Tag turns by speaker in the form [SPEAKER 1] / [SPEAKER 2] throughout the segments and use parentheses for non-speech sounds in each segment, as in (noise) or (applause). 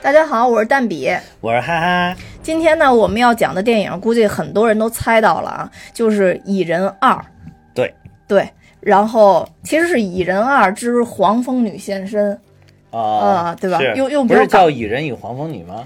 [SPEAKER 1] 大家好，我是蛋比。
[SPEAKER 2] 我是哈哈，
[SPEAKER 1] 今天呢，我们要讲的电影，估计很多人都猜到了啊，就是《蚁人二》。
[SPEAKER 2] 对
[SPEAKER 1] 对，然后其实是《蚁人二之黄蜂女现身》
[SPEAKER 2] 啊、
[SPEAKER 1] 啊对吧
[SPEAKER 2] 是
[SPEAKER 1] 又又
[SPEAKER 2] 不
[SPEAKER 1] 没
[SPEAKER 2] 是
[SPEAKER 1] 有搞
[SPEAKER 2] 叫蚁人与黄蜂女吗？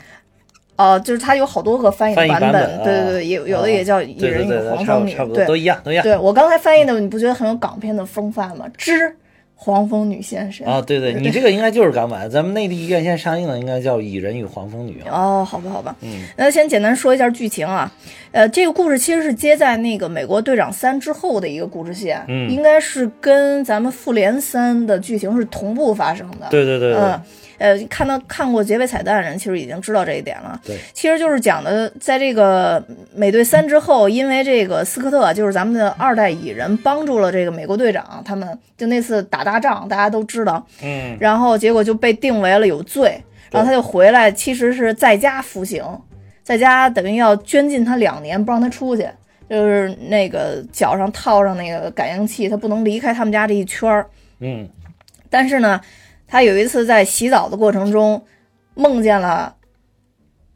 [SPEAKER 1] 呃，就是它有好多个翻译
[SPEAKER 2] 翻译
[SPEAKER 1] 版
[SPEAKER 2] 本，
[SPEAKER 1] 对对
[SPEAKER 2] 啊
[SPEAKER 1] 对，有有的也叫《蚁
[SPEAKER 2] 对对
[SPEAKER 1] 人
[SPEAKER 2] 对
[SPEAKER 1] 与
[SPEAKER 2] 对
[SPEAKER 1] 黄
[SPEAKER 2] 差
[SPEAKER 1] 蜂
[SPEAKER 2] 不多
[SPEAKER 1] 女
[SPEAKER 2] 差》不多
[SPEAKER 1] 对
[SPEAKER 2] 都一样，都一样。
[SPEAKER 1] 对我刚才翻译的，你不觉得很有港片的风范吗？之黄蜂女现身
[SPEAKER 2] 啊，对对，你这个应该就是港版，咱们内地院线上映的应该叫《蚁人与黄蜂女》啊。
[SPEAKER 1] 哦，好吧，好吧，
[SPEAKER 2] 嗯，
[SPEAKER 1] 那先简单说一下剧情啊，呃，这个故事其实是接在那个《美国队长三》之后的一个故事线，
[SPEAKER 2] 嗯
[SPEAKER 1] 应该是跟咱们《复联三》的剧情是同步发生的。
[SPEAKER 2] 对对对对，
[SPEAKER 1] 嗯，呃，看到看过结尾彩蛋的人，其实已经知道这一点了。
[SPEAKER 2] 对，
[SPEAKER 1] 其实就是讲的，在这个美队三之后，因为这个斯科特啊就是咱们的二代蚁人帮助了这个美国队长，他们就那次打大仗，大家都知道，
[SPEAKER 2] 嗯，
[SPEAKER 1] 然后结果就被定为了有罪，然后他就回来，其实是在家服刑，在家等于要监禁他两年，不让他出去，就是那个脚上套上那个感应器，他不能离开他们家这一圈儿。
[SPEAKER 2] 嗯，
[SPEAKER 1] 但是呢，他有一次在洗澡的过程中，梦见了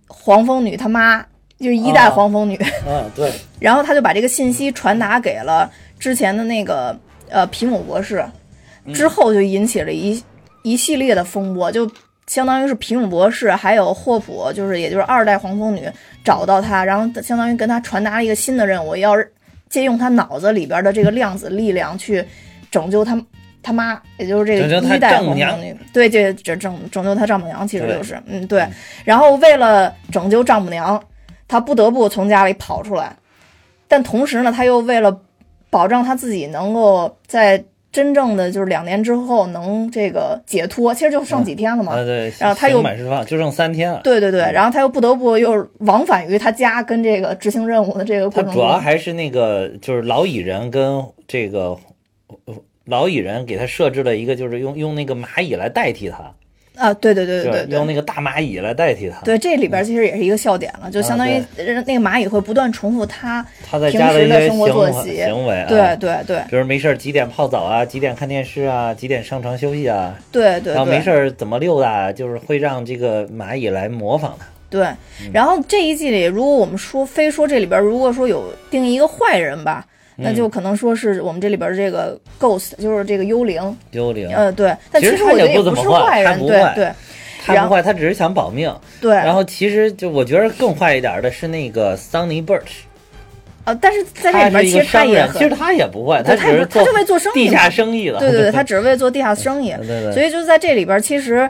[SPEAKER 1] 黄蜂女他妈，就是一代
[SPEAKER 2] 啊
[SPEAKER 1] 黄蜂女，
[SPEAKER 2] 啊，对，
[SPEAKER 1] 然后他就把这个信息传达给了之前的那个呃皮姆博士，之
[SPEAKER 2] 嗯
[SPEAKER 1] 后就引起了一一系列的风波，就相当于是皮姆博士还有霍普，就是也就是二代黄蜂女找到他，然后相当于跟他传达了一个新的任务，要借用他脑子里边的这个量子力量去拯救他。他妈，也就是这
[SPEAKER 2] 拯救
[SPEAKER 1] 个
[SPEAKER 2] 他
[SPEAKER 1] 一代
[SPEAKER 2] 丈
[SPEAKER 1] 黄
[SPEAKER 2] 母
[SPEAKER 1] 蜂
[SPEAKER 2] 娘
[SPEAKER 1] 女，对，这这拯拯救他丈母娘，其实
[SPEAKER 2] 对
[SPEAKER 1] 就是，嗯，对。然后为了拯救丈母娘，他不得不从家里跑出来，但同时呢，他又为了保障他自己能够在真正的就是两年之后能这个解脱，其实就剩几天了嘛。
[SPEAKER 2] 啊对，
[SPEAKER 1] 然后他
[SPEAKER 2] 刑
[SPEAKER 1] 又
[SPEAKER 2] 满释放就剩三天了。
[SPEAKER 1] 对对对，然后他又不得不又往返于他家跟这个执行任务的这个
[SPEAKER 2] 他
[SPEAKER 1] 过程
[SPEAKER 2] 主要
[SPEAKER 1] 中。
[SPEAKER 2] 还是那个就是老蚁人跟这个呃老蚁人给他设置了一个，就是用用那个蚂蚁来代替他，
[SPEAKER 1] 啊，对对对
[SPEAKER 2] 就
[SPEAKER 1] 对
[SPEAKER 2] 是
[SPEAKER 1] 对。
[SPEAKER 2] 用那个大蚂蚁来代替他。
[SPEAKER 1] 对，这里边其实也是一个笑点了，就相当于
[SPEAKER 2] 啊
[SPEAKER 1] 呃那个蚂蚁会不断重复它，
[SPEAKER 2] 他在家的
[SPEAKER 1] 平
[SPEAKER 2] 一
[SPEAKER 1] 时的
[SPEAKER 2] 些
[SPEAKER 1] 生
[SPEAKER 2] 行
[SPEAKER 1] 活作
[SPEAKER 2] 为
[SPEAKER 1] 息
[SPEAKER 2] 行为啊，
[SPEAKER 1] 对对对
[SPEAKER 2] 比如没事儿几点泡澡啊，几点看电视啊，几点上床休息啊，
[SPEAKER 1] 对对
[SPEAKER 2] 然后没
[SPEAKER 1] 对
[SPEAKER 2] 事，儿怎么溜达，啊就是会让这个蚂蚁来模仿它。
[SPEAKER 1] 对。
[SPEAKER 2] 嗯
[SPEAKER 1] 然后这一季里，如果我们说非说这里边如果说有定义一个坏人吧，
[SPEAKER 2] 嗯
[SPEAKER 1] 那就可能说是我们这里边这个 ghost，就是这个幽灵，
[SPEAKER 2] 幽灵，
[SPEAKER 1] 呃，对，但
[SPEAKER 2] 嗯其实
[SPEAKER 1] 实
[SPEAKER 2] 他
[SPEAKER 1] 我觉
[SPEAKER 2] 也
[SPEAKER 1] 得也
[SPEAKER 2] 不怎
[SPEAKER 1] 不
[SPEAKER 2] 么
[SPEAKER 1] 是
[SPEAKER 2] 坏
[SPEAKER 1] 坏
[SPEAKER 2] 他
[SPEAKER 1] 人，
[SPEAKER 2] 不
[SPEAKER 1] 对
[SPEAKER 2] 坏
[SPEAKER 1] 对
[SPEAKER 2] 他不坏，他只是想保命。
[SPEAKER 1] 对。
[SPEAKER 2] 然后其实就我觉得更坏一点儿的是那个桑尼 Birch，
[SPEAKER 1] 呃，但是在这
[SPEAKER 2] 他
[SPEAKER 1] 里边
[SPEAKER 2] 是一
[SPEAKER 1] 其
[SPEAKER 2] 个
[SPEAKER 1] 实他
[SPEAKER 2] 商
[SPEAKER 1] 也
[SPEAKER 2] 人，其
[SPEAKER 1] 很
[SPEAKER 2] 实，他也不坏，
[SPEAKER 1] 对
[SPEAKER 2] 只
[SPEAKER 1] 他也
[SPEAKER 2] 是
[SPEAKER 1] 不他
[SPEAKER 2] 做
[SPEAKER 1] 就为做生意
[SPEAKER 2] 地
[SPEAKER 1] 嘛
[SPEAKER 2] 下生意的。，
[SPEAKER 1] 对对对，他只是为做地下生意
[SPEAKER 2] 对对
[SPEAKER 1] 所以就在这里边其实。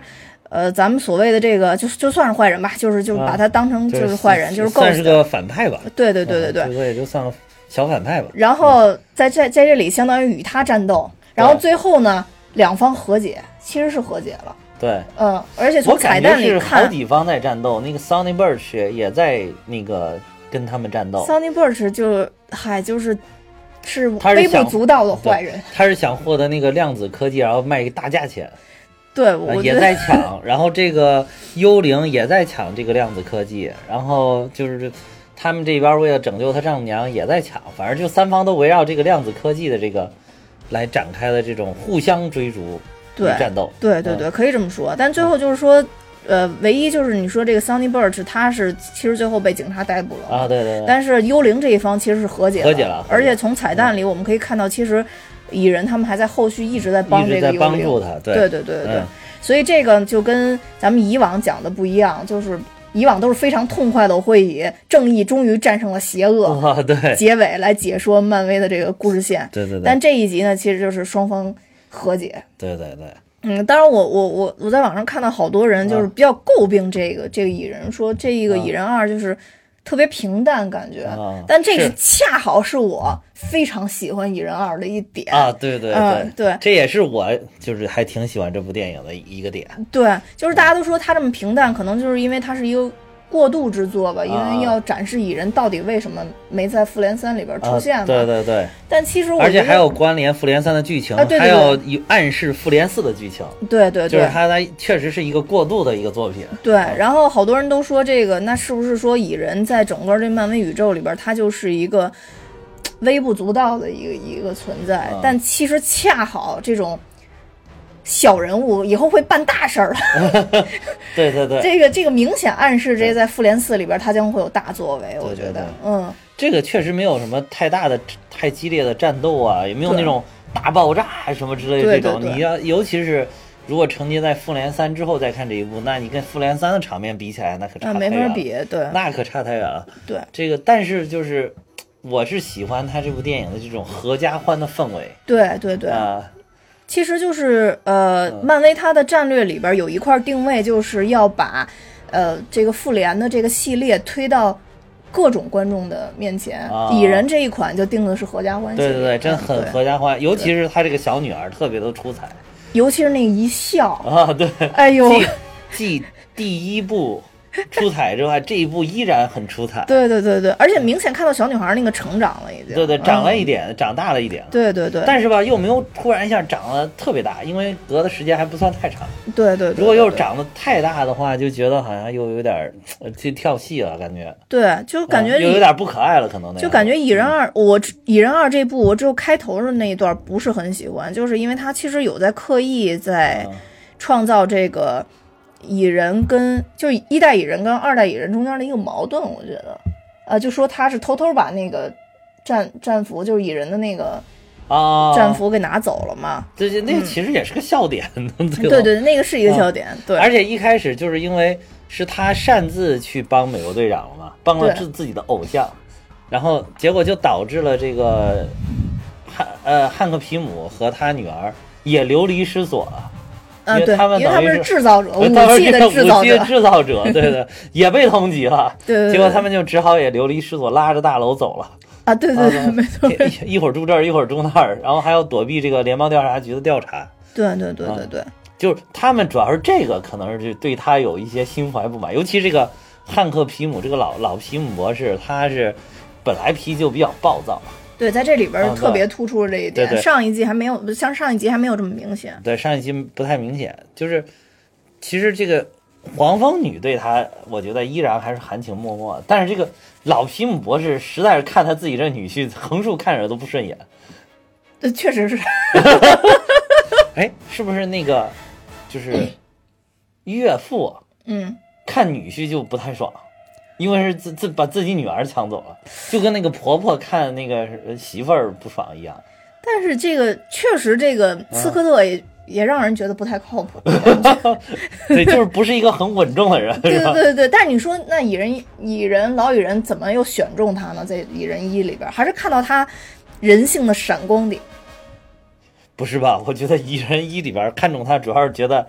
[SPEAKER 1] 呃，咱们所谓的这个，就就算是坏人吧，就是就是把
[SPEAKER 2] 啊
[SPEAKER 1] 他当成就是坏人，就是
[SPEAKER 2] 算是
[SPEAKER 1] ghost，
[SPEAKER 2] 个反派吧。
[SPEAKER 1] 对对对对对
[SPEAKER 2] 嗯。最多也就算个小反派吧。
[SPEAKER 1] 然后在这在这里相当于与他战斗，然后
[SPEAKER 2] 对
[SPEAKER 1] 最后呢，两方和解，其实是和解了，
[SPEAKER 2] 对，
[SPEAKER 1] 嗯，而且从
[SPEAKER 2] 我
[SPEAKER 1] 彩
[SPEAKER 2] 感觉
[SPEAKER 1] 蛋里
[SPEAKER 2] 是好
[SPEAKER 1] 看
[SPEAKER 2] 几方在战斗，那个 Sunny Birch 也在那个跟他们战斗。
[SPEAKER 1] ，Sunny Birch 就嗨就是是
[SPEAKER 2] 他是
[SPEAKER 1] 微不
[SPEAKER 2] 想
[SPEAKER 1] 足道的坏人，
[SPEAKER 2] 他是想获得那个量子科技，然后卖个大价钱，
[SPEAKER 1] 对，
[SPEAKER 2] 呃
[SPEAKER 1] 我觉
[SPEAKER 2] 也
[SPEAKER 1] 得 (laughs)
[SPEAKER 2] 在抢。然后这个幽灵也在抢这个量子科技，然后就是他们这边为了拯救他丈母娘也在抢，反正就三方都围绕这个量子科技的这个来展开了这种互相追逐与
[SPEAKER 1] 对
[SPEAKER 2] 战斗。嗯
[SPEAKER 1] 对对对，可以这么说。但最后就是说，呃，唯一就是你说这个 Sunny Birch，他是其实最后被警察逮捕了嘛
[SPEAKER 2] 啊，对对对，
[SPEAKER 1] 但是幽灵这一方其实是和解
[SPEAKER 2] 和解了和解了
[SPEAKER 1] 而且从彩蛋里我们可以看到，其实蚁人他们还在后续一直在帮
[SPEAKER 2] 一
[SPEAKER 1] 这
[SPEAKER 2] 直
[SPEAKER 1] 个
[SPEAKER 2] 在
[SPEAKER 1] 幽
[SPEAKER 2] 帮
[SPEAKER 1] 灵。
[SPEAKER 2] 助他。对
[SPEAKER 1] 对对对对对
[SPEAKER 2] 嗯
[SPEAKER 1] 所以这个就跟咱们以往讲的不一样，就是以往都是非常痛快的会以正义终于战胜了邪恶、
[SPEAKER 2] 哇，对对
[SPEAKER 1] 结尾来解说漫威的这个故事线。
[SPEAKER 2] (laughs) 对对
[SPEAKER 1] 但这一集呢，其实就是双方和解。
[SPEAKER 2] 对对对，
[SPEAKER 1] (laughs) 嗯，当然我，我我我在网上看到好多人就是比较诟病这个、这个蚁人，说这个
[SPEAKER 2] 啊
[SPEAKER 1] 蚁人二就是特别平淡感觉，
[SPEAKER 2] 啊
[SPEAKER 1] 但这个
[SPEAKER 2] 是
[SPEAKER 1] 恰好是我非常喜欢蚁人二的一点
[SPEAKER 2] 啊，对对
[SPEAKER 1] 嗯
[SPEAKER 2] 对，
[SPEAKER 1] 对
[SPEAKER 2] 这也是我就是还挺喜欢这部电影的一个点。
[SPEAKER 1] 对，就是大家都说他这么平淡，可能就是因为它是一个过渡之作吧，因为
[SPEAKER 2] 啊
[SPEAKER 1] 要展示蚁人到底为什么没在复联三里边出
[SPEAKER 2] 啊，
[SPEAKER 1] 现嘛。
[SPEAKER 2] 对对对，
[SPEAKER 1] 但其实我
[SPEAKER 2] 而且
[SPEAKER 1] 觉得
[SPEAKER 2] 还有关联复联三的剧情，
[SPEAKER 1] 啊对对
[SPEAKER 2] 还有有暗示复联四的剧情，
[SPEAKER 1] 对对对，
[SPEAKER 2] 就是它它确实是一个过渡的一个作品。
[SPEAKER 1] 对，然后好多人都说这个，那是不是说蚁人在整个这漫威宇宙里边，他就是一个嘖微不足道的一个一个存在？
[SPEAKER 2] 啊
[SPEAKER 1] 但其实恰好这种小人物，以后会办大事儿了。
[SPEAKER 2] 对对对，
[SPEAKER 1] (laughs) 这个这个明显暗示，这在复联四里边他将会有大作为，我觉
[SPEAKER 2] 对
[SPEAKER 1] 得
[SPEAKER 2] 对对，
[SPEAKER 1] 嗯，
[SPEAKER 2] 这个确实没有什么太大的、太激烈的战斗啊，也没有
[SPEAKER 1] 对
[SPEAKER 2] 那种大爆炸啊什么之类的这
[SPEAKER 1] 对对
[SPEAKER 2] 种。
[SPEAKER 1] 对
[SPEAKER 2] 你要尤其是如果承接在复联三之后再看这一部，那你跟复联三的场面比起来，那可
[SPEAKER 1] 那
[SPEAKER 2] 差太
[SPEAKER 1] 啊没
[SPEAKER 2] 远
[SPEAKER 1] 法
[SPEAKER 2] 了，
[SPEAKER 1] 比，对
[SPEAKER 2] 那可差太远了。
[SPEAKER 1] 对
[SPEAKER 2] 这个，但是就是我是喜欢他这部电影的这种合家欢的氛围
[SPEAKER 1] 对对对，
[SPEAKER 2] 啊、嗯
[SPEAKER 1] 其实就是呃，漫威它的战略里边有一块定位，就是要把呃这个复联的这个系列推到各种观众的面前。
[SPEAKER 2] 啊
[SPEAKER 1] 蚁人这一款就定的是合家欢系列，
[SPEAKER 2] (laughs)
[SPEAKER 1] 嗯
[SPEAKER 2] 对
[SPEAKER 1] (laughs)
[SPEAKER 2] 对对，真很
[SPEAKER 1] 对
[SPEAKER 2] 合家欢，尤其是他这个小女儿特别的
[SPEAKER 1] (laughs)
[SPEAKER 2] 出彩
[SPEAKER 1] 尤其是那一笑，
[SPEAKER 2] 啊，
[SPEAKER 1] (laughs)
[SPEAKER 2] 对，
[SPEAKER 1] 哎呦，
[SPEAKER 2] 继继第一部出彩之外，这一部依然很出彩。
[SPEAKER 1] 对对对对，而且明显看到小女孩那个成长了，已经
[SPEAKER 2] 嗯对对，长了
[SPEAKER 1] 嗯
[SPEAKER 2] 一点，长大了一点。
[SPEAKER 1] 对对对，
[SPEAKER 2] 但是吧，又没有突然一下长得特别大，因为隔的时间还不算太长。
[SPEAKER 1] 对对对，
[SPEAKER 2] 如果又
[SPEAKER 1] 对
[SPEAKER 2] 是长得太大的话，就觉得好像又有点儿呃去跳戏了，感觉
[SPEAKER 1] 对，就感觉
[SPEAKER 2] 啊又有
[SPEAKER 1] 蚁
[SPEAKER 2] 点儿不可爱了，可能那样
[SPEAKER 1] 就感觉《蚁人二》，
[SPEAKER 2] 嗯
[SPEAKER 1] 我只《蚁人二》这部，我只有开头的那一段不是很喜欢，就是因为他其实有在刻意在
[SPEAKER 2] 嗯
[SPEAKER 1] 创造这个蚁人跟就一代蚁人跟二代蚁人中间的一个矛盾，我觉得，呃，就说他是偷偷把那个战战服，就是蚁人的那个
[SPEAKER 2] 啊，
[SPEAKER 1] 战服给拿走了嘛。
[SPEAKER 2] 对对，那个其实也是个笑点， (laughs) 对
[SPEAKER 1] 对对，那个是一个笑点，对，
[SPEAKER 2] 嗯而且一开始就是因为是他擅自去帮美国队长了嘛，帮了
[SPEAKER 1] 对
[SPEAKER 2] 自自己的偶像，然后结果就导致了这个汉呃汉克皮姆和他女儿也流离失所了。
[SPEAKER 1] 啊
[SPEAKER 2] 因为
[SPEAKER 1] 对，
[SPEAKER 2] 他们
[SPEAKER 1] 因为
[SPEAKER 2] 等
[SPEAKER 1] 他
[SPEAKER 2] 于
[SPEAKER 1] 们是
[SPEAKER 2] 是
[SPEAKER 1] 制造者，哦武
[SPEAKER 2] (laughs) 他们
[SPEAKER 1] 器的
[SPEAKER 2] 这个
[SPEAKER 1] 制造
[SPEAKER 2] 武器
[SPEAKER 1] 者
[SPEAKER 2] 的，制造者，对的，也被通缉了。
[SPEAKER 1] 对对对
[SPEAKER 2] 结果他们就只好也流离失所，拉着大楼走了。
[SPEAKER 1] 啊，对对对， (laughs) 没错，
[SPEAKER 2] (laughs) 一一会儿住这儿，一会儿住那儿，然后还要躲避这个联邦调查局的调查。
[SPEAKER 1] 对对对
[SPEAKER 2] 啊
[SPEAKER 1] 对对，
[SPEAKER 2] 就是他们主要是这个，可能是对他有一些心怀不满，尤其这个汉克皮姆这个老老皮姆博士，他是本来脾气就比较暴躁，
[SPEAKER 1] 对，在这里边
[SPEAKER 2] 啊
[SPEAKER 1] 儿
[SPEAKER 2] 对
[SPEAKER 1] 特别突出了这一点。
[SPEAKER 2] 对对
[SPEAKER 1] 上一季还没有，像上一集还没有这么明显。
[SPEAKER 2] 对上一期不太明显，就是其实这个黄蜂女对他，我觉得依然还是含情脉脉，但是这个老皮姆博士实在是看他自己这女婿，横竖看着都不顺眼，
[SPEAKER 1] 对，确实是，
[SPEAKER 2] 哎，是不是那个就是岳父
[SPEAKER 1] 嗯，
[SPEAKER 2] 看女婿就不太爽，因为是自自把自己女儿抢走了，就跟那个婆婆看那个呃媳妇儿不爽一样。
[SPEAKER 1] 但是这个确实，这个
[SPEAKER 2] 啊
[SPEAKER 1] 斯科特也、也让人觉得不太靠
[SPEAKER 2] (laughs)
[SPEAKER 1] 谱。
[SPEAKER 2] 对，就是不是一个很稳重的
[SPEAKER 1] (laughs)
[SPEAKER 2] 人，
[SPEAKER 1] 对
[SPEAKER 2] 是
[SPEAKER 1] 对
[SPEAKER 2] 吧？
[SPEAKER 1] 对对，但是你说那蚁人蚁人老蚁人怎么又选中他呢？在蚁人一里边儿，还是看到他人性的闪光点。
[SPEAKER 2] 不是吧？我觉得《蚁人一》里边看中他，主要是觉得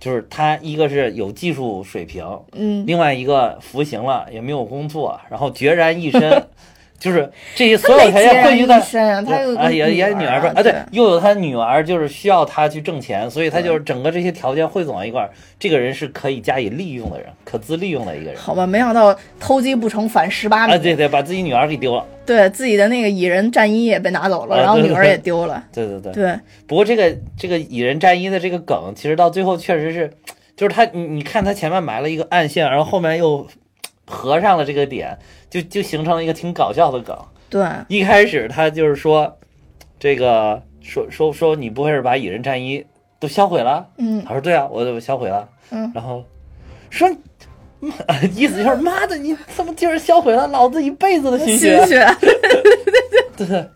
[SPEAKER 2] 就是他一个是有技术水平，
[SPEAKER 1] 嗯，
[SPEAKER 2] 另外一个服刑了也没有工作，然后孑然
[SPEAKER 1] (laughs)
[SPEAKER 2] 一身，就是这些所有
[SPEAKER 1] 没
[SPEAKER 2] 条
[SPEAKER 1] 孑
[SPEAKER 2] 件汇
[SPEAKER 1] 然
[SPEAKER 2] 聚
[SPEAKER 1] 一
[SPEAKER 2] 在。
[SPEAKER 1] 身啊，他有
[SPEAKER 2] 啊，
[SPEAKER 1] 个
[SPEAKER 2] 也也
[SPEAKER 1] 女
[SPEAKER 2] 女
[SPEAKER 1] 儿
[SPEAKER 2] 儿吧，啊，对，又有他女儿，就是需要他去挣钱，所以他就是整个这些条件汇总到一块儿，这个人是可以加以利用的人，可资利用的一个人。
[SPEAKER 1] 好吧，没想到偷鸡不成反蚀把米，
[SPEAKER 2] 啊，对对，把自己女儿给丢了，
[SPEAKER 1] 对自己的那个蚁人战衣也被拿走了，
[SPEAKER 2] 啊
[SPEAKER 1] 然后
[SPEAKER 2] 对对
[SPEAKER 1] 女儿
[SPEAKER 2] 对
[SPEAKER 1] 也丢了，
[SPEAKER 2] 对对对。
[SPEAKER 1] 对。
[SPEAKER 2] 不过这个这个蚁人战衣的这个梗，其实到最后确实是，就是他你你看他前面埋了一个暗线，然后后面又合上了这个点，就就形成了一个挺搞笑的梗。
[SPEAKER 1] 对，
[SPEAKER 2] 一开始他就是说，这个说说说你不会是把蚁人战衣都销毁了？
[SPEAKER 1] 嗯
[SPEAKER 2] 他说对啊，我我销毁了。
[SPEAKER 1] 嗯，
[SPEAKER 2] 然后说，妈， (laughs) 意思就是妈的，你怎么竟然销毁了老子一辈子的心血？
[SPEAKER 1] 血，
[SPEAKER 2] 对 (laughs) 对，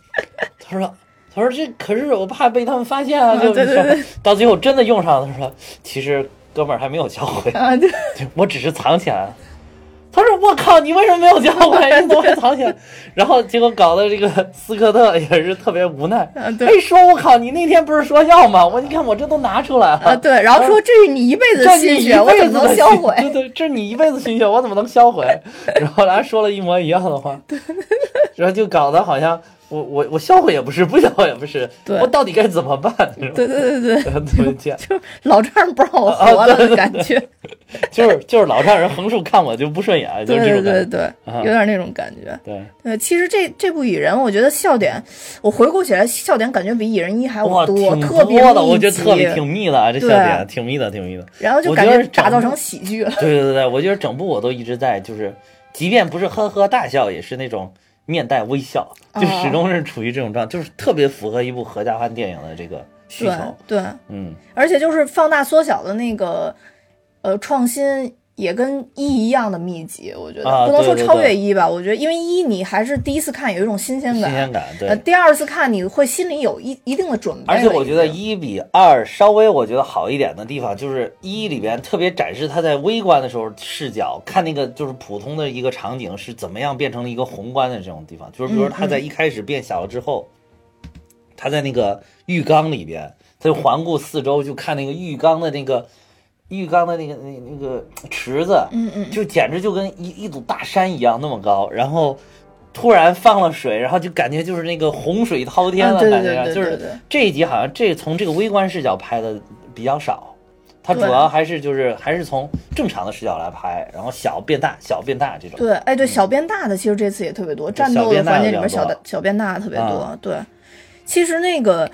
[SPEAKER 2] 他说。他说：“这可是我怕被他们发现啊！”
[SPEAKER 1] 啊
[SPEAKER 2] 就
[SPEAKER 1] 对对
[SPEAKER 2] 说
[SPEAKER 1] 对
[SPEAKER 2] 到最后真的用上了。他说：“其实哥们儿还没有销毁， (laughs)
[SPEAKER 1] 啊，对，
[SPEAKER 2] 我只是藏起来了。”他说：“我靠，你为什么没有销毁？你怎么会藏起来？” (laughs) 然后结果搞得这个斯科特也是特别无奈。
[SPEAKER 1] 啊
[SPEAKER 2] 哎，
[SPEAKER 1] 对，
[SPEAKER 2] 说我靠，你那天不是说要吗？我你看我这都拿出来了
[SPEAKER 1] 啊对，然后说这是你一辈子
[SPEAKER 2] 哎这
[SPEAKER 1] 的
[SPEAKER 2] 你
[SPEAKER 1] 心
[SPEAKER 2] 一
[SPEAKER 1] 血，我
[SPEAKER 2] 辈
[SPEAKER 1] 怎
[SPEAKER 2] 子
[SPEAKER 1] 么能
[SPEAKER 2] 的
[SPEAKER 1] 销
[SPEAKER 2] 心
[SPEAKER 1] 毁？
[SPEAKER 2] 对对，这是你一辈子心血，我怎么能
[SPEAKER 1] (laughs)
[SPEAKER 2] 销毁？然后俩人说了一模一样的话，然后就搞得好像我我我销毁也不是，不销毁也不是，
[SPEAKER 1] 对
[SPEAKER 2] 我到底该怎么办？
[SPEAKER 1] (laughs) 对对对对，
[SPEAKER 2] 特别贱，
[SPEAKER 1] 就老丈人不让
[SPEAKER 2] 啊
[SPEAKER 1] 我活了的感觉，
[SPEAKER 2] 就是就是老丈人横竖看我就不顺眼，就
[SPEAKER 1] 对
[SPEAKER 2] 是这
[SPEAKER 1] 对
[SPEAKER 2] 种
[SPEAKER 1] 对
[SPEAKER 2] 感觉。
[SPEAKER 1] 对，
[SPEAKER 2] 啊
[SPEAKER 1] 有点那种感觉。
[SPEAKER 2] 对，
[SPEAKER 1] 对，其实这这部《蚁人》，我觉得笑点，我回顾起来笑点感觉比《蚁人一》还
[SPEAKER 2] 哇，
[SPEAKER 1] 要
[SPEAKER 2] 挺
[SPEAKER 1] 特别
[SPEAKER 2] 多的，我
[SPEAKER 1] 密
[SPEAKER 2] 觉得特别
[SPEAKER 1] 集
[SPEAKER 2] 挺密的啊，这笑
[SPEAKER 1] 对
[SPEAKER 2] 点挺密的，挺密的。
[SPEAKER 1] 然后就
[SPEAKER 2] 我
[SPEAKER 1] 感
[SPEAKER 2] 觉
[SPEAKER 1] 觉
[SPEAKER 2] 得
[SPEAKER 1] 打
[SPEAKER 2] 整
[SPEAKER 1] 造
[SPEAKER 2] 部
[SPEAKER 1] 成喜剧了。
[SPEAKER 2] 对对对对，我觉得整部我都一直在，就是即便不是呵呵大笑，也是那种面带微笑，就
[SPEAKER 1] 哦
[SPEAKER 2] 始终是处于这种状态，就是特别符合一部合家欢电影的这个需
[SPEAKER 1] 对
[SPEAKER 2] 求。
[SPEAKER 1] 对，
[SPEAKER 2] 嗯，
[SPEAKER 1] 而且就是放大缩小的那个呃创新。也跟一一样的密集，我觉得、
[SPEAKER 2] 啊
[SPEAKER 1] 不能
[SPEAKER 2] 对
[SPEAKER 1] 说
[SPEAKER 2] 对
[SPEAKER 1] 超
[SPEAKER 2] 对
[SPEAKER 1] 越一吧。我觉得，因为一你还是第一次看有一种新鲜
[SPEAKER 2] 新
[SPEAKER 1] 感，
[SPEAKER 2] 鲜感对
[SPEAKER 1] 呃，。第二次看你会心里有一一定的准备了
[SPEAKER 2] 而
[SPEAKER 1] 已
[SPEAKER 2] 且
[SPEAKER 1] 经。
[SPEAKER 2] 我觉得一比二稍微我觉得好一点的地方，就是一里边特别展示他在微观的时候视角，看那个就是普通的一个场景是怎么样变成了一个宏观的这种地方，就是
[SPEAKER 1] 嗯
[SPEAKER 2] 比如说他在一开始变小了之后，他在那个浴缸里边，他就环顾四周，就看那个浴缸的那个浴缸的那个那那个池子，
[SPEAKER 1] 嗯嗯，
[SPEAKER 2] 就简直就跟一一堵大山一样那么高，然后突然放了水，然后就感觉就是那个洪水滔天了，
[SPEAKER 1] 嗯对
[SPEAKER 2] 感觉啊
[SPEAKER 1] 对对
[SPEAKER 2] 就
[SPEAKER 1] 对对
[SPEAKER 2] 是这一集好像这从这个微观视角拍的比较少，它主
[SPEAKER 1] 对
[SPEAKER 2] 要还是就是还是从正常的视角来拍，然后小变大，小变大这种。
[SPEAKER 1] 对，哎，对，小变大的其实这次也特别多，战
[SPEAKER 2] 嗯小
[SPEAKER 1] 斗的
[SPEAKER 2] 变大
[SPEAKER 1] 环节
[SPEAKER 2] 有
[SPEAKER 1] 里
[SPEAKER 2] 点
[SPEAKER 1] 面小
[SPEAKER 2] 多
[SPEAKER 1] 的小变大的特别多。
[SPEAKER 2] 啊
[SPEAKER 1] 对，其实那个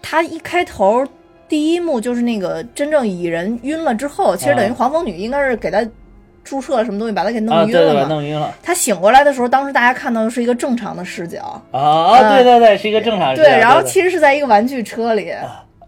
[SPEAKER 1] 他一开头第一幕就是那个真正蚁人晕了之后，其实等于
[SPEAKER 2] 啊
[SPEAKER 1] 黄蜂女应该是给他注射了什么东西，把他给
[SPEAKER 2] 啊，
[SPEAKER 1] 弄晕
[SPEAKER 2] 对对，把
[SPEAKER 1] 了嘛。
[SPEAKER 2] 弄晕了
[SPEAKER 1] 他醒过来的时候，当时大家看到的是一个正常的视角，
[SPEAKER 2] 啊啊！对对对，是一个正常视
[SPEAKER 1] 嗯对，
[SPEAKER 2] 角。
[SPEAKER 1] 然后
[SPEAKER 2] 对
[SPEAKER 1] 其实是在一个玩具车里，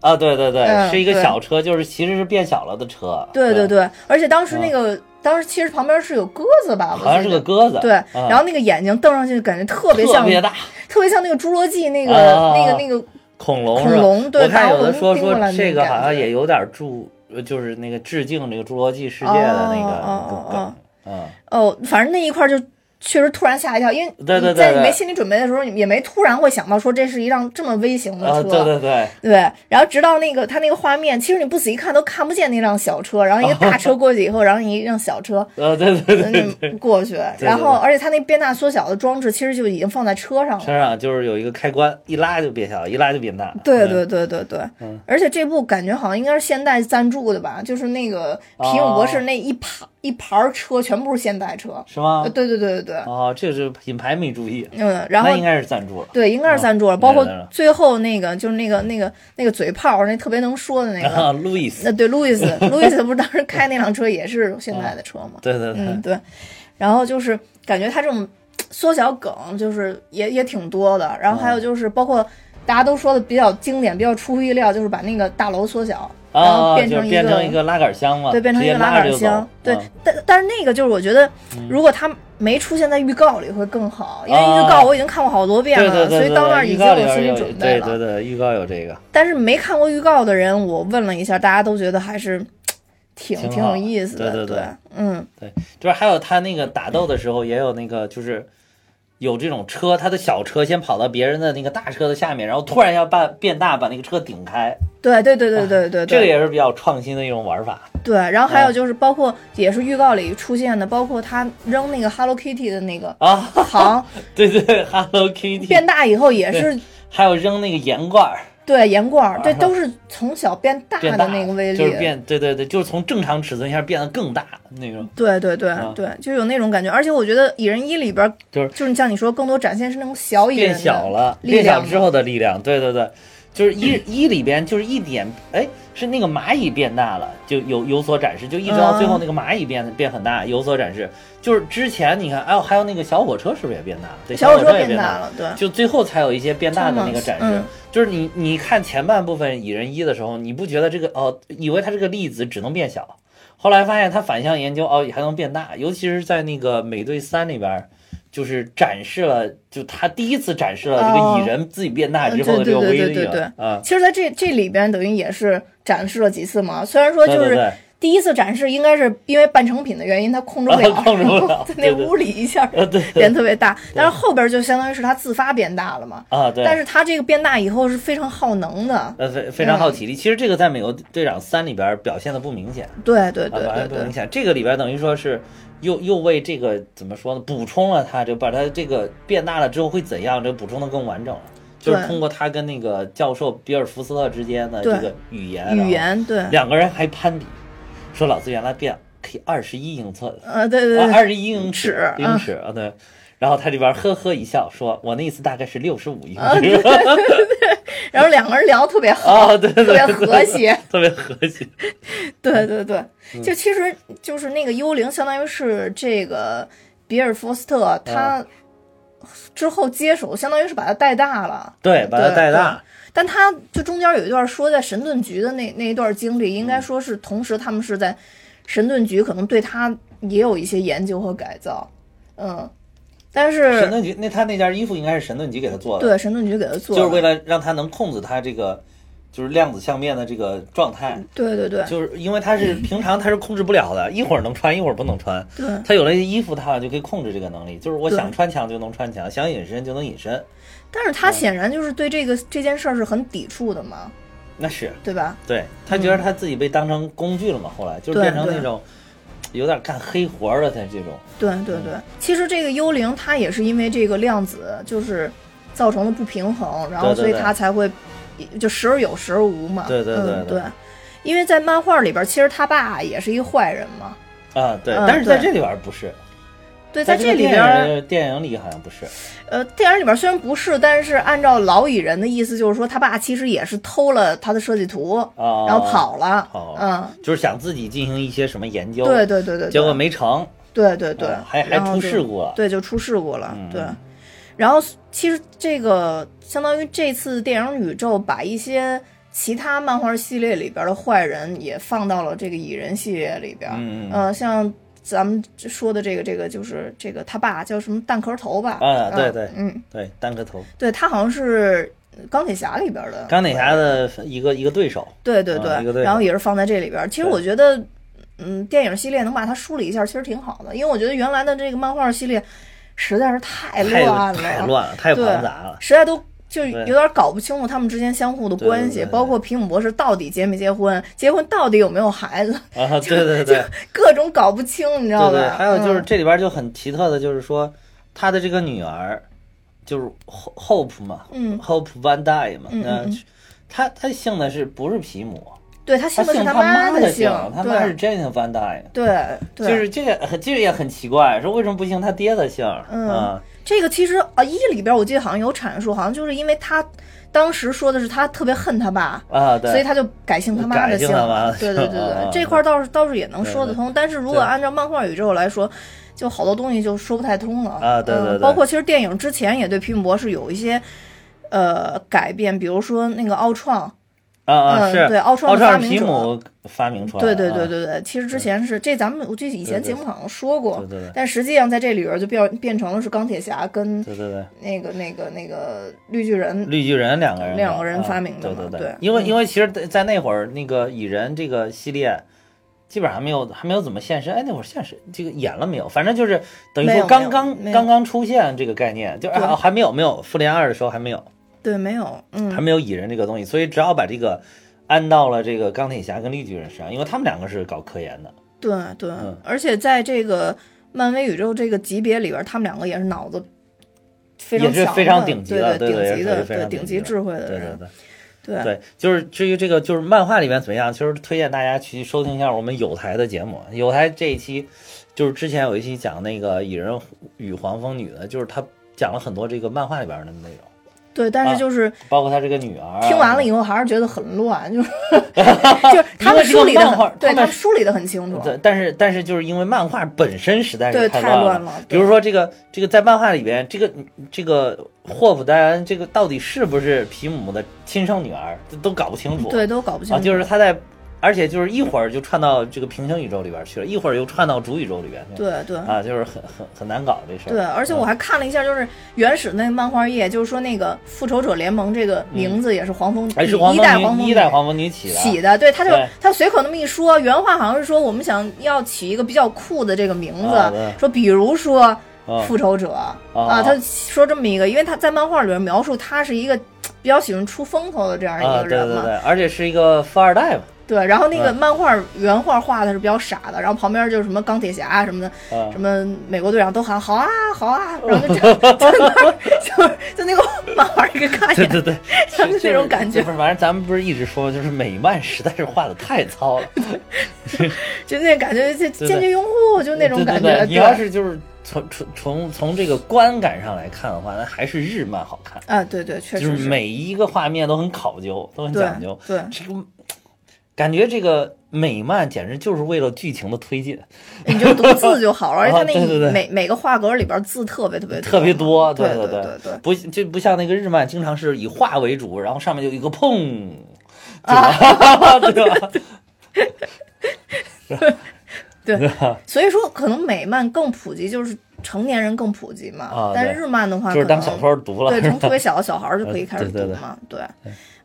[SPEAKER 2] 啊，对对对，
[SPEAKER 1] 嗯
[SPEAKER 2] 是一个
[SPEAKER 1] 对
[SPEAKER 2] 小车，就是其实是变小了的车。
[SPEAKER 1] 对对
[SPEAKER 2] 对，
[SPEAKER 1] 对，而且当时那个当时其实旁边是有鸽子吧，我
[SPEAKER 2] 嗯好像是
[SPEAKER 1] 记
[SPEAKER 2] 个
[SPEAKER 1] 得
[SPEAKER 2] 鸽子。
[SPEAKER 1] 对，
[SPEAKER 2] 嗯
[SPEAKER 1] 然后那个眼睛瞪上去，感觉特别
[SPEAKER 2] 特
[SPEAKER 1] 像
[SPEAKER 2] 别大，
[SPEAKER 1] 特别像那个《侏罗纪》那个、
[SPEAKER 2] 啊
[SPEAKER 1] 那个那个，
[SPEAKER 2] 恐龙
[SPEAKER 1] 恐
[SPEAKER 2] 是吧
[SPEAKER 1] 龙对
[SPEAKER 2] 我看有
[SPEAKER 1] 大
[SPEAKER 2] 的
[SPEAKER 1] 恐龙
[SPEAKER 2] 说
[SPEAKER 1] 盯过来
[SPEAKER 2] 说
[SPEAKER 1] 那
[SPEAKER 2] 这
[SPEAKER 1] 种
[SPEAKER 2] 个
[SPEAKER 1] 感
[SPEAKER 2] 好像
[SPEAKER 1] 觉
[SPEAKER 2] 也有点注，呃就是那个致敬这个《侏罗纪世界》的那
[SPEAKER 1] 哦
[SPEAKER 2] 个
[SPEAKER 1] 哦
[SPEAKER 2] 梗
[SPEAKER 1] 哦
[SPEAKER 2] 嗯，
[SPEAKER 1] 哦，反正那一块儿就确实突然吓一跳，因为
[SPEAKER 2] 对对对
[SPEAKER 1] 你在你
[SPEAKER 2] 对
[SPEAKER 1] 没心理准备的时候，你也没突然会想到说这是一辆这么微型的
[SPEAKER 2] 啊，
[SPEAKER 1] 车。
[SPEAKER 2] 对对对，
[SPEAKER 1] 对然后直到那个他那个画面，其实你不仔细看都看不见那辆小车，然后一个大车过去以后，然后你一辆小
[SPEAKER 2] (laughs)
[SPEAKER 1] 车
[SPEAKER 2] 呃，对对对，
[SPEAKER 1] 嗯过去，然后
[SPEAKER 2] 对
[SPEAKER 1] 而且他那变大缩小的装置其实就已经放在车上了。
[SPEAKER 2] 车上就是有一个开关，一拉就变小，一拉就变大。
[SPEAKER 1] 对
[SPEAKER 2] 嗯，
[SPEAKER 1] 对对对对，而且这部感觉好像应该是现代赞助的吧，就是那个皮姆博
[SPEAKER 2] 哦
[SPEAKER 1] 士那一盘一盘车全部是现代车，
[SPEAKER 2] 是吗
[SPEAKER 1] 呃，？对对对对对，
[SPEAKER 2] 哦，这是品牌没注意，
[SPEAKER 1] 嗯，然后
[SPEAKER 2] 那应该是赞助了。
[SPEAKER 1] 对，应该是赞助了，
[SPEAKER 2] 嗯
[SPEAKER 1] 包括
[SPEAKER 2] 明白了
[SPEAKER 1] 最后那个就是那个那个那个嘴炮儿，那特别能说的那
[SPEAKER 2] (laughs)
[SPEAKER 1] 个，
[SPEAKER 2] 啊，路易斯，
[SPEAKER 1] 那对
[SPEAKER 2] (laughs)
[SPEAKER 1] 路易斯，路易斯不是当时开那辆车也是现在的车吗？
[SPEAKER 2] 对哦对对
[SPEAKER 1] 嗯，，对。然后就是感觉他这种缩小梗，就是也也挺多的。然后
[SPEAKER 2] 嗯
[SPEAKER 1] 还有就是包括大家都说的比较经典、比较出乎意料，就是把那个大楼缩小，然后
[SPEAKER 2] 啊，
[SPEAKER 1] 变
[SPEAKER 2] 就是
[SPEAKER 1] 成一
[SPEAKER 2] 变
[SPEAKER 1] 个
[SPEAKER 2] 成一个拉杆箱嘛，
[SPEAKER 1] 对，变成
[SPEAKER 2] 啊直
[SPEAKER 1] 一
[SPEAKER 2] 接
[SPEAKER 1] 个拉
[SPEAKER 2] 拉着
[SPEAKER 1] 杆
[SPEAKER 2] 就
[SPEAKER 1] 箱
[SPEAKER 2] 走。
[SPEAKER 1] 对
[SPEAKER 2] 嗯，
[SPEAKER 1] 但但是那个就是我觉得，如果它没出现在预告里会更好，因为
[SPEAKER 2] 啊
[SPEAKER 1] 预告我已经看过好多遍
[SPEAKER 2] 对
[SPEAKER 1] 了，
[SPEAKER 2] 对对
[SPEAKER 1] 啊所
[SPEAKER 2] 对，
[SPEAKER 1] 以到那儿
[SPEAKER 2] 预
[SPEAKER 1] 已经
[SPEAKER 2] 告里
[SPEAKER 1] 有心
[SPEAKER 2] 边
[SPEAKER 1] 理
[SPEAKER 2] 有
[SPEAKER 1] 准备
[SPEAKER 2] 对对
[SPEAKER 1] 了。
[SPEAKER 2] 对，预告有这个，
[SPEAKER 1] 但是没看过预告的人，我问了一下，大家都觉得还是挺
[SPEAKER 2] 挺
[SPEAKER 1] 挺
[SPEAKER 2] 好
[SPEAKER 1] 有意思的。
[SPEAKER 2] 对对对
[SPEAKER 1] 嗯，
[SPEAKER 2] 对，就是还有他那个打斗的时候也有那个，就是有这种车，他的小车先跑到别人的那个大车的下面，然后突然要把变大，把那个车顶开，
[SPEAKER 1] 对对对对对对对，
[SPEAKER 2] 哎这个也啊是比较创新的一种玩法。
[SPEAKER 1] 对，然后还有就是包括也是预告里出现的，包括他扔那个 Hello Kitty 的那个
[SPEAKER 2] 啊
[SPEAKER 1] 糖
[SPEAKER 2] (laughs) 对对，Hello Kitty，
[SPEAKER 1] 变大以后也是
[SPEAKER 2] 还有扔那个盐罐儿，
[SPEAKER 1] 对盐罐儿，这都是从小变大
[SPEAKER 2] 啊变
[SPEAKER 1] 的
[SPEAKER 2] 大
[SPEAKER 1] 那个威
[SPEAKER 2] 就是
[SPEAKER 1] 力。
[SPEAKER 2] 变，对对对，就是从正常尺寸一下变得更大那种。
[SPEAKER 1] 对对对
[SPEAKER 2] 啊
[SPEAKER 1] 对，就有那种感觉，而且我觉得《蚁人一》里边儿
[SPEAKER 2] 就是
[SPEAKER 1] 就是像你说，更多展现是那种小蚁人
[SPEAKER 2] 变
[SPEAKER 1] 的
[SPEAKER 2] 小了，
[SPEAKER 1] 力
[SPEAKER 2] 变小
[SPEAKER 1] 量
[SPEAKER 2] 之后的力量，对对对，就是一
[SPEAKER 1] (clears throat)
[SPEAKER 2] 一里边就是一点，哎，是那个蚂蚁变大了，就有有所展示，就一直到
[SPEAKER 1] 嗯
[SPEAKER 2] 最后那个蚂蚁变变很大，有所展示。就是之前你看，哎呦，还有那个小火车是不是也变大了？对，
[SPEAKER 1] 小
[SPEAKER 2] 火
[SPEAKER 1] 火车
[SPEAKER 2] 也
[SPEAKER 1] 变
[SPEAKER 2] 变
[SPEAKER 1] 大
[SPEAKER 2] 了。
[SPEAKER 1] 了，对
[SPEAKER 2] 就最后才有一些变大的那个展示，
[SPEAKER 1] 嗯
[SPEAKER 2] 就是你你看前半部分蚁人一的时候，你不觉得这个哦，以为它这个粒子只能变小，后来发现它反向研究哦，也还能变大，尤其是在那个美队三里边儿，就是展示了，就他第一次展示了这个蚁人自己变大之后的这个威
[SPEAKER 1] 哦嗯对对
[SPEAKER 2] 力
[SPEAKER 1] 对对对
[SPEAKER 2] 了啊，
[SPEAKER 1] 其实在这这里边等于也是展示了几次嘛，虽然说
[SPEAKER 2] 对
[SPEAKER 1] 就
[SPEAKER 2] 对
[SPEAKER 1] 是
[SPEAKER 2] 对，
[SPEAKER 1] 第一次展示应该是因为半成品的原因，他控制不了，
[SPEAKER 2] 啊控制不了
[SPEAKER 1] 在那
[SPEAKER 2] 对对
[SPEAKER 1] 屋里一下
[SPEAKER 2] 呃对
[SPEAKER 1] 变特别大，但是后边就相当于是他自发变大了嘛。
[SPEAKER 2] 啊对，
[SPEAKER 1] 但是嗯他这个变大以后是非常耗能的，
[SPEAKER 2] 呃非非常耗体力，其实这个在美国队长三里边儿表现的不明显。
[SPEAKER 1] 对对
[SPEAKER 2] 啊，
[SPEAKER 1] 对对
[SPEAKER 2] 完全不明
[SPEAKER 1] 对
[SPEAKER 2] 显。这个里边等于说是又又为这个怎么说呢，补充了它，就把它这个变大了之后会怎样，这补充的更完整了。就是
[SPEAKER 1] 对
[SPEAKER 2] 通过他跟那个教授比尔福斯特之间的这
[SPEAKER 1] 对
[SPEAKER 2] 个语言，啊
[SPEAKER 1] 语，言对，
[SPEAKER 2] 两个人还攀比，说老子原来变可以二十一英寸，
[SPEAKER 1] 呃对对
[SPEAKER 2] 啊，
[SPEAKER 1] 对
[SPEAKER 2] 二十一英
[SPEAKER 1] 尺嗯
[SPEAKER 2] 尺，英尺啊，对。然后他这边呵呵一笑，说：“我那意思大概是六十五英
[SPEAKER 1] 啊
[SPEAKER 2] 尺
[SPEAKER 1] 然后两个人聊得特别好，
[SPEAKER 2] 啊，对对
[SPEAKER 1] 特
[SPEAKER 2] 对，
[SPEAKER 1] 别和谐，
[SPEAKER 2] 特别和谐。
[SPEAKER 1] 对对
[SPEAKER 2] 嗯
[SPEAKER 1] 对，就其实就是那个幽灵，相当于是这个比尔·福斯特
[SPEAKER 2] 啊
[SPEAKER 1] 他之后接手，相当于是把他带大了。
[SPEAKER 2] 对，把它带大，
[SPEAKER 1] 但他就中间有一段说在神盾局的那那一段经历，
[SPEAKER 2] 嗯
[SPEAKER 1] 应该说是同时他们是在神盾局可能对他也有一些研究和改造，嗯，但
[SPEAKER 2] 神
[SPEAKER 1] 是
[SPEAKER 2] 盾局那他那件衣服应该是神盾局给他做的，
[SPEAKER 1] 对神盾局给他做
[SPEAKER 2] 就是为
[SPEAKER 1] 了，
[SPEAKER 2] 了让他能控制他这个就是量子相变的这个状态，
[SPEAKER 1] 对对对
[SPEAKER 2] 就是因为他是平常他是控制不了的，一会儿能穿一会儿不能穿。
[SPEAKER 1] 对
[SPEAKER 2] 他有了衣服，他好像就可以控制这个能力，就是我
[SPEAKER 1] 对
[SPEAKER 2] 想穿墙就能穿墙，想隐身就能隐身。
[SPEAKER 1] 但是他显然就是对这个这件事儿是很抵触的嘛，
[SPEAKER 2] 那是
[SPEAKER 1] 对吧？
[SPEAKER 2] 对他觉得他自己被当成工具了嘛，后来就是变成
[SPEAKER 1] 嗯对
[SPEAKER 2] 那种有点干黑活儿了的这种。
[SPEAKER 1] 对对对，其实这个幽灵它也是因为这个量子就是造成了不平衡，然后
[SPEAKER 2] 对对
[SPEAKER 1] 所以
[SPEAKER 2] 对
[SPEAKER 1] 它才会就时而有时而无嘛。
[SPEAKER 2] 对对对
[SPEAKER 1] 嗯、
[SPEAKER 2] 对
[SPEAKER 1] 对，因为在漫画里边，其实他爸也是一坏人嘛。
[SPEAKER 2] 啊，对，
[SPEAKER 1] 嗯
[SPEAKER 2] 但是在
[SPEAKER 1] 对
[SPEAKER 2] 这里边儿不是，
[SPEAKER 1] 对，在
[SPEAKER 2] 这
[SPEAKER 1] 这
[SPEAKER 2] 个
[SPEAKER 1] 里
[SPEAKER 2] 电
[SPEAKER 1] 边，
[SPEAKER 2] 影电影里好像不是，
[SPEAKER 1] 呃，电影里边虽然不是，但是按照老蚁人的意思，就是说他爸其实也是偷了他的设计图，
[SPEAKER 2] 哦
[SPEAKER 1] 然后跑了。
[SPEAKER 2] 跑
[SPEAKER 1] 嗯，
[SPEAKER 2] 就是想自己进行一些什么研究，
[SPEAKER 1] 对对对对对。
[SPEAKER 2] 结果没成，
[SPEAKER 1] 对对对，
[SPEAKER 2] 嗯还还
[SPEAKER 1] 然后
[SPEAKER 2] 出
[SPEAKER 1] 就啊
[SPEAKER 2] 事故了
[SPEAKER 1] 对，就出事故了，
[SPEAKER 2] 嗯
[SPEAKER 1] 对。然后其实这个相当于这次电影宇宙把一些其他漫画系列里边的坏人也放到了这个蚁人系列里边，
[SPEAKER 2] 嗯嗯
[SPEAKER 1] 呃，像咱们说的这个这个就是这个他爸叫什么蛋壳头吧？
[SPEAKER 2] 啊
[SPEAKER 1] 嗯
[SPEAKER 2] 对对
[SPEAKER 1] 嗯，
[SPEAKER 2] 对，单个头，
[SPEAKER 1] 对他好像是钢铁侠里边的，
[SPEAKER 2] 钢铁侠的一个一个对手，
[SPEAKER 1] 对对对，
[SPEAKER 2] 啊一个对
[SPEAKER 1] 然后也是放在这里边儿。其实
[SPEAKER 2] 对
[SPEAKER 1] 我觉得，嗯，电影系列能把它梳理一下，其实挺好的，因为我觉得原来的这个漫画系列实在是太
[SPEAKER 2] 太
[SPEAKER 1] 哎乱了，
[SPEAKER 2] 太乱了，太
[SPEAKER 1] 对
[SPEAKER 2] 庞杂了。
[SPEAKER 1] 实在都。就
[SPEAKER 2] 对
[SPEAKER 1] 有点搞不清楚他们之间相互的
[SPEAKER 2] 对对
[SPEAKER 1] 关系，
[SPEAKER 2] 对对
[SPEAKER 1] 包括皮姆博士到底结没结婚，结婚到底有没有孩子，
[SPEAKER 2] 啊，对
[SPEAKER 1] (laughs)
[SPEAKER 2] 对对对
[SPEAKER 1] 各种搞不清，你知道
[SPEAKER 2] 对
[SPEAKER 1] 吧？
[SPEAKER 2] 对，还有就是
[SPEAKER 1] 嗯
[SPEAKER 2] 这里边就很奇特的，就是说他的这个女儿就是 Ho- Hope 嘛，
[SPEAKER 1] 嗯
[SPEAKER 2] ，Hope Van Dyne 嘛，
[SPEAKER 1] 嗯嗯嗯
[SPEAKER 2] 那他他姓的是不是皮姆？
[SPEAKER 1] 对他
[SPEAKER 2] 他
[SPEAKER 1] 姓的是
[SPEAKER 2] 他
[SPEAKER 1] 妈
[SPEAKER 2] 的
[SPEAKER 1] 姓，
[SPEAKER 2] 他妈是
[SPEAKER 1] 对
[SPEAKER 2] Jane Van Dyne，
[SPEAKER 1] 对对，
[SPEAKER 2] 就是这个很这个也很奇怪，说为什么不姓他爹的姓？
[SPEAKER 1] 嗯
[SPEAKER 2] 啊，
[SPEAKER 1] 这个其实啊，一里边我记得好像有阐述，好像就是因为他当时说的是他特别恨他爸，
[SPEAKER 2] 啊，对，
[SPEAKER 1] 所以他就改姓他妈的姓
[SPEAKER 2] 改姓他妈
[SPEAKER 1] 了
[SPEAKER 2] 的。 (laughs) 姓
[SPEAKER 1] 对对对
[SPEAKER 2] 啊啊
[SPEAKER 1] 对
[SPEAKER 2] 啊，
[SPEAKER 1] 这块儿倒是倒是也能
[SPEAKER 2] 对
[SPEAKER 1] 说得
[SPEAKER 2] 对
[SPEAKER 1] 通，但是如果
[SPEAKER 2] 对
[SPEAKER 1] 按照漫画宇宙来说，就好多东西就说不太通了
[SPEAKER 2] 啊对对
[SPEAKER 1] 嗯
[SPEAKER 2] 对
[SPEAKER 1] 包括其实电影之前也对皮姆博士有一些。呃，改变，比如说那个奥创，
[SPEAKER 2] 啊啊
[SPEAKER 1] 嗯
[SPEAKER 2] 是
[SPEAKER 1] 对奥创
[SPEAKER 2] 奥
[SPEAKER 1] 是发
[SPEAKER 2] 创
[SPEAKER 1] 明
[SPEAKER 2] 皮
[SPEAKER 1] 者
[SPEAKER 2] 姆发明出来
[SPEAKER 1] 对对
[SPEAKER 2] 的，
[SPEAKER 1] 对
[SPEAKER 2] 啊
[SPEAKER 1] 对对，其实之前是这，咱们我记得以前
[SPEAKER 2] 对
[SPEAKER 1] 节
[SPEAKER 2] 对
[SPEAKER 1] 目好像说过，
[SPEAKER 2] 对对对
[SPEAKER 1] 但实际上在这里边就变变成了是钢铁侠跟
[SPEAKER 2] 对对对。
[SPEAKER 1] 那个那个那个绿巨人，
[SPEAKER 2] 绿巨人两个人搞，
[SPEAKER 1] 两个人发明的
[SPEAKER 2] 啊
[SPEAKER 1] 嘛
[SPEAKER 2] 对
[SPEAKER 1] 对
[SPEAKER 2] 因为
[SPEAKER 1] 嗯
[SPEAKER 2] 因为其实，在那会儿那个蚁人这个系列，基本上还没有还没有怎么现身。哎，那会儿现实这个演了没有？反正就是等于
[SPEAKER 1] 没
[SPEAKER 2] 说
[SPEAKER 1] 有
[SPEAKER 2] 刚刚
[SPEAKER 1] 没有
[SPEAKER 2] 刚刚出现这个概念，就是
[SPEAKER 1] 对
[SPEAKER 2] 啊还没有没有复联二的时候还没有
[SPEAKER 1] 对，没有，嗯，
[SPEAKER 2] 还没有蚁人这个东西，所以只好把这个安到了这个钢铁侠跟绿巨人身上，因为他们两个是搞科研的。
[SPEAKER 1] 对对，
[SPEAKER 2] 嗯
[SPEAKER 1] 而且在这个漫威宇宙这个级别里边，他们两个也是脑子非常
[SPEAKER 2] 也是
[SPEAKER 1] 强
[SPEAKER 2] 非
[SPEAKER 1] 的
[SPEAKER 2] 常顶级的
[SPEAKER 1] 对
[SPEAKER 2] 对对
[SPEAKER 1] 顶级
[SPEAKER 2] 也
[SPEAKER 1] 的，
[SPEAKER 2] 是非常
[SPEAKER 1] 顶
[SPEAKER 2] 顶级
[SPEAKER 1] 级
[SPEAKER 2] 的
[SPEAKER 1] 智慧的
[SPEAKER 2] 对对
[SPEAKER 1] 人，
[SPEAKER 2] 对
[SPEAKER 1] 对
[SPEAKER 2] 对，就是至于这个就是漫画里面怎么样，其实推荐大家去收听一下我们有台的节目。有台这一期就是之前有一期讲那个蚁人与黄蜂女的，就是他讲了很多这个漫画里边的内容，
[SPEAKER 1] 对但是就是
[SPEAKER 2] 包括他这个女啊儿啊。
[SPEAKER 1] 听完了以后还是觉得很乱，
[SPEAKER 2] (laughs)
[SPEAKER 1] 就是 (laughs) 就是他们梳理
[SPEAKER 2] 因为这个
[SPEAKER 1] 的
[SPEAKER 2] 漫画
[SPEAKER 1] 很，对
[SPEAKER 2] 他们
[SPEAKER 1] 他们梳理的很清楚，
[SPEAKER 2] 对，但是但是就是因为漫画本身实在是
[SPEAKER 1] 对太
[SPEAKER 2] 乱
[SPEAKER 1] 乱了
[SPEAKER 2] 比
[SPEAKER 1] 对
[SPEAKER 2] 如说这个这个在漫画里边，这个这个霍普戴恩这个到底是不是皮姆的亲生女儿，这都搞不清楚。
[SPEAKER 1] 对都搞不清
[SPEAKER 2] 啊，
[SPEAKER 1] 楚，
[SPEAKER 2] 就是他在，而且就是一会儿就串到这个平行宇宙里边去了，一会儿又串到主宇宙里边去了，
[SPEAKER 1] 对对。
[SPEAKER 2] 啊，就是很很很难搞这事儿。
[SPEAKER 1] 对，而且我还看了一下，就是原始那个漫画页，就是说那个复仇者联盟这个名字也是黄蜂，
[SPEAKER 2] 嗯哎还是
[SPEAKER 1] 一代黄
[SPEAKER 2] 蜂
[SPEAKER 1] 蜂
[SPEAKER 2] 女，一代黄蜂女起的，啊
[SPEAKER 1] 起的，对，他就
[SPEAKER 2] 对
[SPEAKER 1] 他随口那么一说，原话好像是说我们想要起一个比较酷的这个名字，
[SPEAKER 2] 啊对
[SPEAKER 1] 说比如说
[SPEAKER 2] 啊
[SPEAKER 1] 复仇者啊他说这么一个，因为他在漫画里面描述他是一个嘖比较喜欢出风头的这样
[SPEAKER 2] 啊，
[SPEAKER 1] 一个
[SPEAKER 2] 对
[SPEAKER 1] 人
[SPEAKER 2] 对
[SPEAKER 1] 嘛，
[SPEAKER 2] 对，而且是一个富二代嘛，
[SPEAKER 1] 对然后那个
[SPEAKER 2] 嗯
[SPEAKER 1] 漫画原画画的是比较傻的，然后旁边就是什么钢铁侠啊什么的，
[SPEAKER 2] 啊
[SPEAKER 1] 什么美国队长都喊好啊好
[SPEAKER 2] (laughs)
[SPEAKER 1] 啊，然后就站就在那儿就是就那个漫画一个看
[SPEAKER 2] 对
[SPEAKER 1] 见，
[SPEAKER 2] 对对，
[SPEAKER 1] (laughs) 他们这种感觉
[SPEAKER 2] 不是，反正咱们不是一直说，就是美漫实在是画的太糙了，
[SPEAKER 1] 就那感觉就
[SPEAKER 2] 对
[SPEAKER 1] 坚决拥护，就 (laughs) 那种
[SPEAKER 2] 对
[SPEAKER 1] 感
[SPEAKER 2] 对
[SPEAKER 1] 觉，
[SPEAKER 2] 对你
[SPEAKER 1] 对
[SPEAKER 2] 要是就是从从从从这个观感上来看的话，那还是日漫好看，
[SPEAKER 1] 啊，对对，确
[SPEAKER 2] 就
[SPEAKER 1] 实
[SPEAKER 2] 是每一个画面都很考究，都很
[SPEAKER 1] 对
[SPEAKER 2] 讲究。
[SPEAKER 1] 对
[SPEAKER 2] 这个感觉这个美漫简直就是为了剧情的推进，
[SPEAKER 1] 你就读字就
[SPEAKER 2] (laughs)
[SPEAKER 1] 好了，而且它那
[SPEAKER 2] 啊对对对
[SPEAKER 1] 每每个画格里边字特别特别
[SPEAKER 2] 特别多，
[SPEAKER 1] 对
[SPEAKER 2] 对
[SPEAKER 1] 对
[SPEAKER 2] 对
[SPEAKER 1] 对对
[SPEAKER 2] 不就不像那个日漫，经常是以画为主，然后上面就有一个砰，
[SPEAKER 1] 啊
[SPEAKER 2] (laughs) 对吧？对
[SPEAKER 1] (laughs)
[SPEAKER 2] 吧？
[SPEAKER 1] 对，
[SPEAKER 2] 吧
[SPEAKER 1] 所以说可能美漫更普及，就是成年人更普及嘛。
[SPEAKER 2] 啊
[SPEAKER 1] 但
[SPEAKER 2] 对
[SPEAKER 1] 是日漫的话，
[SPEAKER 2] 就是
[SPEAKER 1] 可
[SPEAKER 2] 当
[SPEAKER 1] 能
[SPEAKER 2] 小说读了， (laughs)
[SPEAKER 1] 对，
[SPEAKER 2] 是
[SPEAKER 1] 从特
[SPEAKER 2] 吧？
[SPEAKER 1] 别小的小孩儿就可以开始
[SPEAKER 2] 呃
[SPEAKER 1] 读
[SPEAKER 2] 对对对
[SPEAKER 1] 嘛，对，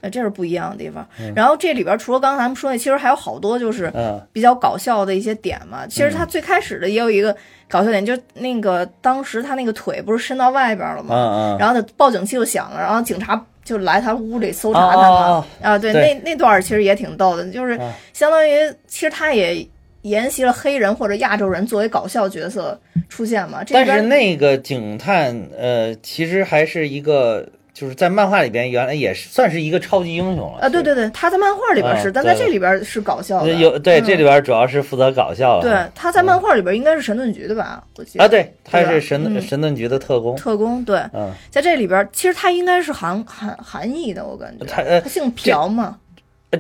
[SPEAKER 1] 呃，这是不一样的地方。然后这里边除了刚才咱们说的，其实还有好多就是
[SPEAKER 2] 嗯
[SPEAKER 1] 比较搞笑的一些点嘛。其实他最开始的也有一个搞笑点，就那个当时他那个腿不是伸到外边了吗？
[SPEAKER 2] 嗯嗯，
[SPEAKER 1] 然后他报警器就响了，然后警察就来他屋里搜查他嘛。
[SPEAKER 2] 哦哦
[SPEAKER 1] 啊，对，
[SPEAKER 2] 对
[SPEAKER 1] 那那段儿其实也挺逗的，就是
[SPEAKER 2] 啊
[SPEAKER 1] 相当于其实他也沿袭了黑人或者亚洲人作为搞笑角色出现嘛。这
[SPEAKER 2] 但
[SPEAKER 1] 边
[SPEAKER 2] 是那个警探，呃，其实还是一个，就是在漫画里边原来也是算是一个超级英雄了
[SPEAKER 1] 啊，对对对，他在漫画里边
[SPEAKER 2] 啊
[SPEAKER 1] 是，但
[SPEAKER 2] 对
[SPEAKER 1] 在这里边是搞笑的。
[SPEAKER 2] 对，有对
[SPEAKER 1] 嗯
[SPEAKER 2] 这里边主要是负责搞笑了，
[SPEAKER 1] 对，他在漫画里边应该是神盾局的吧？我记得
[SPEAKER 2] 啊，对，他
[SPEAKER 1] 对
[SPEAKER 2] 是
[SPEAKER 1] 吧
[SPEAKER 2] 神
[SPEAKER 1] 嗯
[SPEAKER 2] 神盾局的特工，
[SPEAKER 1] 特工对，
[SPEAKER 2] 嗯，
[SPEAKER 1] 在这里边其实他应该是韩韩韩裔的，我感觉
[SPEAKER 2] 他呃
[SPEAKER 1] 他姓朴嘛。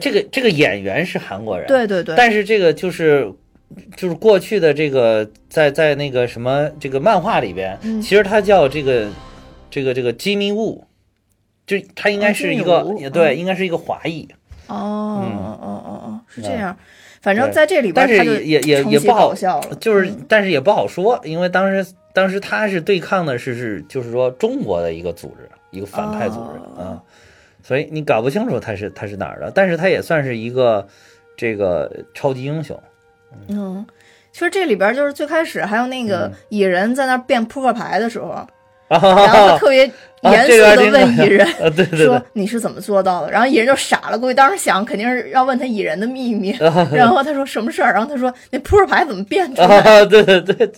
[SPEAKER 2] 这个这个演员是韩国人，
[SPEAKER 1] 对对对，
[SPEAKER 2] 但是这个就是就是过去的这个在在那个什么这个漫画里边，
[SPEAKER 1] 嗯
[SPEAKER 2] 其实他叫这个这个这个 Jimmy Woo，就他应该是一个、
[SPEAKER 1] 啊，Jimmy Woo，
[SPEAKER 2] 对，
[SPEAKER 1] 嗯
[SPEAKER 2] 应该是一个华裔，
[SPEAKER 1] 哦哦哦哦哦，是这
[SPEAKER 2] 嗯
[SPEAKER 1] 样。反正
[SPEAKER 2] 对
[SPEAKER 1] 在这里边
[SPEAKER 2] 但是
[SPEAKER 1] 他就
[SPEAKER 2] 也也
[SPEAKER 1] 承
[SPEAKER 2] 也
[SPEAKER 1] 袭
[SPEAKER 2] 不好
[SPEAKER 1] 搞笑了，
[SPEAKER 2] 就是、
[SPEAKER 1] 嗯
[SPEAKER 2] 但是也不好说，因为当时当时他是对抗的是是就是说中国的一个组织，一个反派组织啊、
[SPEAKER 1] 哦
[SPEAKER 2] 嗯所以你搞不清楚他是他是哪儿的，但是他也算是一个这个超级英雄。
[SPEAKER 1] 嗯。其实这里边就是最开始还有那
[SPEAKER 2] 嗯
[SPEAKER 1] 个蚁人在那儿变扑克牌的时
[SPEAKER 2] 啊
[SPEAKER 1] 候，然后他特别严肃
[SPEAKER 2] 啊这
[SPEAKER 1] 的
[SPEAKER 2] 个真
[SPEAKER 1] 问
[SPEAKER 2] 的
[SPEAKER 1] 蚁人，
[SPEAKER 2] 啊， (laughs) 对对对
[SPEAKER 1] 说，你是怎么做到的？然后蚁人就傻了，估计当时想肯定是要问他蚁人的秘密。
[SPEAKER 2] 啊
[SPEAKER 1] 然后他说什么事儿？然后他说那扑克牌怎么变出来？
[SPEAKER 2] 啊， (laughs) 对对对对。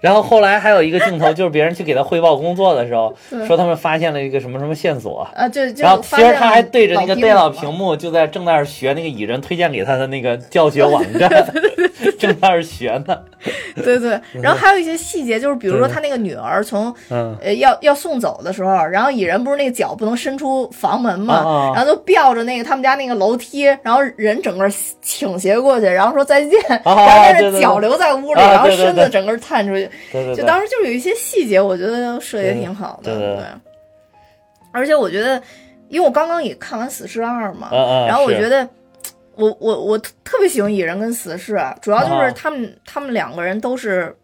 [SPEAKER 2] 然后后来还有一个镜头，就是别人去给他汇报工作的时候，
[SPEAKER 1] 对
[SPEAKER 2] 说他们发现了一个什么什么线 (laughs) 索，
[SPEAKER 1] 啊，就就
[SPEAKER 2] 然后
[SPEAKER 1] 发
[SPEAKER 2] 其实
[SPEAKER 1] 现
[SPEAKER 2] 他还对着那个电脑屏
[SPEAKER 1] 幕
[SPEAKER 2] 幕，就在正在那儿学那个蚁人推荐给他的那个教学网
[SPEAKER 1] (laughs)
[SPEAKER 2] 站，正在那儿学呢。
[SPEAKER 1] 嘛，对对。然后还有一些细节，就是比如说他那个女儿从
[SPEAKER 2] 嗯，
[SPEAKER 1] 呃要要送走的时候，然后蚁人不是那个脚不能伸出房门嘛，
[SPEAKER 2] 啊啊啊
[SPEAKER 1] 然后就吊着那个他们家那个楼梯，然后人整个倾斜过去，然后说再见，
[SPEAKER 2] 啊啊
[SPEAKER 1] 然后但
[SPEAKER 2] 对
[SPEAKER 1] 是
[SPEAKER 2] 对
[SPEAKER 1] 脚
[SPEAKER 2] 对
[SPEAKER 1] 留在屋里，
[SPEAKER 2] 啊
[SPEAKER 1] 然后
[SPEAKER 2] 对对
[SPEAKER 1] 身
[SPEAKER 2] 对
[SPEAKER 1] 子整个探出去。
[SPEAKER 2] 对对
[SPEAKER 1] 就
[SPEAKER 2] 对，
[SPEAKER 1] 当时就是有一些细节，我觉得设计得挺好的，
[SPEAKER 2] 对对对
[SPEAKER 1] 而且我觉得，因为我刚刚也看完《死侍二》嘛，
[SPEAKER 2] 嗯嗯
[SPEAKER 1] 然后我
[SPEAKER 2] 是
[SPEAKER 1] 觉得，我我我特特别喜欢蚁人跟死侍，主要就是
[SPEAKER 2] 啊
[SPEAKER 1] 他们、他们两个人都是。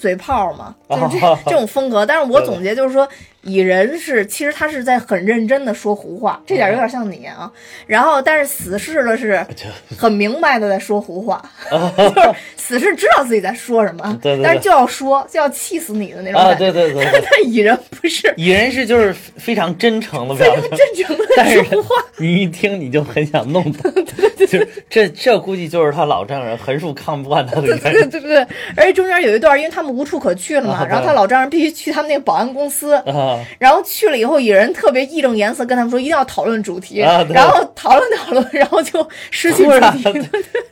[SPEAKER 1] 嘴炮嘛，就是这、
[SPEAKER 2] 啊
[SPEAKER 1] 这种风格。但是我
[SPEAKER 2] 对对
[SPEAKER 1] 总结就是说，蚁人是其实他是在很认真的说胡话，这点儿有点像你啊。然后，但是死侍的是
[SPEAKER 2] 就 (laughs)
[SPEAKER 1] 很明白的在说胡话，就是死侍知道自己在说什么，
[SPEAKER 2] 对对对
[SPEAKER 1] 但是就要说，就要气死你的那种
[SPEAKER 2] 啊，
[SPEAKER 1] 感觉。
[SPEAKER 2] 对对对对，
[SPEAKER 1] 但 (laughs) 蚁人不是，
[SPEAKER 2] (laughs) 蚁人是就是非常真诚的表
[SPEAKER 1] 他 (laughs)
[SPEAKER 2] 情，
[SPEAKER 1] 真诚的
[SPEAKER 2] 但是
[SPEAKER 1] 在说话。
[SPEAKER 2] 你一听你就很想弄他， (laughs) 就是这这估计就是他老丈人横竖看不惯他的
[SPEAKER 1] 对
[SPEAKER 2] 原
[SPEAKER 1] 对
[SPEAKER 2] 因
[SPEAKER 1] (laughs) 对对，而且中间有一段，因为他们无处可去了嘛，
[SPEAKER 2] 啊对
[SPEAKER 1] 然后他老丈人必须去他们那个保安公司， (laughs)
[SPEAKER 2] 啊。
[SPEAKER 1] 然后去了以后，蚁人特别义正言辞地跟他们说一定要讨论主题，
[SPEAKER 2] 啊对
[SPEAKER 1] 然后讨论讨论，然后就失去
[SPEAKER 2] (laughs)
[SPEAKER 1] 主
[SPEAKER 2] 突然
[SPEAKER 1] 题。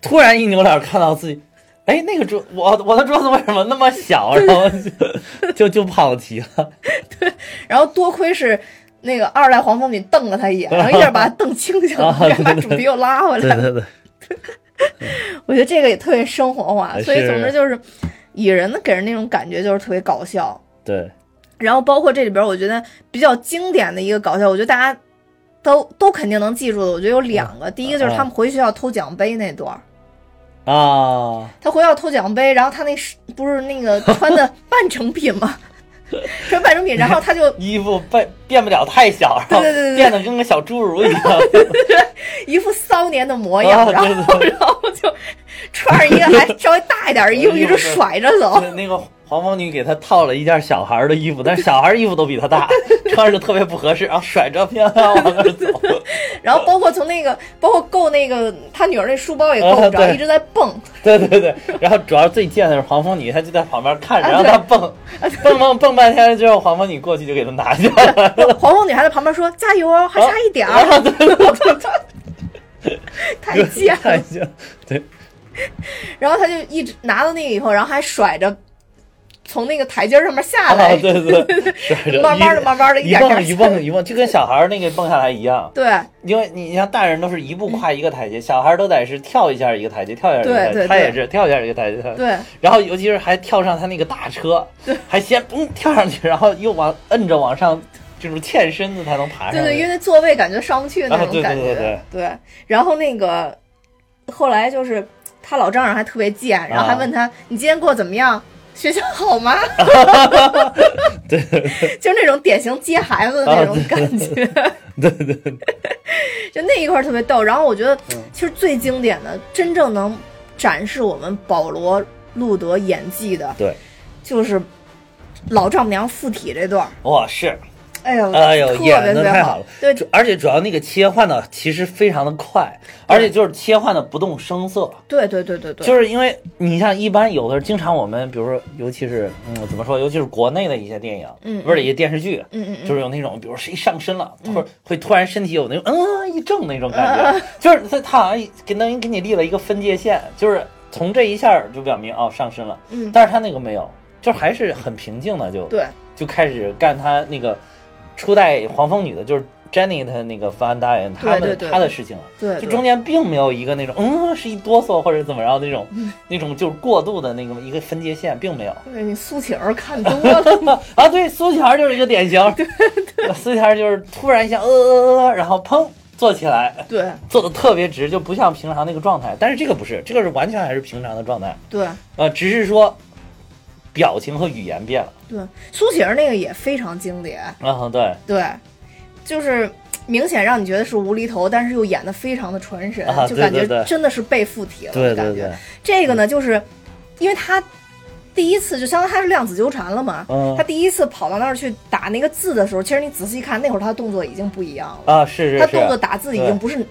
[SPEAKER 2] 突然一扭脸看到自己，哎，那个桌我我的桌子为什么那么小？然后就就就跑题了。
[SPEAKER 1] 然后多亏是那个二代黄蜂女瞪了他一眼，然后一下把他瞪清醒了，
[SPEAKER 2] 啊对
[SPEAKER 1] 然后 (laughs) 把主题又拉回来。
[SPEAKER 2] 对对，
[SPEAKER 1] 我觉得这个也特别生活化，
[SPEAKER 2] 哎是
[SPEAKER 1] 所以总之就是蚁人的给人那种感觉就是特别搞笑。
[SPEAKER 2] 对
[SPEAKER 1] 然后包括这里边，我觉得比较经典的一个搞笑，我觉得大家都都肯定能记住的。我觉得有两个，第一个就是他们回学校偷奖杯那段儿，
[SPEAKER 2] 啊，
[SPEAKER 1] 他回学校偷奖杯，然后他那是不是那个穿
[SPEAKER 2] (laughs)
[SPEAKER 1] 的半成品吗？穿半成品，然后他就
[SPEAKER 2] 衣服变变不了太小，然后
[SPEAKER 1] 对对对对
[SPEAKER 2] 变得跟个小侏儒一样。
[SPEAKER 1] 一副骚年的模样，
[SPEAKER 2] 啊
[SPEAKER 1] 然后
[SPEAKER 2] 对哎
[SPEAKER 1] 然后就穿着一个还稍微大一点的衣服，一直甩着走。
[SPEAKER 2] (laughs) 那那个黄蜂女给他套了一件小孩儿的衣服，但是小孩儿衣服都比他大，穿着特别不合适，然后甩着飘往那儿走。
[SPEAKER 1] 然
[SPEAKER 2] 哦
[SPEAKER 1] 后包括从那个，包括够那个他女儿那书包也够不着，
[SPEAKER 2] 啊对
[SPEAKER 1] 一直在蹦。
[SPEAKER 2] (laughs) 对对对，然后主要最贱的是黄蜂女，她就在旁边看着，
[SPEAKER 1] 啊
[SPEAKER 2] 让
[SPEAKER 1] 对
[SPEAKER 2] 她蹦蹦蹦蹦半天之后，黄蜂女过去就给她拿下来了。
[SPEAKER 1] 黄蜂女还在旁边说：“加油哦，还差一点儿。 (laughs) 太贱了
[SPEAKER 2] (laughs) 太！贱了，对
[SPEAKER 1] 然后他就一直拿到那个以后，然后还甩着从那个台阶上面下来，
[SPEAKER 2] 啊对对对，是
[SPEAKER 1] 慢慢的、慢慢的，
[SPEAKER 2] 一
[SPEAKER 1] 点
[SPEAKER 2] 蹦
[SPEAKER 1] 点
[SPEAKER 2] 一蹦一蹦，就跟小孩儿那个蹦下来一样。
[SPEAKER 1] 对
[SPEAKER 2] 因为你像大人都是一步跨一个台阶，小孩儿都得是跳一下一个台阶，跳一下一个
[SPEAKER 1] 对对
[SPEAKER 2] 台阶，他
[SPEAKER 1] 对
[SPEAKER 2] 也是跳一下一个台阶，跳一下
[SPEAKER 1] 对
[SPEAKER 2] 然后尤其是还跳上他那个大车，还先嗯跳上去，然后又往摁着往上，就是欠身子才能爬
[SPEAKER 1] 对
[SPEAKER 2] 上
[SPEAKER 1] 对，因
[SPEAKER 2] 去。
[SPEAKER 1] 为那座位感觉上不去那
[SPEAKER 2] 啊对
[SPEAKER 1] 种感觉。
[SPEAKER 2] 对对对
[SPEAKER 1] 对然后那个后来就是他老丈人还特别贱，然后还
[SPEAKER 2] 啊
[SPEAKER 1] 问他、你今天过得怎么样？学校好吗？
[SPEAKER 2] 对
[SPEAKER 1] (laughs)
[SPEAKER 2] 对
[SPEAKER 1] 就那种典型接孩子的那种
[SPEAKER 2] 啊
[SPEAKER 1] 感觉， (laughs)
[SPEAKER 2] 对对对对，
[SPEAKER 1] 就那一块儿特别逗。然后我觉得，
[SPEAKER 2] 嗯
[SPEAKER 1] 其实最经典的、真正能展示我们保罗·路德演技的，
[SPEAKER 2] 对
[SPEAKER 1] 就是老丈母娘附体这段儿。
[SPEAKER 2] 哇是，
[SPEAKER 1] 哎呦，
[SPEAKER 2] 哎呦
[SPEAKER 1] 特别
[SPEAKER 2] 演
[SPEAKER 1] 特
[SPEAKER 2] 的
[SPEAKER 1] 别
[SPEAKER 2] 太
[SPEAKER 1] 好
[SPEAKER 2] 好了，
[SPEAKER 1] 对，
[SPEAKER 2] 主而且主要那个切换的其实非常的快，而且就是切换的不动声色。
[SPEAKER 1] 对对对对对，
[SPEAKER 2] 就是因为你像一般有的时候，经常我们比如说，尤其是嗯怎么说，尤其是国内的一些电影，
[SPEAKER 1] 嗯
[SPEAKER 2] 不是一些电视剧，
[SPEAKER 1] 嗯嗯嗯，
[SPEAKER 2] 就是有那种，比如谁上身了，或者会突然身体有那种嗯一震那种感
[SPEAKER 1] 啊
[SPEAKER 2] 觉，就是他他好像给等于给你立了一个分界线，就是从这一下儿就表明哦上身了，
[SPEAKER 1] 嗯
[SPEAKER 2] 但是他那个没有，就还是很平静的就
[SPEAKER 1] 对
[SPEAKER 2] 就开始干他那个初代黄蜂女的，就是 Jenny 她那个范大人他
[SPEAKER 1] 对
[SPEAKER 2] 们
[SPEAKER 1] 对
[SPEAKER 2] 他的事情了。
[SPEAKER 1] 对，
[SPEAKER 2] 就
[SPEAKER 1] 对
[SPEAKER 2] 中间并没有一个那种嗯是一哆嗦或者怎么着那种
[SPEAKER 1] 嗯
[SPEAKER 2] 那种就是过度的那个一个分界线并没有， (laughs)
[SPEAKER 1] 对你苏乞儿看多了，
[SPEAKER 2] 啊，对，苏乞儿就是一个典
[SPEAKER 1] (laughs)
[SPEAKER 2] 型。对对，苏乞儿就是突然一下呃呃呃，然后砰坐起来，
[SPEAKER 1] 对
[SPEAKER 2] 坐的特别直，就不像平常那个状态。但是这个不是，这个是完全还是平常的状态，
[SPEAKER 1] 对
[SPEAKER 2] 呃，只是说表情和语言变了。
[SPEAKER 1] 对，苏乞儿那个也非常经典，
[SPEAKER 2] 啊，对，
[SPEAKER 1] 对，就是明显让你觉得是无厘头，但是又演得非常的传神，
[SPEAKER 2] 啊
[SPEAKER 1] 就
[SPEAKER 2] 对
[SPEAKER 1] 感
[SPEAKER 2] 对
[SPEAKER 1] 觉
[SPEAKER 2] 对
[SPEAKER 1] 真的是被附体了的
[SPEAKER 2] 对
[SPEAKER 1] 感觉。
[SPEAKER 2] 对对，
[SPEAKER 1] 这个呢，就是因为他第一次就相当于他是量子纠缠了嘛，
[SPEAKER 2] 嗯
[SPEAKER 1] 他第一次跑到那儿去打那个字的时候，其实你仔细看那会儿他的动作已经不一样了。
[SPEAKER 2] 啊，是
[SPEAKER 1] 他
[SPEAKER 2] 是
[SPEAKER 1] 动作
[SPEAKER 2] 是。
[SPEAKER 1] 打字已经不是，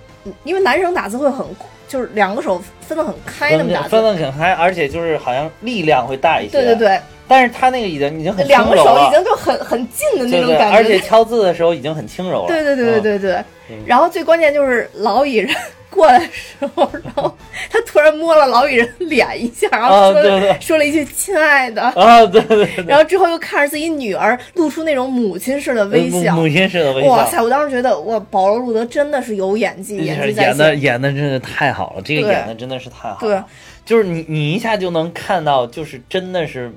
[SPEAKER 1] 因为男生打字会很，就是两个手分得很开那
[SPEAKER 2] 分
[SPEAKER 1] 么打
[SPEAKER 2] 分
[SPEAKER 1] 字，
[SPEAKER 2] 分很开，而且就是好像力量会大一些。
[SPEAKER 1] 对对。对，
[SPEAKER 2] 但是他那个已经已经很轻
[SPEAKER 1] 两个
[SPEAKER 2] 柔
[SPEAKER 1] 手已
[SPEAKER 2] 了，
[SPEAKER 1] 经就很很近的那
[SPEAKER 2] 对
[SPEAKER 1] 种
[SPEAKER 2] 对，
[SPEAKER 1] 感觉。
[SPEAKER 2] 而且敲字的时候已经很轻柔了。
[SPEAKER 1] 对对对对
[SPEAKER 2] 嗯
[SPEAKER 1] 对对。
[SPEAKER 2] 嗯
[SPEAKER 1] 然后最关键就是老蚁人过来的时候，然后他突然摸了老蚁人脸一下，然后
[SPEAKER 2] 啊
[SPEAKER 1] 说了、
[SPEAKER 2] 对对
[SPEAKER 1] 说了一句“亲爱的”，
[SPEAKER 2] 啊，对对 (laughs) 对
[SPEAKER 1] 然后之后又看着自己女儿露出那种母亲式的微
[SPEAKER 2] 嗯母
[SPEAKER 1] 笑。
[SPEAKER 2] 母亲式的微笑。
[SPEAKER 1] 哇塞！我当时觉得，哇，保罗·路德真的是有演技，技在
[SPEAKER 2] 演的
[SPEAKER 1] 线。
[SPEAKER 2] 演的真的太好了，这个
[SPEAKER 1] 对
[SPEAKER 2] 演的真的是太好
[SPEAKER 1] 对
[SPEAKER 2] 了。就是你你一下就能看到，就是真的是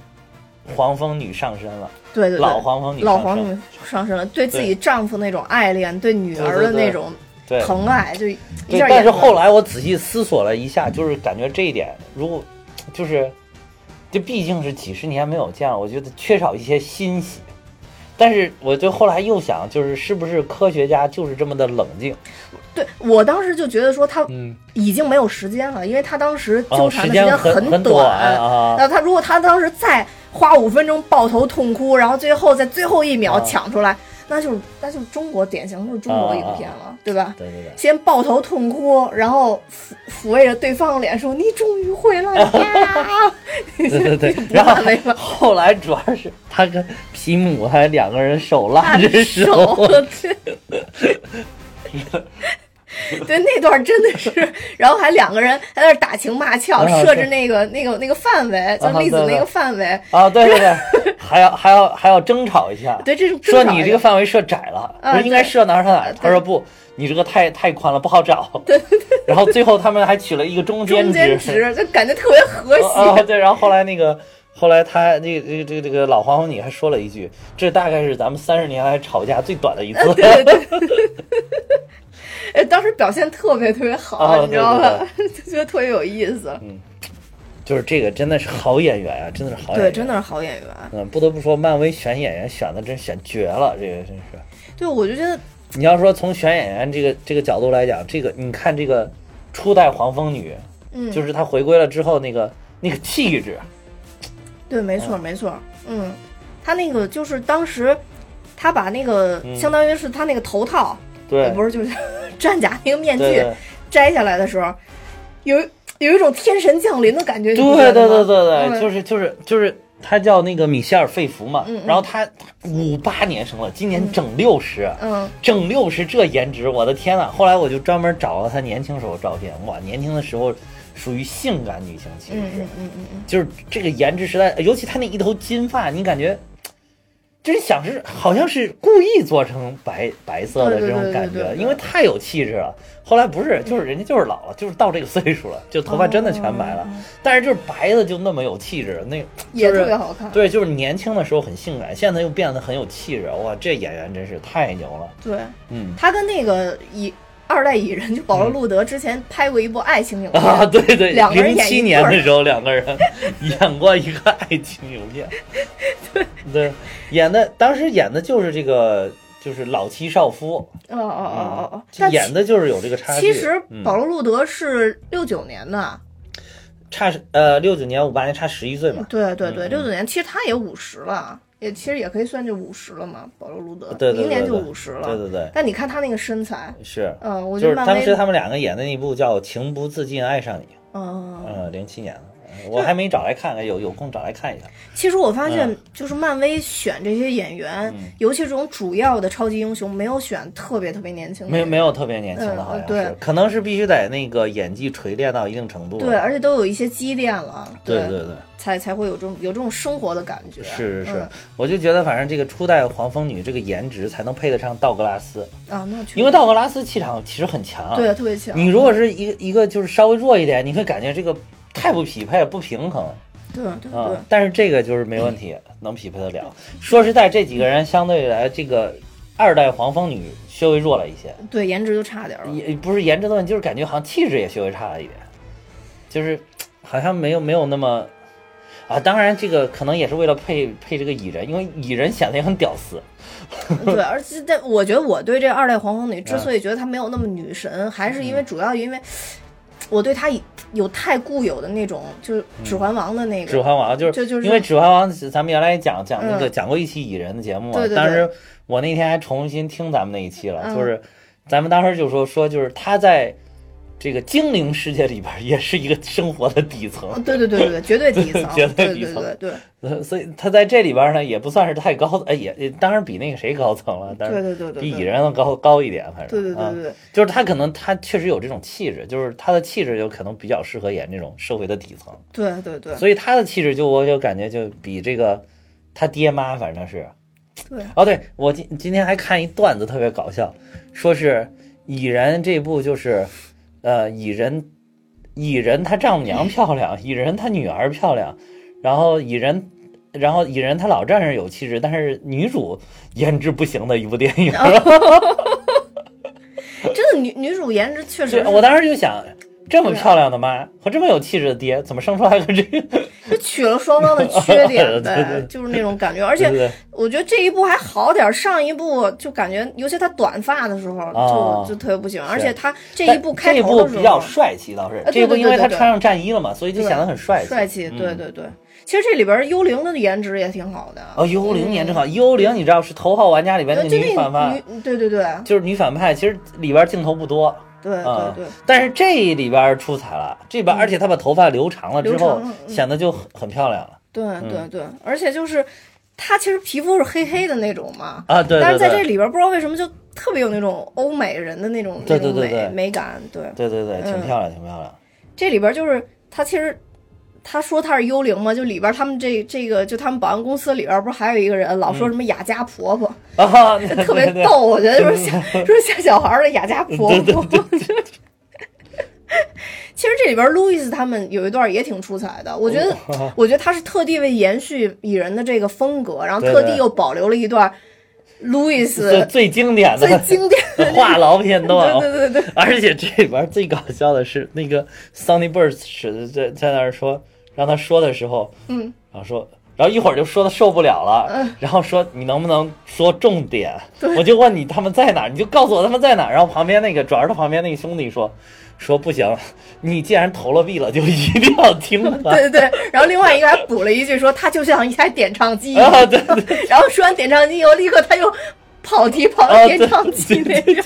[SPEAKER 2] 黄蜂女上身了，
[SPEAKER 1] 对对对，
[SPEAKER 2] 老黄蜂女
[SPEAKER 1] 老
[SPEAKER 2] 上
[SPEAKER 1] 黄
[SPEAKER 2] 身，
[SPEAKER 1] 女上身了，对自己丈夫那种爱恋，对女儿的
[SPEAKER 2] 对对对
[SPEAKER 1] 那种
[SPEAKER 2] 对
[SPEAKER 1] 疼爱，就一
[SPEAKER 2] 对。
[SPEAKER 1] 下演出来。
[SPEAKER 2] 但是后来我仔细思索了一下，就是感觉这一点，如果就是这毕竟是几十年没有见了，我觉得缺少一些欣喜。但是我就后来又想，就是是不是科学家就是这么的冷静？
[SPEAKER 1] 对我当时就觉得说他
[SPEAKER 2] 嗯，
[SPEAKER 1] 已经没有时间了，因为他当时纠
[SPEAKER 2] 哦，
[SPEAKER 1] 缠的
[SPEAKER 2] 时
[SPEAKER 1] 时
[SPEAKER 2] 间
[SPEAKER 1] 间
[SPEAKER 2] 很
[SPEAKER 1] 短。
[SPEAKER 2] 短啊。
[SPEAKER 1] 那他如果他当时再花五分钟抱头痛哭，然后最后在最后一秒
[SPEAKER 2] 啊
[SPEAKER 1] 抢出来，那就是那就是中国典型就是中国影片了，对吧？
[SPEAKER 2] 啊对对对。
[SPEAKER 1] 先抱头痛哭，然后抚抚慰着对方的脸说：“你终于回来呀！” (laughs)
[SPEAKER 2] (laughs) 对对对，
[SPEAKER 1] 不
[SPEAKER 2] 然后
[SPEAKER 1] 怕没法
[SPEAKER 2] (laughs) 后来主要是他跟皮姆还两个人手
[SPEAKER 1] (laughs)
[SPEAKER 2] 拉着
[SPEAKER 1] 手，对，
[SPEAKER 2] (laughs)
[SPEAKER 1] 对，那段真的是，然后还两个人还在那儿打情骂俏，
[SPEAKER 2] 啊
[SPEAKER 1] 设置那个那个那个范围，就
[SPEAKER 2] 啊
[SPEAKER 1] 粒子
[SPEAKER 2] 对对
[SPEAKER 1] 那个范围，
[SPEAKER 2] 啊，对对对，还要还要还要争吵一
[SPEAKER 1] (laughs)
[SPEAKER 2] 下，
[SPEAKER 1] 对，这是
[SPEAKER 2] 说
[SPEAKER 1] 正常
[SPEAKER 2] 你
[SPEAKER 1] 的
[SPEAKER 2] 这个范围设窄了，
[SPEAKER 1] 啊
[SPEAKER 2] 不是应该
[SPEAKER 1] 对啊
[SPEAKER 2] 设哪儿哪儿哪儿，他
[SPEAKER 1] 对
[SPEAKER 2] 说不，你这个太太宽了，不
[SPEAKER 1] (laughs)
[SPEAKER 2] 好找。对对对， (laughs) 然后最后他们还取了一个中
[SPEAKER 1] 中
[SPEAKER 2] 值
[SPEAKER 1] 间，
[SPEAKER 2] (laughs)
[SPEAKER 1] 值，就感觉特别和
[SPEAKER 2] 啊
[SPEAKER 1] 谐，
[SPEAKER 2] 对，然后后来那个。后来他这个这个这个这个老黄蜂女还说了一句：“这大概是咱们三十年来吵架最短的一次。
[SPEAKER 1] 对啊对对。哎，当时表现特别特别好，
[SPEAKER 2] 啊
[SPEAKER 1] 你知道吧？ (laughs) 就觉得特别有意思。
[SPEAKER 2] (laughs) 嗯就是这个真的是好演员啊，真的是好演
[SPEAKER 1] 对，
[SPEAKER 2] 员。
[SPEAKER 1] 真的是好演员。
[SPEAKER 2] 嗯，不得不说，漫威选演员选的真选绝了，这个真是。
[SPEAKER 1] 对，我就觉得
[SPEAKER 2] 你要说从选演员这个这个角度来讲，这个你看这个初代黄蜂女，
[SPEAKER 1] 嗯
[SPEAKER 2] 就是她回归了之后那个那个气质，
[SPEAKER 1] 对，没错，没错，嗯，他那个就是当时他把那个、
[SPEAKER 2] 嗯
[SPEAKER 1] 相当于是他那个头套，
[SPEAKER 2] 对
[SPEAKER 1] 也不是就是 (laughs) 战甲那个面
[SPEAKER 2] 对
[SPEAKER 1] 具
[SPEAKER 2] 对
[SPEAKER 1] 摘下来的时候，有一有一种天神降临的感觉，
[SPEAKER 2] 对
[SPEAKER 1] 你不觉
[SPEAKER 2] 对
[SPEAKER 1] 得
[SPEAKER 2] 对
[SPEAKER 1] 吗
[SPEAKER 2] 对
[SPEAKER 1] 嗯
[SPEAKER 2] 对对，就是就是就是她叫那个米歇尔·费弗嘛，
[SPEAKER 1] 嗯嗯
[SPEAKER 2] 然后她五八年生的，今年整六十、
[SPEAKER 1] 嗯，
[SPEAKER 2] 整六十这颜值，我的天呐！后来我就专门找了她年轻时候的照片，哇，年轻的时候属于性感女性，其实
[SPEAKER 1] 嗯
[SPEAKER 2] 是
[SPEAKER 1] 嗯嗯嗯嗯，
[SPEAKER 2] 就是这个颜值实在，尤其她那一头金发，你感觉就是想是好像是故意做成白白色
[SPEAKER 1] 对
[SPEAKER 2] 的这
[SPEAKER 1] 对
[SPEAKER 2] 种
[SPEAKER 1] 对
[SPEAKER 2] 感
[SPEAKER 1] 对对
[SPEAKER 2] 觉，
[SPEAKER 1] 对
[SPEAKER 2] 因为太有气质了。后来不是，就是人家就是老了，就是到这个岁数了，就头发真的全白了，但是就是白的就那么有气质，那
[SPEAKER 1] 也
[SPEAKER 2] 就是
[SPEAKER 1] 特别好看。
[SPEAKER 2] 对，就是年轻的时候很性感，现在又变得很有气质，哇，这演员真是太牛了，
[SPEAKER 1] 对，
[SPEAKER 2] 嗯。
[SPEAKER 1] 他跟那个蚁二代蚁人就保罗·路德之前拍过一部爱情影片，
[SPEAKER 2] 啊，对对，
[SPEAKER 1] 两个人
[SPEAKER 2] 零
[SPEAKER 1] 演一
[SPEAKER 2] 七年
[SPEAKER 1] 对儿
[SPEAKER 2] 的时候，两个人演过一个爱情影
[SPEAKER 1] (laughs)
[SPEAKER 2] 片，对，演的当时演的就是这个，就是老妻少夫，
[SPEAKER 1] 哦哦哦哦哦，
[SPEAKER 2] 嗯就
[SPEAKER 1] 但
[SPEAKER 2] 演的就是有这个差距。
[SPEAKER 1] 其实
[SPEAKER 2] 嗯
[SPEAKER 1] 保罗·路德是六九年的，
[SPEAKER 2] 差十呃六九年五八年差十一岁嘛，
[SPEAKER 1] 对对
[SPEAKER 2] 嗯
[SPEAKER 1] 对，六九年其实他也五十了，也其实也可以算就五十了嘛。保罗·路德
[SPEAKER 2] 对对对
[SPEAKER 1] 明年就
[SPEAKER 2] 对
[SPEAKER 1] 五十
[SPEAKER 2] 对
[SPEAKER 1] 了，
[SPEAKER 2] 对对，
[SPEAKER 1] 但你看他那个身材，
[SPEAKER 2] 是，
[SPEAKER 1] 嗯，我觉
[SPEAKER 2] 就是
[SPEAKER 1] 得漫
[SPEAKER 2] 当
[SPEAKER 1] 威
[SPEAKER 2] 时，他们两个演的那部叫《情不自禁爱上你》，
[SPEAKER 1] 嗯，
[SPEAKER 2] 嗯，零七年的，我还没找来看看，有有空找来看一下。
[SPEAKER 1] 其实我发现
[SPEAKER 2] 嗯
[SPEAKER 1] 就是漫威选这些演员
[SPEAKER 2] 嗯，
[SPEAKER 1] 尤其这种主要的超级英雄，没有选特别特别年轻的，
[SPEAKER 2] 没没有特别年轻
[SPEAKER 1] 嗯
[SPEAKER 2] 的，好像是，
[SPEAKER 1] 对
[SPEAKER 2] 可能是必须得那个演技锤炼到一定程度了。
[SPEAKER 1] 对，而且都有一些积淀了，
[SPEAKER 2] 对对对。
[SPEAKER 1] 才才会有这种有这种生活的感觉。
[SPEAKER 2] 是是是，
[SPEAKER 1] 嗯
[SPEAKER 2] 我就觉得反正这个初代黄蜂女这个颜值才能配得上道格拉斯，
[SPEAKER 1] 啊，那确实
[SPEAKER 2] 因为道格拉斯气场其实很强。，啊
[SPEAKER 1] 对特别强。
[SPEAKER 2] 你如果是一个一个就是稍微弱一点，你会感觉这个太不匹配、不平衡
[SPEAKER 1] 对对
[SPEAKER 2] 啊、
[SPEAKER 1] 对，嗯
[SPEAKER 2] 但是这个就是没问题，能匹配得了。说实在，这几个人相对来这个二代黄蜂女稍微弱了一些，
[SPEAKER 1] 对颜值就差点了。
[SPEAKER 2] 也不是颜值的问题，就是感觉好像气质也稍微差了一点，就是好像没有没有那么。啊，当然，这个可能也是为了配配这个蚁人，因为蚁人显得也很屌丝， (laughs)
[SPEAKER 1] 对，而且但我觉得我对这二代黄蜂女之
[SPEAKER 2] 嗯
[SPEAKER 1] 所以觉得她没有那么女神，还是因为主要因为我对她有太固有的那种，就是《指环王》的那
[SPEAKER 2] 《指
[SPEAKER 1] 个。
[SPEAKER 2] 环王》就是
[SPEAKER 1] 就就是
[SPEAKER 2] 因为《指环王》，咱们原来也讲讲那个、
[SPEAKER 1] 嗯
[SPEAKER 2] 讲过一期蚁人的节目嘛，
[SPEAKER 1] 对对对
[SPEAKER 2] 当时我那天还重新听咱们那一期了，
[SPEAKER 1] 嗯
[SPEAKER 2] 就是咱们当时就说说就是他在这个精灵世界里边儿也是一个生活的底层，，
[SPEAKER 1] 嗯，对对对对对，绝对底层
[SPEAKER 2] (laughs) 绝
[SPEAKER 1] 对
[SPEAKER 2] 对底
[SPEAKER 1] 对
[SPEAKER 2] 层
[SPEAKER 1] 对对
[SPEAKER 2] 呃所以他在这里边儿呢也不算是太高，哎也也当然比那个谁高层了，但
[SPEAKER 1] 对
[SPEAKER 2] 是
[SPEAKER 1] 对对对，
[SPEAKER 2] 比蚁
[SPEAKER 1] 对
[SPEAKER 2] 人要高高一点，反正
[SPEAKER 1] 对对
[SPEAKER 2] 啊
[SPEAKER 1] 对对，
[SPEAKER 2] 就是他可能他确实有这种气质，就是他的气质有可能比较适合演这种社会的底层。
[SPEAKER 1] 对对对，
[SPEAKER 2] 所以他的气质就我就感觉就比这个他爹妈反正是，
[SPEAKER 1] 对
[SPEAKER 2] 哦，对我今今天还看一段子特别搞笑，说是蚁人这部就是，呃，蚁人，蚁人他丈母娘
[SPEAKER 1] (laughs)
[SPEAKER 2] 漂亮，蚁人他女儿漂亮，然后蚁人。然后蚁人他老丈人有气质，但是女主 (laughs) 颜值不行的一部电
[SPEAKER 1] (laughs)
[SPEAKER 2] 影。
[SPEAKER 1] 哎真的女女主颜值
[SPEAKER 2] (laughs)
[SPEAKER 1] 确实
[SPEAKER 2] 这
[SPEAKER 1] 是，
[SPEAKER 2] 我当时就想，这么漂亮的妈和这么有气质的爹，怎么生出来个这个？
[SPEAKER 1] 就取了双方的缺点
[SPEAKER 2] (laughs) 对对
[SPEAKER 1] 呗
[SPEAKER 2] 对，
[SPEAKER 1] 就是那种感觉，而
[SPEAKER 2] 对
[SPEAKER 1] 且
[SPEAKER 2] 不对？
[SPEAKER 1] 我觉得这一部还好点儿，上一部就感觉，尤其他短发的时候，
[SPEAKER 2] 啊
[SPEAKER 1] 就就特别不行。而
[SPEAKER 2] 是
[SPEAKER 1] 且他这
[SPEAKER 2] 但
[SPEAKER 1] 一部开
[SPEAKER 2] 这一
[SPEAKER 1] 头
[SPEAKER 2] 部
[SPEAKER 1] 的时
[SPEAKER 2] 比较
[SPEAKER 1] 候，
[SPEAKER 2] 帅气，倒是
[SPEAKER 1] 对
[SPEAKER 2] 这一部
[SPEAKER 1] 对
[SPEAKER 2] 因为
[SPEAKER 1] 对
[SPEAKER 2] 他
[SPEAKER 1] 对
[SPEAKER 2] 穿上战衣了嘛，所以就
[SPEAKER 1] 对
[SPEAKER 2] 显得很帅气。
[SPEAKER 1] 帅气，对
[SPEAKER 2] 嗯
[SPEAKER 1] 对对。其实这里边儿幽灵的颜值也挺好的，
[SPEAKER 2] 哦，幽
[SPEAKER 1] 嗯
[SPEAKER 2] 灵颜值好，幽灵你知道是《头号玩家》里边
[SPEAKER 1] 就
[SPEAKER 2] 那女
[SPEAKER 1] 那
[SPEAKER 2] 反派，
[SPEAKER 1] 呃女，对对对
[SPEAKER 2] 就是女反派，其实里边镜头不多。
[SPEAKER 1] 对对
[SPEAKER 2] 啊
[SPEAKER 1] 对，嗯
[SPEAKER 2] 但是这里边出彩了，这边而且她把头发留长了之
[SPEAKER 1] 留
[SPEAKER 2] 后
[SPEAKER 1] 长了，嗯
[SPEAKER 2] 显得就很很漂亮了
[SPEAKER 1] 对
[SPEAKER 2] 嗯
[SPEAKER 1] 对对，而且就是他其实皮肤是黑黑的那种嘛，
[SPEAKER 2] 啊！对
[SPEAKER 1] 但是
[SPEAKER 2] 对
[SPEAKER 1] 在这
[SPEAKER 2] 对，
[SPEAKER 1] 里边儿不知道为什么就特别有那种欧美人的那种
[SPEAKER 2] 对
[SPEAKER 1] 那
[SPEAKER 2] 对
[SPEAKER 1] 种
[SPEAKER 2] 对
[SPEAKER 1] 美
[SPEAKER 2] 对
[SPEAKER 1] 美感，对。
[SPEAKER 2] 对对对，挺
[SPEAKER 1] 嗯
[SPEAKER 2] 漂亮，挺漂亮。
[SPEAKER 1] 这里边就是他其实他说他是幽灵嘛，就里边他们这这个就他们保安公司里边不是还有一个人老说
[SPEAKER 2] 嗯
[SPEAKER 1] 什么雅家婆
[SPEAKER 2] (laughs)
[SPEAKER 1] 婆，
[SPEAKER 2] 啊，
[SPEAKER 1] (laughs) 特别
[SPEAKER 2] 对。
[SPEAKER 1] 逗，我觉得就是
[SPEAKER 2] (laughs)
[SPEAKER 1] 像就是像小孩儿的雅家婆婆。 (laughs) 其实这里边路易斯他们有一段也挺出彩的，我觉得，
[SPEAKER 2] 哦
[SPEAKER 1] 我觉得他是特地为延续蚁人的这个风格，然后
[SPEAKER 2] 对
[SPEAKER 1] 特地
[SPEAKER 2] 对
[SPEAKER 1] 又保留了一段路易
[SPEAKER 2] 最
[SPEAKER 1] 斯
[SPEAKER 2] 最经典
[SPEAKER 1] 最
[SPEAKER 2] 的
[SPEAKER 1] 经典的
[SPEAKER 2] (laughs) 话痨片段
[SPEAKER 1] (laughs) 对
[SPEAKER 2] 哦，
[SPEAKER 1] 对对对对，
[SPEAKER 2] (laughs) 而且这里边最搞笑的是，那个 Sunny Burst 在在那儿说，让他说的时候，
[SPEAKER 1] 嗯，
[SPEAKER 2] 然后说，然后一会儿就说的受不了了，然后说你能不能说重点？我就问你他们在哪儿，你就告诉我他们在哪儿。然后旁边那个转而他旁边那个兄弟说，说不行，你既然投了币了，就一定要听
[SPEAKER 1] (laughs)
[SPEAKER 2] 他。
[SPEAKER 1] 对对对，然后另外一个还补了一句说他就像一台点唱机一样，
[SPEAKER 2] 啊，对对对
[SPEAKER 1] 然后说完点唱机以后，立刻他又跑题跑到
[SPEAKER 2] 啊
[SPEAKER 1] 点唱机那
[SPEAKER 2] 对
[SPEAKER 1] 边，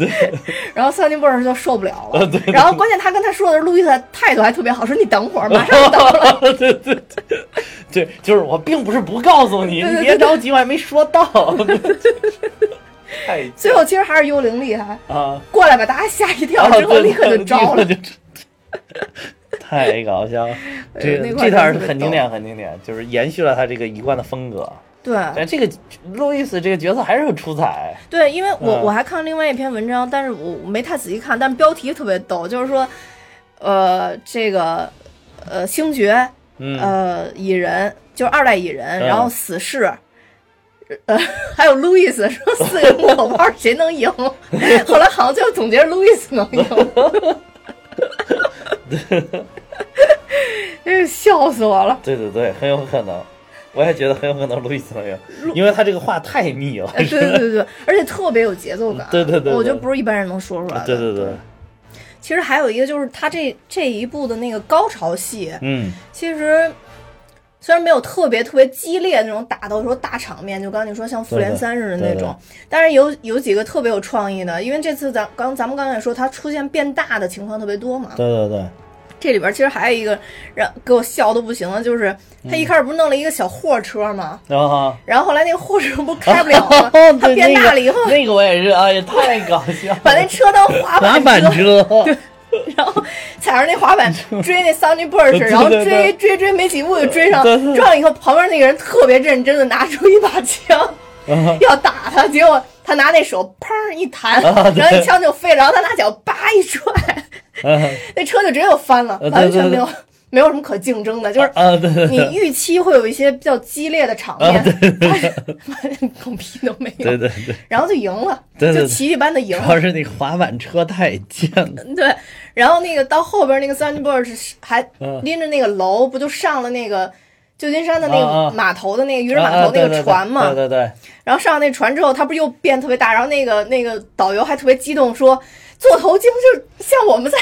[SPEAKER 2] 对，
[SPEAKER 1] (laughs) 然后桑尼波尔就受不了了。
[SPEAKER 2] 啊对对
[SPEAKER 1] 然后关键他跟他说的是路易斯的态度还特别好，说你等会儿，马
[SPEAKER 2] (laughs)
[SPEAKER 1] 上到。
[SPEAKER 2] 对对对对对，就是我并不是不告诉你，
[SPEAKER 1] 对对
[SPEAKER 2] 你
[SPEAKER 1] 对
[SPEAKER 2] 别着急，我还没说到。 (laughs) 太
[SPEAKER 1] 最后其实还是幽灵厉害，
[SPEAKER 2] 啊。
[SPEAKER 1] 过来把大家吓一跳
[SPEAKER 2] 啊，
[SPEAKER 1] 之后
[SPEAKER 2] 对
[SPEAKER 1] 立刻就招了。
[SPEAKER 2] 立刻就太搞笑了。这
[SPEAKER 1] 那块
[SPEAKER 2] 这
[SPEAKER 1] 儿真
[SPEAKER 2] 段是
[SPEAKER 1] 特别
[SPEAKER 2] 很经
[SPEAKER 1] 逗
[SPEAKER 2] 典，很经典，就是延续了他这个一贯的风格。
[SPEAKER 1] 对
[SPEAKER 2] 但这个路易斯这个角色还是很出彩，
[SPEAKER 1] 对，因为我、
[SPEAKER 2] 嗯
[SPEAKER 1] 我还看另外一篇文章，但是我我没太仔细看，但标题特别逗，就是说，呃，这个呃星爵
[SPEAKER 2] 嗯，
[SPEAKER 1] 呃蚁人就是二代蚁人，
[SPEAKER 2] 嗯
[SPEAKER 1] 然后死侍，呃， (laughs) 还有路易斯说四个木头包儿谁能赢？
[SPEAKER 2] (laughs)
[SPEAKER 1] 后来好像就总结路易斯能赢，真是笑死我了。
[SPEAKER 2] 对对对，很有可能，我也觉得很有可能路易斯能赢，因为他这个话太密了。
[SPEAKER 1] 呃对对对对，而且特别有节奏感，
[SPEAKER 2] 对对对对
[SPEAKER 1] 我觉得不是一般人能说出来的。
[SPEAKER 2] 对对对，
[SPEAKER 1] 其实还有一个就是他这这一部的那个高潮戏，
[SPEAKER 2] 嗯，
[SPEAKER 1] 其实虽然没有特别特别激烈那种打斗的时候大场面，就刚才你说像复联三似的那
[SPEAKER 2] 对对
[SPEAKER 1] 种，但是有有几个特别有创意的，因为这次咱刚咱们刚才也说它出现变大的情况特别多嘛。
[SPEAKER 2] 对对对，
[SPEAKER 1] 这里边其实还有一个让给我笑都不行了，就是他一开始不是弄了一个小货车
[SPEAKER 2] (laughs)
[SPEAKER 1] 嘛，
[SPEAKER 2] 然后。
[SPEAKER 1] 然后后来那个货车不开不了吗？
[SPEAKER 2] 哦对
[SPEAKER 1] 它变大了以后
[SPEAKER 2] 那个，那个我也是，哎呀，太搞笑了！
[SPEAKER 1] 把那车当滑
[SPEAKER 2] (laughs) 滑板
[SPEAKER 1] 车，
[SPEAKER 2] 车，
[SPEAKER 1] 然后踩上那滑板追那 Sunny Bird，
[SPEAKER 2] 对
[SPEAKER 1] 然后
[SPEAKER 2] 对对
[SPEAKER 1] 追追追没几步就追上
[SPEAKER 2] 对对，对
[SPEAKER 1] 撞了以后旁边那个人特别认真的拿出一把
[SPEAKER 2] (laughs)
[SPEAKER 1] 枪
[SPEAKER 2] 嗯
[SPEAKER 1] 要打他，结果他拿那手砰一弹，
[SPEAKER 2] 啊对
[SPEAKER 1] 然后那枪就飞了，然后他拿脚叭一甩，
[SPEAKER 2] 嗯
[SPEAKER 1] (laughs) 那车就直接就翻了，
[SPEAKER 2] 呃对
[SPEAKER 1] 完全
[SPEAKER 2] 对对
[SPEAKER 1] 没有没有什么可竞争的，就是
[SPEAKER 2] 啊，对对
[SPEAKER 1] 你
[SPEAKER 2] 对
[SPEAKER 1] 预期会有一些比较激烈的场面
[SPEAKER 2] 啊对，
[SPEAKER 1] (laughs) 反正狗屁都没有
[SPEAKER 2] 对，对对，
[SPEAKER 1] 然后就赢了，
[SPEAKER 2] 对对
[SPEAKER 1] 就
[SPEAKER 2] 对
[SPEAKER 1] 奇迹般的赢
[SPEAKER 2] 主
[SPEAKER 1] 了。
[SPEAKER 2] 要是那个滑板车太贱了，
[SPEAKER 1] (laughs) 对，然后那个到后边那个 Sunbird 是还
[SPEAKER 2] 嗯
[SPEAKER 1] 拎着那个楼，不就上了那个旧金山的那
[SPEAKER 2] 啊
[SPEAKER 1] 个
[SPEAKER 2] 啊
[SPEAKER 1] 码头的那个渔人码
[SPEAKER 2] 啊
[SPEAKER 1] 头那
[SPEAKER 2] 对对
[SPEAKER 1] 个
[SPEAKER 2] 对
[SPEAKER 1] 船嘛？
[SPEAKER 2] 对对对，
[SPEAKER 1] 然后上了那船之后，他不是又变特别大？然后那个那个导游还特别激动说。做头鲸就像我
[SPEAKER 2] (laughs)
[SPEAKER 1] 们在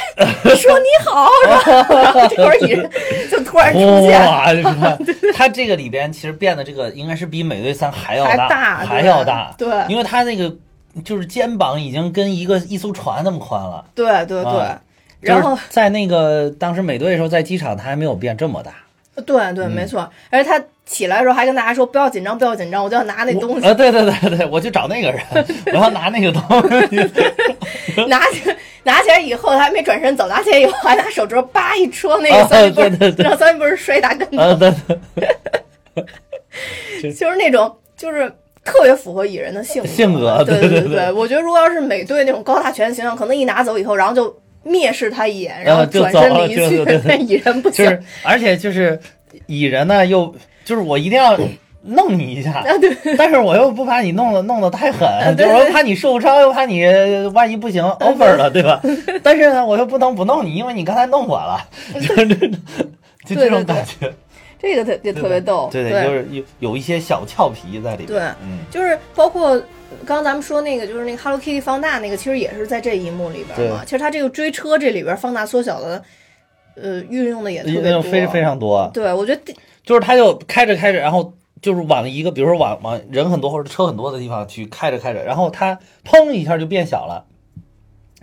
[SPEAKER 1] 说你好，然后然后这会儿蚁人就突然出现，
[SPEAKER 2] 哇！
[SPEAKER 1] (laughs)
[SPEAKER 2] 你看它这个里边其实变得这个应该是比美队三还要
[SPEAKER 1] 还大对
[SPEAKER 2] 还要大，
[SPEAKER 1] 对
[SPEAKER 2] 因为它那个就是肩膀已经跟一个一艘船那么宽了。
[SPEAKER 1] 对对对
[SPEAKER 2] 啊，
[SPEAKER 1] 然后
[SPEAKER 2] 就是在那个当时美队的时候，在机场它还没有变这么大，
[SPEAKER 1] 对对
[SPEAKER 2] 嗯
[SPEAKER 1] 没错，而且他起来的时候还跟大家说不要紧张，不要紧张，我就要拿那东西，
[SPEAKER 2] 啊，对对对对，我去找那
[SPEAKER 1] (laughs)
[SPEAKER 2] 个人，我要拿那个东西。 (laughs)
[SPEAKER 1] 拿起拿起来以后，他还没转身走，拿起来以后还拿手指头叭一戳那个
[SPEAKER 2] 啊
[SPEAKER 1] 三明
[SPEAKER 2] 对对
[SPEAKER 1] 治，
[SPEAKER 2] 对
[SPEAKER 1] 让三明治摔大跟头，
[SPEAKER 2] 啊，对对，
[SPEAKER 1] 就是那种就是特别符合蚁人的性格。
[SPEAKER 2] 性格
[SPEAKER 1] 对
[SPEAKER 2] 对
[SPEAKER 1] 对
[SPEAKER 2] 对
[SPEAKER 1] 对，我觉得如果要是美队那种高大全的形象，可能一拿走以后，然后就蔑视他一眼，然后
[SPEAKER 2] 啊就
[SPEAKER 1] 转
[SPEAKER 2] 走
[SPEAKER 1] 身
[SPEAKER 2] 了
[SPEAKER 1] 离
[SPEAKER 2] 对
[SPEAKER 1] 去
[SPEAKER 2] 对对。
[SPEAKER 1] 那蚁人不
[SPEAKER 2] 就
[SPEAKER 1] 行，
[SPEAKER 2] 是而且就是蚁人呢，又就是我一定要弄你一下，
[SPEAKER 1] 啊对 (laughs)
[SPEAKER 2] 但是我又不把你弄得弄得太狠，
[SPEAKER 1] 啊对
[SPEAKER 2] 就是
[SPEAKER 1] 对
[SPEAKER 2] 我怕你受伤，又怕你呃万一不行 over 了，对
[SPEAKER 1] (laughs)
[SPEAKER 2] 吧？但是呢，我又不能不弄你，因为你刚才弄我了，就是这种就这种感觉，
[SPEAKER 1] 这个特也特别逗。
[SPEAKER 2] 对
[SPEAKER 1] 对
[SPEAKER 2] 就是有有一些小俏皮在里边，
[SPEAKER 1] 对
[SPEAKER 2] 嗯，
[SPEAKER 1] 就是包括刚刚咱们说那个，就是那个 Hello Kitty 放大那个，其实也是在这一幕里边嘛。
[SPEAKER 2] 对
[SPEAKER 1] 其实它这个追车这里边放大缩小的，呃，运用的也特别
[SPEAKER 2] 哎那
[SPEAKER 1] 多，
[SPEAKER 2] 种非非常多，
[SPEAKER 1] 对，我觉得
[SPEAKER 2] 就是他就开着开着，然后就是往一个，比如说往往人很多或者车很多的地方去开着开着，然后他砰一下就变小了，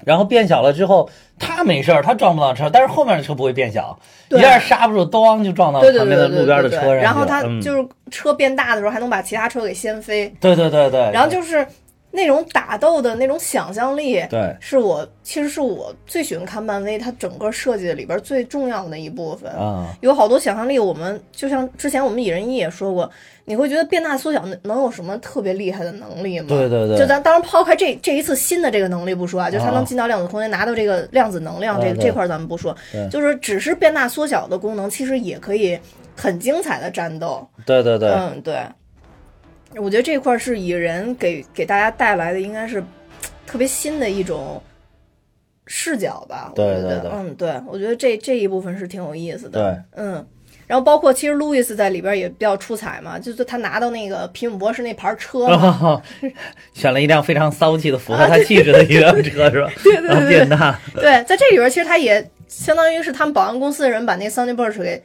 [SPEAKER 2] 然后变小了之后，他没事儿，他撞不到车，但是后面的车不会变小，
[SPEAKER 1] 对
[SPEAKER 2] 一下刹不住，咣就撞到
[SPEAKER 1] 对对
[SPEAKER 2] 啊旁
[SPEAKER 1] 对
[SPEAKER 2] 边的
[SPEAKER 1] 对对
[SPEAKER 2] 路边的
[SPEAKER 1] 对
[SPEAKER 2] 车
[SPEAKER 1] 对
[SPEAKER 2] 上去了。
[SPEAKER 1] 然后它
[SPEAKER 2] 嗯
[SPEAKER 1] 就是车变大的时候，还能把其他车给掀飞，
[SPEAKER 2] 对对对对，
[SPEAKER 1] 然后就是那种打斗的那种想象力，
[SPEAKER 2] 对
[SPEAKER 1] 是我其实是我最喜欢看漫威它整个设计的里边最重要的一部分。
[SPEAKER 2] 啊，
[SPEAKER 1] 有好多想象力，我们就像之前我们蚁人一也说过，你会觉得变大缩小能能有什么特别厉害的能力吗？
[SPEAKER 2] 对对对，
[SPEAKER 1] 就咱当然抛开这这一次新的这个能力不说啊，就他
[SPEAKER 2] 啊
[SPEAKER 1] 能进到量子空间，拿到这个量子能量这
[SPEAKER 2] 对对
[SPEAKER 1] 这块儿咱们不说
[SPEAKER 2] 对，
[SPEAKER 1] 就是只是变大缩小的功能，其实也可以很精彩的战斗。
[SPEAKER 2] 对对对，
[SPEAKER 1] 嗯，对，我觉得这块儿是蚁人给给大家带来的应该是嘖特别新的一种视角吧。我
[SPEAKER 2] 对
[SPEAKER 1] 觉得
[SPEAKER 2] 对对
[SPEAKER 1] 嗯，对，我觉得这这一部分是挺有意思的。
[SPEAKER 2] 对，
[SPEAKER 1] 嗯。然后包括其实路易斯在里边也比较出彩嘛，就是他拿到那个皮姆博士那牌车嘛，
[SPEAKER 2] 然后 (laughs) 选了一辆非常骚气的符合他气质的一辆车是吧？
[SPEAKER 1] 啊 (laughs) 对对
[SPEAKER 2] 然后
[SPEAKER 1] 对对
[SPEAKER 2] 变大，
[SPEAKER 1] (laughs) 对，在这里边其实他也相当于是他们保安公司的人把那 Sunny Bird 给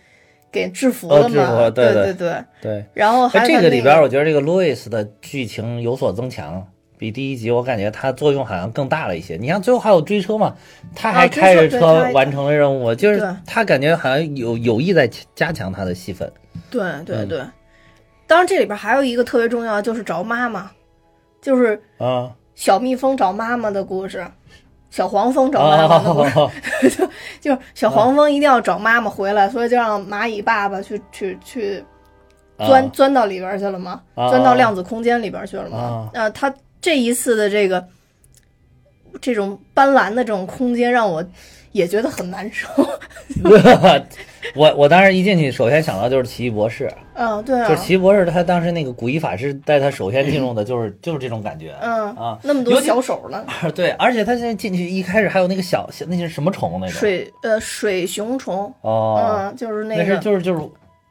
[SPEAKER 1] 给制服了
[SPEAKER 2] 哦制
[SPEAKER 1] 嘛，
[SPEAKER 2] 服
[SPEAKER 1] 对
[SPEAKER 2] 对
[SPEAKER 1] 对
[SPEAKER 2] 对对。
[SPEAKER 1] 然后哦还
[SPEAKER 2] 哎，
[SPEAKER 1] 有
[SPEAKER 2] 这
[SPEAKER 1] 他
[SPEAKER 2] 个
[SPEAKER 1] 那
[SPEAKER 2] 里边儿，我觉得这个 Louis 的剧情有所增强，比第一集我感觉它作用好像更大了一些。你像最后还有追车嘛，他
[SPEAKER 1] 啊
[SPEAKER 2] 还
[SPEAKER 1] 追
[SPEAKER 2] 开
[SPEAKER 1] 车
[SPEAKER 2] 着
[SPEAKER 1] 对
[SPEAKER 2] 车
[SPEAKER 1] 他还
[SPEAKER 2] 完成了任务，就
[SPEAKER 1] 对
[SPEAKER 2] 是他感觉好像有有意在加强他的戏份。
[SPEAKER 1] 对对
[SPEAKER 2] 嗯
[SPEAKER 1] 对。当然，这里边还有一个特别重要的就是找妈妈，就是
[SPEAKER 2] 啊
[SPEAKER 1] 小蜜蜂找妈妈的故事。小黄蜂找妈妈呢不是，
[SPEAKER 2] 哦，
[SPEAKER 1] 就是小黄蜂一定要找妈妈回来，所以就让蚂蚁爸爸去去去 (laughs) 钻、
[SPEAKER 2] 啊
[SPEAKER 1] 钻到里边去了嘛，
[SPEAKER 2] 啊
[SPEAKER 1] 钻到量子空间里边去了嘛。
[SPEAKER 2] 啊
[SPEAKER 1] 呃，他这一次的这个这种斑斓的这种空间，让我也觉得很难受。
[SPEAKER 2] (laughs)
[SPEAKER 1] (laughs)
[SPEAKER 2] 我我当时一进去，首先想到就是奇异博士，
[SPEAKER 1] 嗯、对
[SPEAKER 2] 就是
[SPEAKER 1] 啊，
[SPEAKER 2] 奇异博士他当时那个古一法师带他首先进入的就是就是这种感觉，
[SPEAKER 1] 嗯、
[SPEAKER 2] 啊 (laughs)
[SPEAKER 1] 那么
[SPEAKER 2] 尤
[SPEAKER 1] 多
[SPEAKER 2] 其啊
[SPEAKER 1] 小手呢，
[SPEAKER 2] 对，而且他现在进去一开始还有那个小小那是什么虫那个
[SPEAKER 1] 水呃水熊虫，嗯、
[SPEAKER 2] 哦，
[SPEAKER 1] 就是
[SPEAKER 2] 那
[SPEAKER 1] 那
[SPEAKER 2] 是
[SPEAKER 1] 个。
[SPEAKER 2] 就是就是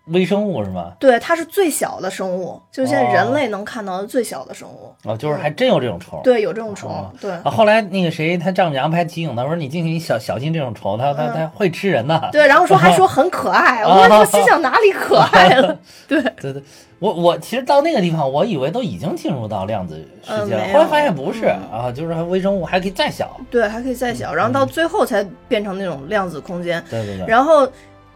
[SPEAKER 2] 微生物是吗？
[SPEAKER 1] 对，它是最小的生物，就现在人
[SPEAKER 2] 哦
[SPEAKER 1] 类能看到的最小的生物。
[SPEAKER 2] 哦，就是还真有这种虫。
[SPEAKER 1] 对，有这种虫。
[SPEAKER 2] 哦
[SPEAKER 1] 对，
[SPEAKER 2] 啊，后来那个谁，他丈母娘还提醒他说：“你进去，你小小心这种虫，他他
[SPEAKER 1] 嗯
[SPEAKER 2] 他会吃人的。
[SPEAKER 1] 对，然后说
[SPEAKER 2] 哦
[SPEAKER 1] 还说很可
[SPEAKER 2] (laughs)
[SPEAKER 1] 爱，我说心想哪里可爱了？对，
[SPEAKER 2] 对对，我我其实到那个地方，我以为都已经进入到量子世界
[SPEAKER 1] 嗯没
[SPEAKER 2] 了，
[SPEAKER 1] 有嗯
[SPEAKER 2] 后来发现不是啊，就是还微生物还可以再小。
[SPEAKER 1] 对，还可以
[SPEAKER 2] 嗯
[SPEAKER 1] 再小，然后到最后才变成那种量子空间。
[SPEAKER 2] 对对对，
[SPEAKER 1] 然后，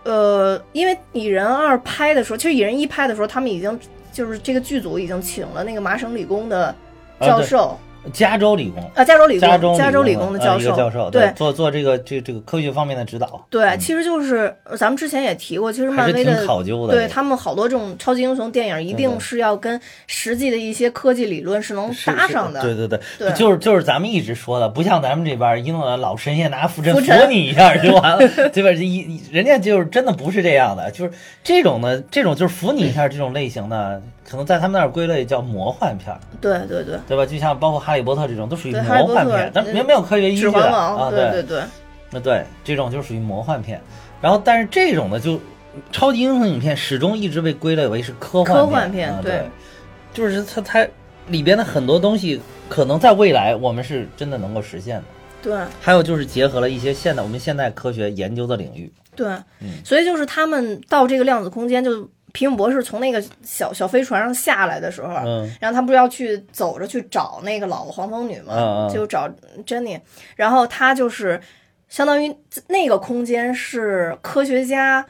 [SPEAKER 1] 呃，因为《蚁人二》拍的时候，其实《蚁人一》拍的时候，他们已经就是这个剧组已经请了那个麻省理工的教授，
[SPEAKER 2] 加州理工，
[SPEAKER 1] 啊，加州理工，
[SPEAKER 2] 啊加州
[SPEAKER 1] 理
[SPEAKER 2] 工
[SPEAKER 1] 工的
[SPEAKER 2] 呃
[SPEAKER 1] 教
[SPEAKER 2] 一个
[SPEAKER 1] 授，
[SPEAKER 2] 教授，
[SPEAKER 1] 对
[SPEAKER 2] 做做这个这这个科学方面的指导，
[SPEAKER 1] 对，其实就是呃咱们之前也提过，其实
[SPEAKER 2] 还
[SPEAKER 1] 漫
[SPEAKER 2] 是
[SPEAKER 1] 威
[SPEAKER 2] 挺
[SPEAKER 1] 的。
[SPEAKER 2] 考究的。
[SPEAKER 1] 嗯对他们好多这种超级英雄电影，一
[SPEAKER 2] 对对
[SPEAKER 1] 定是要跟实际的一些科技理论是能
[SPEAKER 2] 是
[SPEAKER 1] 搭
[SPEAKER 2] 是
[SPEAKER 1] 上的。
[SPEAKER 2] 对对对，
[SPEAKER 1] 对
[SPEAKER 2] 就是就是咱们一直说的，不像咱们这边儿一弄得老神仙拿符针
[SPEAKER 1] 符
[SPEAKER 2] 佛
[SPEAKER 1] 针
[SPEAKER 2] 你一下就完了，对吧？一人家就是真的不是这样的，就是这种的，这种就是符你一下这种类型的，可能在他们那儿归类叫魔幻片儿，
[SPEAKER 1] 对对对，
[SPEAKER 2] 对吧？就像包括《哈利波特》这种都属于
[SPEAKER 1] 对
[SPEAKER 2] 魔
[SPEAKER 1] 哈利波
[SPEAKER 2] 幻
[SPEAKER 1] 特
[SPEAKER 2] 片，但
[SPEAKER 1] 那
[SPEAKER 2] 没有没有科学依
[SPEAKER 1] 《
[SPEAKER 2] 据
[SPEAKER 1] 指环
[SPEAKER 2] 的
[SPEAKER 1] 王》
[SPEAKER 2] 啊，
[SPEAKER 1] 对对对，
[SPEAKER 2] 那对，这种就属于魔幻片。然后，但是这种的就超级英雄影片始终一直被归类为是科幻
[SPEAKER 1] 科幻片
[SPEAKER 2] 啊
[SPEAKER 1] 对
[SPEAKER 2] 对，就是它它里边的很多东西，可能在未来我们是真的能够实现的。
[SPEAKER 1] 对
[SPEAKER 2] 还有就是结合了一些现代我们现代科学研究的领域，
[SPEAKER 1] 对，
[SPEAKER 2] 嗯
[SPEAKER 1] 所以就是他们到这个量子空间，就皮姆博士从那个小小飞船上下来的时候，啊
[SPEAKER 2] 嗯
[SPEAKER 1] 然后他不是要去走着去找那个老黄蜂女嘛，
[SPEAKER 2] 嗯嗯
[SPEAKER 1] 就找珍妮，然后他就是相当于那个空间是科学家。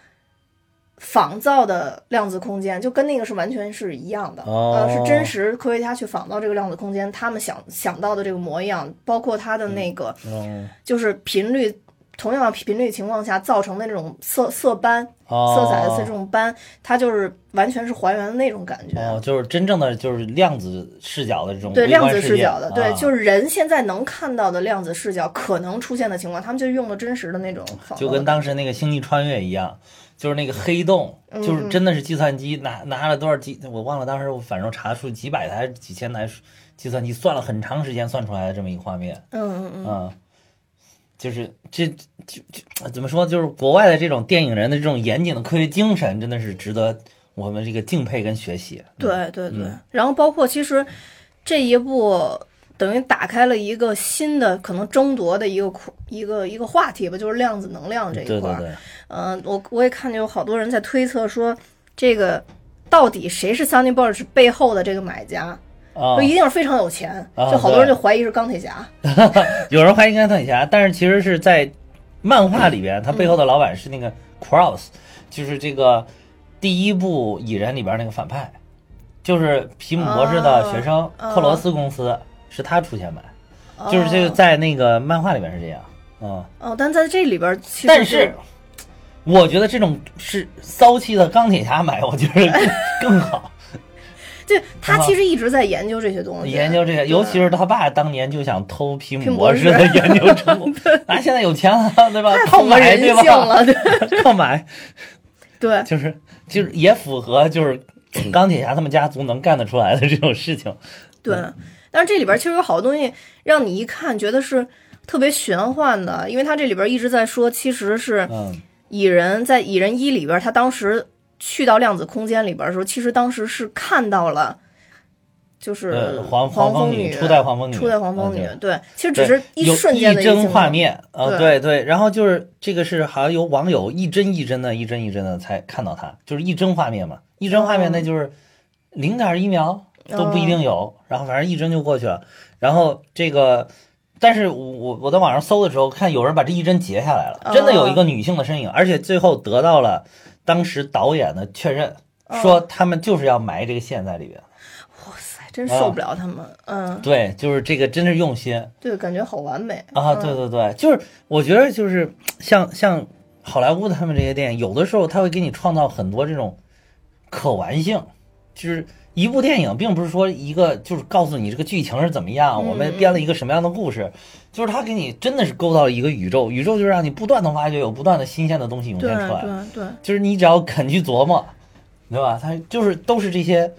[SPEAKER 1] 仿造的量子空间就跟那个是完全是一样的，
[SPEAKER 2] 哦
[SPEAKER 1] 呃，是真实科学家去仿造这个量子空间，他们想想到的这个模样，包括它的那个
[SPEAKER 2] 嗯，
[SPEAKER 1] 就是频率同样的频率情况下造成的那种色色斑、
[SPEAKER 2] 哦
[SPEAKER 1] 色彩的这种斑，它就是完全是还原的那种感觉。
[SPEAKER 2] 哦，就是真正的就是量子视角的这种
[SPEAKER 1] 对
[SPEAKER 2] 微
[SPEAKER 1] 量
[SPEAKER 2] 观
[SPEAKER 1] 子
[SPEAKER 2] 世
[SPEAKER 1] 视
[SPEAKER 2] 界
[SPEAKER 1] 角的，对，
[SPEAKER 2] 啊
[SPEAKER 1] 就是人现在能看到的量子视角可能出现的情况，他们就用了真实的那种仿
[SPEAKER 2] 就
[SPEAKER 1] 造
[SPEAKER 2] 跟
[SPEAKER 1] 的
[SPEAKER 2] 当时那个《星际穿越》一样，就是那个黑洞，
[SPEAKER 1] 嗯
[SPEAKER 2] 就是真的是计算机拿拿了多少几，我忘了当时我反正查出几百台还是几千台计算机算了很长时间算出来的这么一个画面，
[SPEAKER 1] 嗯嗯嗯，
[SPEAKER 2] 嗯，就是这这这怎么说，就是国外的这种电影人的这种严谨的科学精神，真的是值得我们这个敬佩跟学习。
[SPEAKER 1] 对对对。
[SPEAKER 2] 嗯
[SPEAKER 1] 然后包括其实这一部。等于打开了一个新的可能争夺的一个苦一个一个话题吧，就是量子能量这一块
[SPEAKER 2] 对
[SPEAKER 1] 儿。
[SPEAKER 2] 对对，
[SPEAKER 1] 嗯，我我也看见有好多人在推测说，这个到底谁是 Sunny Birch 背后的这个买家？
[SPEAKER 2] 啊
[SPEAKER 1] 就，一定是非常有钱，
[SPEAKER 2] 啊
[SPEAKER 1] 就好多人就怀疑是钢铁侠。
[SPEAKER 2] (laughs) 有人怀疑钢铁侠，但是其实是在漫画里边，他背后的老板是那个 Cross，、就是这个第一部蚁人里边那个反派，就是皮姆博士的学生、
[SPEAKER 1] 啊
[SPEAKER 2] 克罗斯公司，是他出钱买，
[SPEAKER 1] 哦
[SPEAKER 2] 就是这个在那个漫画里边是这样，嗯，
[SPEAKER 1] 哦，但在这里边其实，
[SPEAKER 2] 但是。我觉得这种是骚气的钢铁侠买，我觉 (laughs) 得更更好。
[SPEAKER 1] 这他其实一直在研究这些东西，
[SPEAKER 2] 啊研究这个，
[SPEAKER 1] 对
[SPEAKER 2] 尤其是他爸当年就想偷皮
[SPEAKER 1] 皮
[SPEAKER 2] 姆
[SPEAKER 1] 姆
[SPEAKER 2] 博
[SPEAKER 1] 博
[SPEAKER 2] 士
[SPEAKER 1] 士
[SPEAKER 2] 的研究成 (laughs) 果，啊，现在有钱了，对吧？
[SPEAKER 1] 太
[SPEAKER 2] 靠
[SPEAKER 1] 符合
[SPEAKER 2] 买，
[SPEAKER 1] 人
[SPEAKER 2] 对
[SPEAKER 1] 性
[SPEAKER 2] 吧？
[SPEAKER 1] 了，对
[SPEAKER 2] (laughs) 靠买， (laughs)
[SPEAKER 1] 对
[SPEAKER 2] 就是就是也符
[SPEAKER 1] (clears throat)
[SPEAKER 2] 合就是钢铁侠他们家族能干得出来的这种事情。
[SPEAKER 1] 对。但是这里边其实有好多东西让你一看觉得是特别玄幻的，因为他这里边一直在说，其实是
[SPEAKER 2] 嗯，
[SPEAKER 1] 蚁人在蚁人一里边，他当时去到量子空间里边的时候，其实当时是看到了，就是、
[SPEAKER 2] 呃黄
[SPEAKER 1] 黄
[SPEAKER 2] 黄蜂女
[SPEAKER 1] 女，
[SPEAKER 2] 初代黄蜂女
[SPEAKER 1] 初代黄蜂女，
[SPEAKER 2] 嗯
[SPEAKER 1] 对，其实只
[SPEAKER 2] 对
[SPEAKER 1] 是一
[SPEAKER 2] 有
[SPEAKER 1] 瞬间的
[SPEAKER 2] 一
[SPEAKER 1] 个镜
[SPEAKER 2] 帧
[SPEAKER 1] 头
[SPEAKER 2] 画，面啊，呃
[SPEAKER 1] 对
[SPEAKER 2] 对对。然后就是这个是好像有网友一帧一帧的、一帧一帧的才看到它，就是一帧画面嘛，一帧画面那就是零点一秒
[SPEAKER 1] 哦
[SPEAKER 2] 都不一定有，然后反正一帧就过去了。然后这个。但是我我我在网上搜的时候，看有人把这一帧截下来
[SPEAKER 1] 哦
[SPEAKER 2] 了，真的有一个女性的身影，而且最后得到了当时导演的确认，说他们就是要埋这个线在里边。
[SPEAKER 1] 哇塞，真受不了他们。嗯，
[SPEAKER 2] 对，就是这个真是用心
[SPEAKER 1] 对，感觉好完美
[SPEAKER 2] 啊！对对对，就是我觉得就是像像好莱坞他们这些电影，有的时候他会给你创造很多这种可玩性，就是一部电影并不是说一个就是告诉你这个剧情是怎么
[SPEAKER 1] 嗯
[SPEAKER 2] 样，我们编了一个什么样的故事，就是他给你真的是勾到一个宇宙，宇宙就让你不断的挖掘，有不断的新鲜的东西涌
[SPEAKER 1] 对
[SPEAKER 2] 现出来。
[SPEAKER 1] 对对，
[SPEAKER 2] 就是你只要肯去琢磨，对吧？他就是都是这些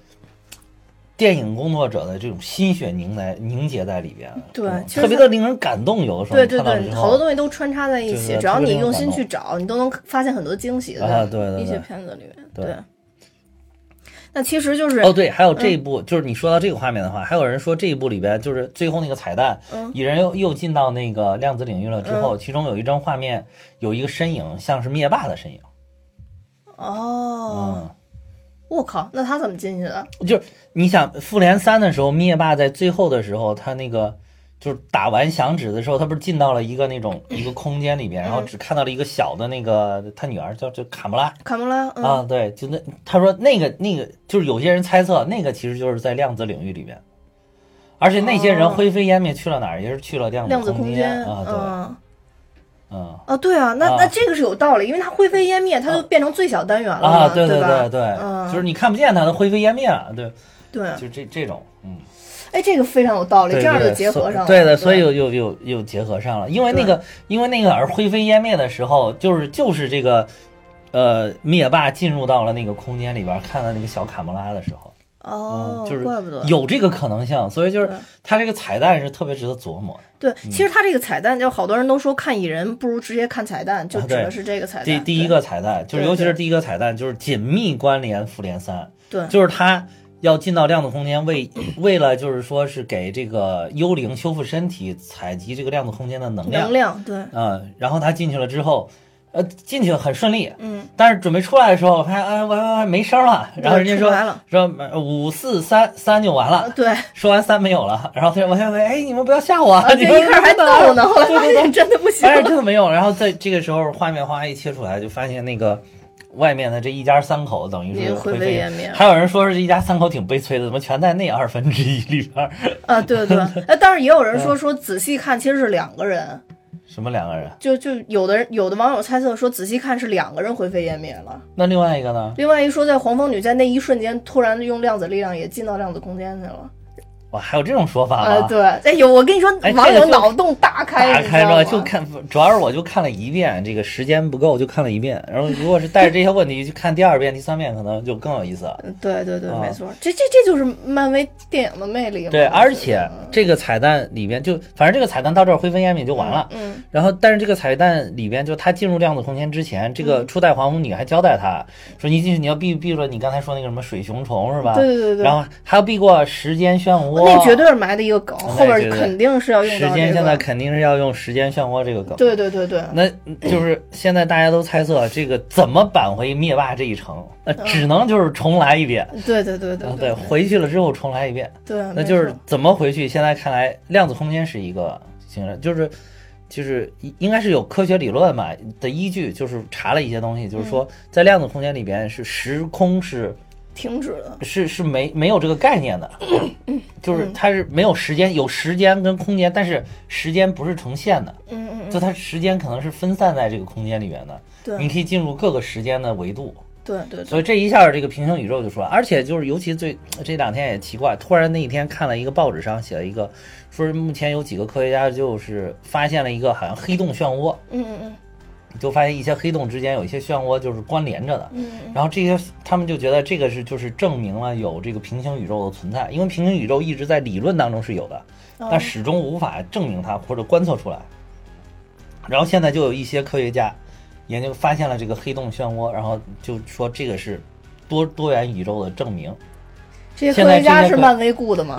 [SPEAKER 2] 电影工作者的这种心血凝来凝结在里边，
[SPEAKER 1] 对
[SPEAKER 2] 嗯
[SPEAKER 1] 其实
[SPEAKER 2] 特别的令人感动。有的时候
[SPEAKER 1] 对对
[SPEAKER 2] 你看到
[SPEAKER 1] 对，
[SPEAKER 2] 之
[SPEAKER 1] 好多
[SPEAKER 2] 后，
[SPEAKER 1] 东西都穿插在一
[SPEAKER 2] 就是
[SPEAKER 1] 起，只
[SPEAKER 2] 特
[SPEAKER 1] 要
[SPEAKER 2] 别
[SPEAKER 1] 你
[SPEAKER 2] 令人
[SPEAKER 1] 用
[SPEAKER 2] 感
[SPEAKER 1] 心
[SPEAKER 2] 动
[SPEAKER 1] 去找，你都能发现很多惊喜的。
[SPEAKER 2] 啊对对
[SPEAKER 1] 一些
[SPEAKER 2] 对
[SPEAKER 1] 片子里面，
[SPEAKER 2] 对
[SPEAKER 1] 那其实就是
[SPEAKER 2] 哦对，还
[SPEAKER 1] 嗯
[SPEAKER 2] 有这一部，就是你说到这个画面的话，还有人说这一部里边就是最后那个彩蛋，
[SPEAKER 1] 嗯
[SPEAKER 2] 蚁人又又进到那个量子领域了之后，其中有一张画面有一个身影，像是灭霸的身影，
[SPEAKER 1] 哦，
[SPEAKER 2] 嗯。
[SPEAKER 1] 我靠，那他怎么进去的？
[SPEAKER 2] 就是你想复联三的时候，灭霸在最后的时候，他那个就是打完响指的时候，他不是进到了一个
[SPEAKER 1] (coughs)
[SPEAKER 2] 那种一个空间里面，然后只看到了一个小的那个他女儿叫就卡莫拉。
[SPEAKER 1] 卡莫拉，嗯，
[SPEAKER 2] 啊，对，就那他说那个那个，就是有些人猜测那个其实就是在量子领域里面，而且那些人灰飞烟灭去了哪儿，也是去了量
[SPEAKER 1] 哦量子
[SPEAKER 2] 空
[SPEAKER 1] 空间，
[SPEAKER 2] 啊，对，
[SPEAKER 1] 嗯，
[SPEAKER 2] 嗯
[SPEAKER 1] 哦，对啊，那
[SPEAKER 2] 啊
[SPEAKER 1] 那这个是有道理，因为它灰飞烟灭，它就变成最小单元了
[SPEAKER 2] 啊，
[SPEAKER 1] 嘛，
[SPEAKER 2] 对
[SPEAKER 1] 吧？
[SPEAKER 2] 对对，
[SPEAKER 1] 嗯
[SPEAKER 2] 就是你看不见他，他灰飞烟灭了，对，
[SPEAKER 1] 对，啊
[SPEAKER 2] 就这这种，嗯。
[SPEAKER 1] 哎，这个非常有道理，
[SPEAKER 2] 对
[SPEAKER 1] 这样
[SPEAKER 2] 对
[SPEAKER 1] 就结合上了，
[SPEAKER 2] 对
[SPEAKER 1] 对
[SPEAKER 2] 的，所以又又又又结合上了，因为那个因为那个而灰飞烟灭的时候，就是就是这个，呃，灭霸进入到了那个空间里边，看到那个小卡莫拉的时候，
[SPEAKER 1] 哦
[SPEAKER 2] 嗯，，就是
[SPEAKER 1] 怪不得
[SPEAKER 2] 有这个可能性，所以就是
[SPEAKER 1] 对
[SPEAKER 2] 他这个彩蛋是特别值得琢磨的。
[SPEAKER 1] 对，其实它这个彩蛋，就好多人都说看蚁人不如直接看彩蛋，就
[SPEAKER 2] 啊
[SPEAKER 1] 指
[SPEAKER 2] 对
[SPEAKER 1] 的是这个彩蛋。
[SPEAKER 2] 第第一个彩蛋就是，
[SPEAKER 1] 对
[SPEAKER 2] 尤其
[SPEAKER 1] 对
[SPEAKER 2] 是第一个彩蛋，就是紧密关联复联三，
[SPEAKER 1] 对，对
[SPEAKER 2] 就是他要进到量子空间为，为了就是说是给这个幽灵修复身体，采集这个量子空间的能量
[SPEAKER 1] 能。量，对，
[SPEAKER 2] 嗯，然后他进去了之后，呃，进去很顺利，
[SPEAKER 1] 嗯，
[SPEAKER 2] 但是准备出来的时候，发现哎，完完完没声儿了，然后人家
[SPEAKER 1] 出不
[SPEAKER 2] 说
[SPEAKER 1] 来了
[SPEAKER 2] 说呃五四三三就完
[SPEAKER 1] 啊
[SPEAKER 2] 了， (laughs)
[SPEAKER 1] 对，
[SPEAKER 2] 说完三没有了，然后他说我想问，哎，你们不要吓我，
[SPEAKER 1] 啊，
[SPEAKER 2] 你
[SPEAKER 1] 对，
[SPEAKER 2] 们
[SPEAKER 1] 一
[SPEAKER 2] (laughs)
[SPEAKER 1] 开始还逗呢，后来
[SPEAKER 2] 对
[SPEAKER 1] 发
[SPEAKER 2] 对对
[SPEAKER 1] 现真的不行
[SPEAKER 2] 但是真的没有，然后在这个时候画面哗一切出来，就发现那个。外面的这一家三口等于
[SPEAKER 1] 也
[SPEAKER 2] 是
[SPEAKER 1] 灰
[SPEAKER 2] 灰
[SPEAKER 1] 飞
[SPEAKER 2] 飞
[SPEAKER 1] 烟灭
[SPEAKER 2] 还有人说是一家三口挺悲催的，怎么全在那二分之一里边儿？ (laughs)
[SPEAKER 1] 啊，对对。哎，但是也有人
[SPEAKER 2] 嗯
[SPEAKER 1] 说说仔细看其实是两个人，
[SPEAKER 2] 什么两个人？
[SPEAKER 1] 就就有的人有的网友猜测说仔细看是两个人灰飞烟灭了，
[SPEAKER 2] 那另外一个呢？
[SPEAKER 1] 另外一说在黄蜂女在那一瞬间突然用量子力量也进到量子空间去了。
[SPEAKER 2] 哇，还有这种说法吗？
[SPEAKER 1] 啊，对，哎呦，我跟你说
[SPEAKER 2] 哎，
[SPEAKER 1] 网
[SPEAKER 2] 这个
[SPEAKER 1] 友
[SPEAKER 2] 就
[SPEAKER 1] 脑洞大开，
[SPEAKER 2] 打
[SPEAKER 1] 你
[SPEAKER 2] 开
[SPEAKER 1] 知道吗
[SPEAKER 2] 了就看，主要是我就看了一遍，这个时间不够就看了一遍。然后如果是带着这些问题去看第二遍、第 (laughs) 三遍，可能就更有意思了。
[SPEAKER 1] 对对对，
[SPEAKER 2] 啊
[SPEAKER 1] 没错，这这这就是漫威电影的魅力嘛。
[SPEAKER 2] 对，
[SPEAKER 1] 我觉得
[SPEAKER 2] 而且这个彩蛋里边就，反正这个彩蛋到这儿灰飞烟灭就完了。
[SPEAKER 1] 嗯，
[SPEAKER 2] 然后，但是这个彩蛋里边，就他进入量子空间之前，
[SPEAKER 1] 嗯
[SPEAKER 2] 这个初代黄蜂女还交代他说：“你进去你要避避着你刚才说那个什么水熊虫是吧？
[SPEAKER 1] 对对对对
[SPEAKER 2] 然后还要避过时间漩涡，
[SPEAKER 1] 那绝对是埋的一个梗，
[SPEAKER 2] 那
[SPEAKER 1] 后边
[SPEAKER 2] 绝对
[SPEAKER 1] 肯定是要用
[SPEAKER 2] 时
[SPEAKER 1] 到
[SPEAKER 2] 间
[SPEAKER 1] 这
[SPEAKER 2] 现在
[SPEAKER 1] 个。
[SPEAKER 2] 肯定是要用时间漩涡这个梗。
[SPEAKER 1] 对对对对，
[SPEAKER 2] 那就是现在大家都猜测这个怎么扳回灭霸这一城，那只能就是重来一遍。
[SPEAKER 1] 对对对对
[SPEAKER 2] 啊，对，回去了之后重来一遍，
[SPEAKER 1] 对，
[SPEAKER 2] 那
[SPEAKER 1] 没
[SPEAKER 2] 就是
[SPEAKER 1] 错
[SPEAKER 2] 怎么回去？现在看来，量子空间是一个形式，就是就是应该是有科学理论嘛的依据，就是查了一些东西，就是说在量子空间里边是时空是
[SPEAKER 1] 停止了。
[SPEAKER 2] 是是没没有这个概念的，就是它是没有时间，有时间跟空间，但是时间不是呈现的，
[SPEAKER 1] 嗯嗯，
[SPEAKER 2] 就它时间可能是分散在这个空间里面的，你
[SPEAKER 1] 对
[SPEAKER 2] 可以进入各个时间的维度。
[SPEAKER 1] 对对对，
[SPEAKER 2] 嗯所以这一下这个平行宇宙就出来，而且就是尤其最这两天也奇怪，突然那一天看了一个报纸上写了一个，说是目前有几个科学家就是发现了一个好像黑洞漩涡，
[SPEAKER 1] 嗯嗯嗯
[SPEAKER 2] 就发现一些黑洞之间有一些漩涡就是关联着的。
[SPEAKER 1] 嗯
[SPEAKER 2] 然后这些他们就觉得这个是就是证明了有这个平行宇宙的存在，因为平行宇宙一直在理论当中是有的，
[SPEAKER 1] 嗯，
[SPEAKER 2] 但始终无法证明它或者观测出来。然后现在就有一些科学家研究发现了这个黑洞漩涡，然后就说这个是多多元宇宙的证明。
[SPEAKER 1] 这些
[SPEAKER 2] 现
[SPEAKER 1] 科
[SPEAKER 2] 在
[SPEAKER 1] 学家
[SPEAKER 2] 这些
[SPEAKER 1] 是
[SPEAKER 2] 科
[SPEAKER 1] 漫威雇的
[SPEAKER 2] (laughs)
[SPEAKER 1] 吗？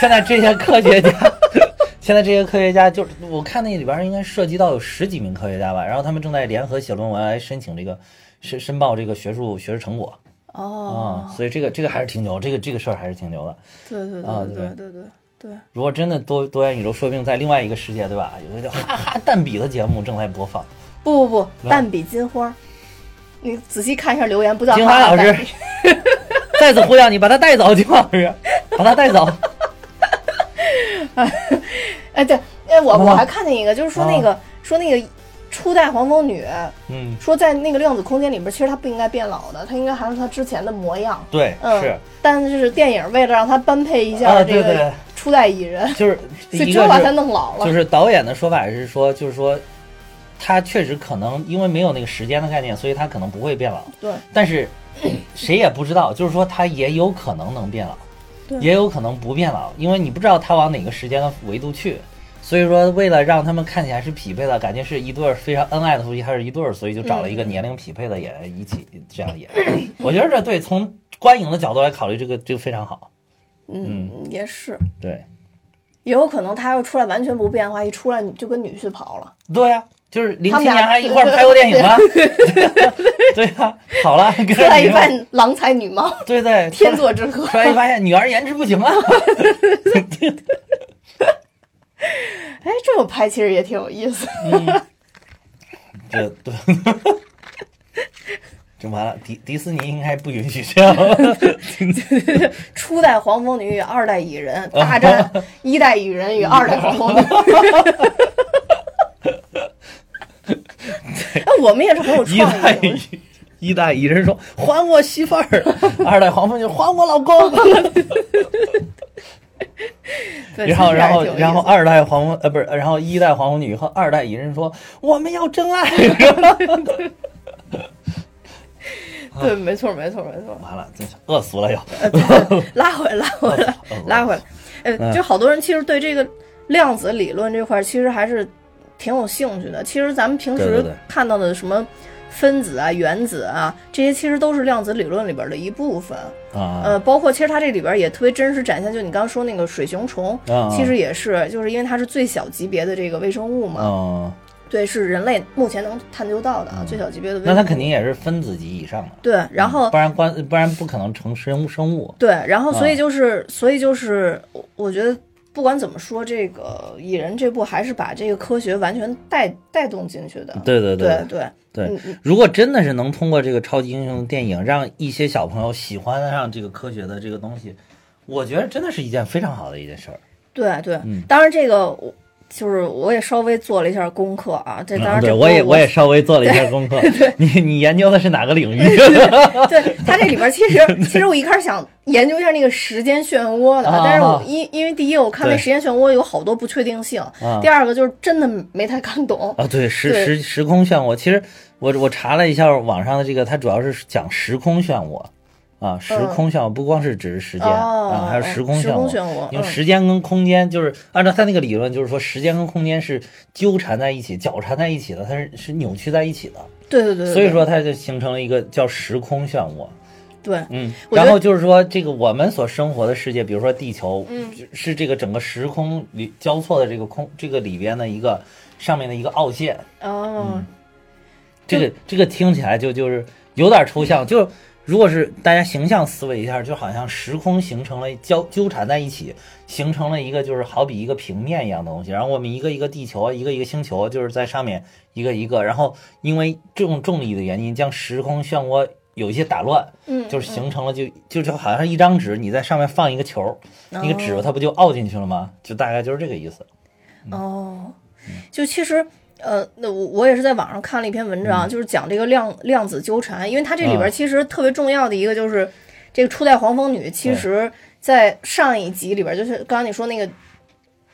[SPEAKER 2] 现在这些科学家， (laughs) 现在这些科学家就是我看那里边儿应该涉及到有十几名科学家吧，然后他们正在联合写论文来申请这个申申报这个学术学术成果啊、
[SPEAKER 1] 哦，
[SPEAKER 2] 所以这个这个还是挺牛，这个这个事儿还是挺牛的。
[SPEAKER 1] 对对
[SPEAKER 2] 啊
[SPEAKER 1] 对
[SPEAKER 2] 对
[SPEAKER 1] 对对对对，
[SPEAKER 2] 如果真的多多元宇宙，说不定在另外一个世界，对吧？有一个叫哈哈蛋比的节目正在
[SPEAKER 1] (laughs)
[SPEAKER 2] 播放。
[SPEAKER 1] 不不不，蛋比金花，你仔细看一下留言，不叫
[SPEAKER 2] 金花
[SPEAKER 1] (laughs) 哈哈
[SPEAKER 2] 老师
[SPEAKER 1] 蛋，
[SPEAKER 2] 再次呼叫你，把他带走，金花老师。把他带走。
[SPEAKER 1] 哎，对，哎，我
[SPEAKER 2] 妈妈
[SPEAKER 1] 我还看见一个，就是说那个、
[SPEAKER 2] 啊
[SPEAKER 1] 说那个初代黄蜂女，
[SPEAKER 2] 嗯，
[SPEAKER 1] 说在那个量子空间里边，其实她不应该变老的，她应该还是她之前的模样。
[SPEAKER 2] 对，
[SPEAKER 1] 嗯，但是电影为了让她般配一
[SPEAKER 2] 啊
[SPEAKER 1] 下这
[SPEAKER 2] 对对
[SPEAKER 1] 个初代蚁人，
[SPEAKER 2] 是，就是
[SPEAKER 1] 所以
[SPEAKER 2] 一
[SPEAKER 1] 只有
[SPEAKER 2] 个
[SPEAKER 1] 把
[SPEAKER 2] 是
[SPEAKER 1] 她弄老了。
[SPEAKER 2] 就是导演的说法是说，就是说，他确实可能因为没有那个时间的概念，所以他可能不会变老。
[SPEAKER 1] 对，
[SPEAKER 2] 但是谁也不知道，就是说他也有可能能变老
[SPEAKER 1] 对，
[SPEAKER 2] 也有可能不变老，因为你不知道他往哪个时间的维度去。所以说，为了让他们看起来是匹配的，感觉是一对儿非常恩爱的夫妻，还是一对儿，所以就找了一个年龄匹配的演员一起这样演。我觉得这对从观影的角度来考虑，这个这个非常好。
[SPEAKER 1] 嗯，也是，
[SPEAKER 2] 对，
[SPEAKER 1] 也有可能她要出来完全不变的话，一出来你就跟女婿跑了。
[SPEAKER 2] 对呀、就是零
[SPEAKER 1] 他
[SPEAKER 2] 七
[SPEAKER 1] 们俩
[SPEAKER 2] 年还一块儿拍过
[SPEAKER 1] (laughs)
[SPEAKER 2] 电影吗？对呀、好了，哥
[SPEAKER 1] 出来一
[SPEAKER 2] 你 (laughs) 看
[SPEAKER 1] 扮郎才女
[SPEAKER 2] (laughs)
[SPEAKER 1] 貌，
[SPEAKER 2] 对对，
[SPEAKER 1] 天作之
[SPEAKER 2] (laughs)
[SPEAKER 1] 合。
[SPEAKER 2] 突然一发现女儿颜值不
[SPEAKER 1] (laughs)
[SPEAKER 2] 行了。
[SPEAKER 1] 哎，这么拍其实也挺有意思。
[SPEAKER 2] 这对， (laughs) 这完了，迪迪士尼应该不允许
[SPEAKER 1] (laughs)
[SPEAKER 2] 这样。
[SPEAKER 1] 初代黄蜂女与二代蚁人
[SPEAKER 2] 啊
[SPEAKER 1] 大战一代蚁人
[SPEAKER 2] 嗯
[SPEAKER 1] 与二代黄蜂女。哎，我们也是很有
[SPEAKER 2] 一
[SPEAKER 1] 创
[SPEAKER 2] 代
[SPEAKER 1] 意的。
[SPEAKER 2] 一代蚁人说：“还我媳妇儿。”二代黄蜂就还我老公。
[SPEAKER 1] (laughs) 对
[SPEAKER 2] 然后，
[SPEAKER 1] 其实
[SPEAKER 2] 然
[SPEAKER 1] 还
[SPEAKER 2] 后
[SPEAKER 1] 挺有，意思
[SPEAKER 2] 然后二代黄蜂呃不是，然后一代黄蜂女和二代蚁人说：“我们要真爱。 (laughs)
[SPEAKER 1] 对，没错，没错，没”错。
[SPEAKER 2] 完了，真是饿死了又。
[SPEAKER 1] 拉回来，拉回 (laughs) 来
[SPEAKER 2] 哦哦，
[SPEAKER 1] 拉回来。呃，就好多人其实对这个量子理论这块儿其实还是挺有兴趣的。其实咱们平
[SPEAKER 2] 对对
[SPEAKER 1] 时
[SPEAKER 2] 对
[SPEAKER 1] 看到的什么分子啊、原子啊，这些其实都是量子理论里边的一部分。
[SPEAKER 2] 啊，
[SPEAKER 1] 呃，包括其实它这里边也特别真实展现，就你刚刚说那个水熊虫，
[SPEAKER 2] 啊
[SPEAKER 1] 其实也是，就是因为它是最小级别的这个微生物嘛，
[SPEAKER 2] 嗯，
[SPEAKER 1] 对，是人类目前能探究到的啊，最小级别的微生
[SPEAKER 2] 那
[SPEAKER 1] 物。
[SPEAKER 2] 它肯定也是分子级以上的，
[SPEAKER 1] 对，然后
[SPEAKER 2] 不然关不然不可能成生物生物。
[SPEAKER 1] 对，然后所
[SPEAKER 2] 啊
[SPEAKER 1] 以就是，所以就是，我我觉得不管怎么说，这个蚁人这部还是把这个科学完全带带动进去的。
[SPEAKER 2] 对对
[SPEAKER 1] 对对
[SPEAKER 2] 对
[SPEAKER 1] 嗯嗯，
[SPEAKER 2] 如果真的是能通过这个超级英雄电影让一些小朋友喜欢上这个科学的这个东西，我觉得真的是一件非常好的一件事儿。
[SPEAKER 1] 对对，
[SPEAKER 2] 嗯
[SPEAKER 1] 当然这个我就是我也稍微做了一下功课啊，这当然这
[SPEAKER 2] 嗯对，
[SPEAKER 1] 不
[SPEAKER 2] 我也
[SPEAKER 1] 是
[SPEAKER 2] 也稍微做了一下功
[SPEAKER 1] (laughs)
[SPEAKER 2] 课。你你研究的是哪个领域？
[SPEAKER 1] 对它这里边儿其实
[SPEAKER 2] (laughs)
[SPEAKER 1] 其实我一开始想研究一下那个时间漩涡的，
[SPEAKER 2] 啊
[SPEAKER 1] 但是我因因为第一我看那
[SPEAKER 2] 对
[SPEAKER 1] 时间漩涡有好多不确定性，第二个就是真的没太看懂。
[SPEAKER 2] 啊，对，时
[SPEAKER 1] 对
[SPEAKER 2] 时时空漩涡，其实我我查了一下网上的这个，它主要是讲时空漩涡。啊，时空漩涡不光是指时间、
[SPEAKER 1] 嗯哦
[SPEAKER 2] 啊，还有时空漩
[SPEAKER 1] 时空
[SPEAKER 2] 涡。
[SPEAKER 1] 漩涡
[SPEAKER 2] 因
[SPEAKER 1] 嗯
[SPEAKER 2] 为时间跟空间就是按照他那个理论，就是说时间跟空间是纠缠在一起、绞缠在一起的，它是是扭曲在一起的。
[SPEAKER 1] 对对对对，
[SPEAKER 2] 所以说它就形成了一个叫时空漩涡。
[SPEAKER 1] 对
[SPEAKER 2] 嗯，
[SPEAKER 1] 我觉
[SPEAKER 2] 然
[SPEAKER 1] 得
[SPEAKER 2] 后就是说这个我们所生活的世界，比如说地球，嗯，是这个整个时空里交错的这个空这个里边的一个上面的一个凹陷。
[SPEAKER 1] 哦，
[SPEAKER 2] 这个这个听起来就就是有点抽象，就如果是大家形象思维一下，就好像时空形成了交纠缠在一起，形成了一个就是好比一个平面一样的东西，然后我们一个一个地球，一个一个星球，就是在上面一个一个，然后因为重重力的原因，将时空漩涡有一些打乱，
[SPEAKER 1] 嗯，
[SPEAKER 2] 就是形成了就就就好像一张纸，你在上面放嗯一个球，
[SPEAKER 1] 嗯
[SPEAKER 2] 那个纸它不就凹进去了吗？就大概就是这个意思。嗯
[SPEAKER 1] 哦，就其实。呃，那我我也是在网上看了一篇文章，就是讲这个量量子纠缠，因为它这里边
[SPEAKER 2] 嗯啊
[SPEAKER 1] 儿其实特别重要的一个就是，这个初代黄蜂女，其实在上一集里边儿，就是刚刚你说那个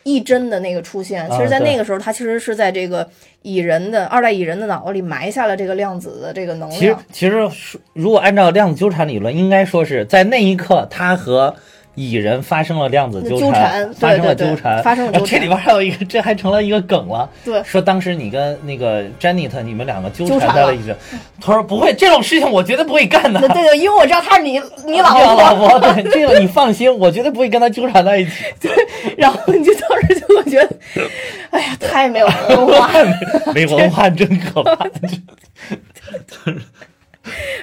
[SPEAKER 1] 一针的那个出现，
[SPEAKER 2] 啊
[SPEAKER 1] 其实在
[SPEAKER 2] 对
[SPEAKER 1] 那个时候，她其实是在这个蚁人的二代蚁人的脑子里埋下了这个量子的这个能
[SPEAKER 2] 其实
[SPEAKER 1] 量。，
[SPEAKER 2] 其实说如果按照量子纠缠理论，应该说是在那一刻，他和蚁人发生了量子纠
[SPEAKER 1] 纠缠
[SPEAKER 2] 发生了
[SPEAKER 1] 对对
[SPEAKER 2] 纠
[SPEAKER 1] 对
[SPEAKER 2] 缠，
[SPEAKER 1] 发生了
[SPEAKER 2] 然后
[SPEAKER 1] 纠
[SPEAKER 2] 这
[SPEAKER 1] 缠
[SPEAKER 2] 里边还有一个，这还成了一个梗了。
[SPEAKER 1] 对
[SPEAKER 2] 说当时你跟那个 Janet 你们两个纠
[SPEAKER 1] 纠
[SPEAKER 2] 缠
[SPEAKER 1] 缠
[SPEAKER 2] 在了
[SPEAKER 1] 了
[SPEAKER 2] 一起，他说不会，这种事情我绝对不会干的
[SPEAKER 1] (laughs) 那。对对，因为我知道她是你你
[SPEAKER 2] (laughs)
[SPEAKER 1] 老
[SPEAKER 2] 我
[SPEAKER 1] 婆，
[SPEAKER 2] 老婆，对这个你放心，我绝对不会跟他纠缠在一
[SPEAKER 1] (laughs)
[SPEAKER 2] 起。
[SPEAKER 1] 然后你就当时就会觉得，哎呀，太没有文化了。
[SPEAKER 2] 没文化真
[SPEAKER 1] (laughs)
[SPEAKER 2] 可怕。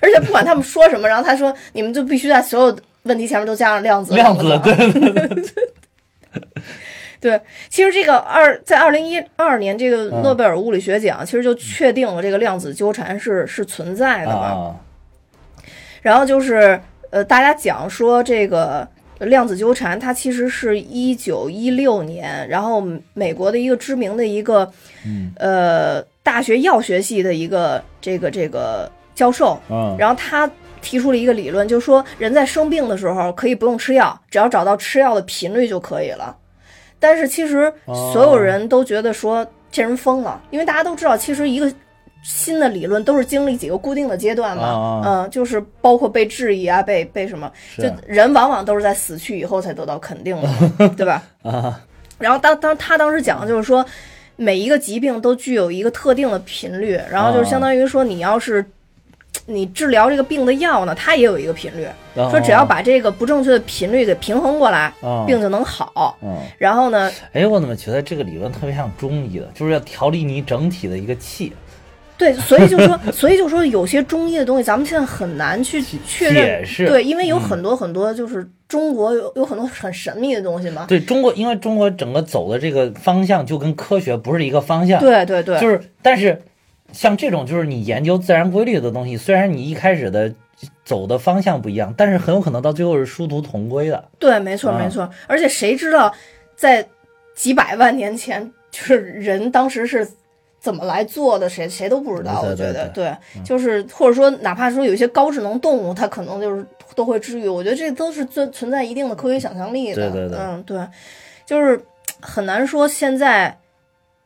[SPEAKER 1] 而且不管他们说什么，然后他说你们就必须在所有问题前面都加上量子，
[SPEAKER 2] 量子，对
[SPEAKER 1] (laughs)
[SPEAKER 2] 对对
[SPEAKER 1] 对。其实这个二在二零一二年这
[SPEAKER 2] 嗯
[SPEAKER 1] 个诺贝尔物理学奖，其实就确定了这个量子纠缠是是存在的嘛。
[SPEAKER 2] 啊，
[SPEAKER 1] 然后就是呃，大家讲说这个量子纠缠，它其实是一九一六年，然后美国的一个知名的一个，
[SPEAKER 3] 嗯
[SPEAKER 1] 呃，大学药学系的一个这个这个教授，
[SPEAKER 3] 啊，
[SPEAKER 1] 然后他提出了一个理论，就说人在生病的时候可以不用吃药，只要找到吃药的频率就可以了。但是其实
[SPEAKER 3] 哦
[SPEAKER 1] 所有人都觉得说这人疯了，因为大家都知道，其实一个新的理论都是经历几个固定的阶段嘛
[SPEAKER 3] 啊，
[SPEAKER 1] 嗯、就是包括被质疑啊，被被什么，
[SPEAKER 3] 是啊
[SPEAKER 2] 啊
[SPEAKER 1] 就人往往都是在死去以后才得到肯定
[SPEAKER 3] (laughs)
[SPEAKER 1] 的嘛，对吧？
[SPEAKER 2] 啊，
[SPEAKER 1] 然后当当他当时讲的就是说，每一个疾病都具有一个特定的频率，然后就是相当于说你要是。你治疗这个病的药呢，它也有一个频率，
[SPEAKER 3] 哦
[SPEAKER 1] 说只要把这个不正确的频率给平衡过来，
[SPEAKER 3] 啊
[SPEAKER 1] 病就能好。
[SPEAKER 3] 嗯
[SPEAKER 1] 然后呢，
[SPEAKER 2] 哎，我怎么觉得这个理论特别像中医的，就是要调理你整体的一个气，
[SPEAKER 1] 对，所以就
[SPEAKER 2] (laughs)
[SPEAKER 1] 说，所以就说有些中医的东西，咱们现在很难去确认
[SPEAKER 2] 解，释嗯
[SPEAKER 1] 对，因为有很多很多就是中国有有很多很神秘的东西嘛。
[SPEAKER 2] 对中国，因为中国整个走的这个方向就跟科学不是一个方向，
[SPEAKER 1] 对对对，
[SPEAKER 2] 就是但是像这种就是你研究自然规律的东西，虽然你一开始的走的方向不一样，但是很有可能到最后是殊途同归的。
[SPEAKER 1] 对，没错，
[SPEAKER 2] 啊
[SPEAKER 1] 没错。而且谁知道，在几百万年前，就是人当时是怎么来做的，谁谁都不知道。
[SPEAKER 2] 对
[SPEAKER 1] 我
[SPEAKER 2] 对嗯
[SPEAKER 1] 觉得，对，就是或者说，哪怕说有一些高智能动物，它可能就是都会治愈。我觉得这都是存存在一定的科学想象力的。
[SPEAKER 2] 对对对
[SPEAKER 1] 嗯，对，就是很难说现在。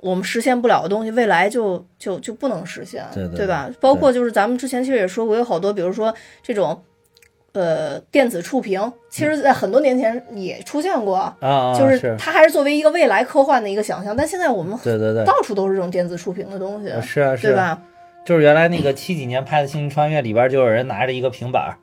[SPEAKER 1] 我们实现不了的东西，未来就就就不能实现，
[SPEAKER 2] 对对对
[SPEAKER 1] 吧？啊包括就是咱们之前其实也说过，有好多，比如说这种呃电子触屏，其实在很多年前也出现过，
[SPEAKER 2] 啊，
[SPEAKER 1] 就是是它还是作为一个未来科幻的一个想象，但现在我们
[SPEAKER 2] 对对对，
[SPEAKER 1] 到处都是这种电子触屏的东西，
[SPEAKER 2] 是啊是
[SPEAKER 1] 对
[SPEAKER 2] 啊，
[SPEAKER 1] 吧？
[SPEAKER 2] 就是原来那个七几年拍的《星际穿越》里边，就有人拿着一个平板儿，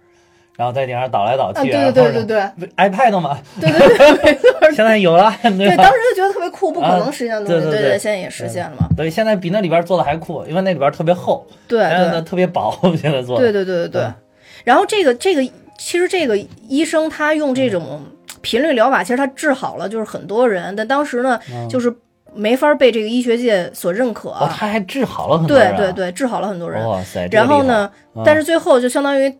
[SPEAKER 2] 然后在顶上倒来倒
[SPEAKER 1] 啊，
[SPEAKER 2] 去，
[SPEAKER 1] 对
[SPEAKER 2] 然后
[SPEAKER 1] 对对对对
[SPEAKER 2] 不是 iPad 嘛，
[SPEAKER 1] 对对对，没错，
[SPEAKER 2] (laughs) 现在有了，对
[SPEAKER 1] 对，
[SPEAKER 2] 吧
[SPEAKER 1] 当？时就觉得特别酷，不可能实现的东
[SPEAKER 2] 啊
[SPEAKER 1] 西，
[SPEAKER 2] 对对
[SPEAKER 1] 对
[SPEAKER 2] 对
[SPEAKER 1] 现在也实现了嘛，
[SPEAKER 2] 对，现在比那里边做的还酷，因为那里边特别厚，
[SPEAKER 1] 对
[SPEAKER 2] 然后呢
[SPEAKER 1] 对
[SPEAKER 2] 特别薄，现在做的。
[SPEAKER 1] 对对对对对
[SPEAKER 2] 嗯。
[SPEAKER 1] 然后这个这个，其实这个医生他用这种频率疗法，其实他治好了就是很多人，但当时呢，就是没法被这个医学界所认可，
[SPEAKER 2] 嗯哦，他还治好了很多人
[SPEAKER 1] 啊对
[SPEAKER 2] 啊。
[SPEAKER 1] 对对，治好了很多人。
[SPEAKER 2] 哇塞！这个
[SPEAKER 1] 然后
[SPEAKER 2] 厉害？
[SPEAKER 1] 呢，
[SPEAKER 2] 嗯
[SPEAKER 1] 但是最后就相当于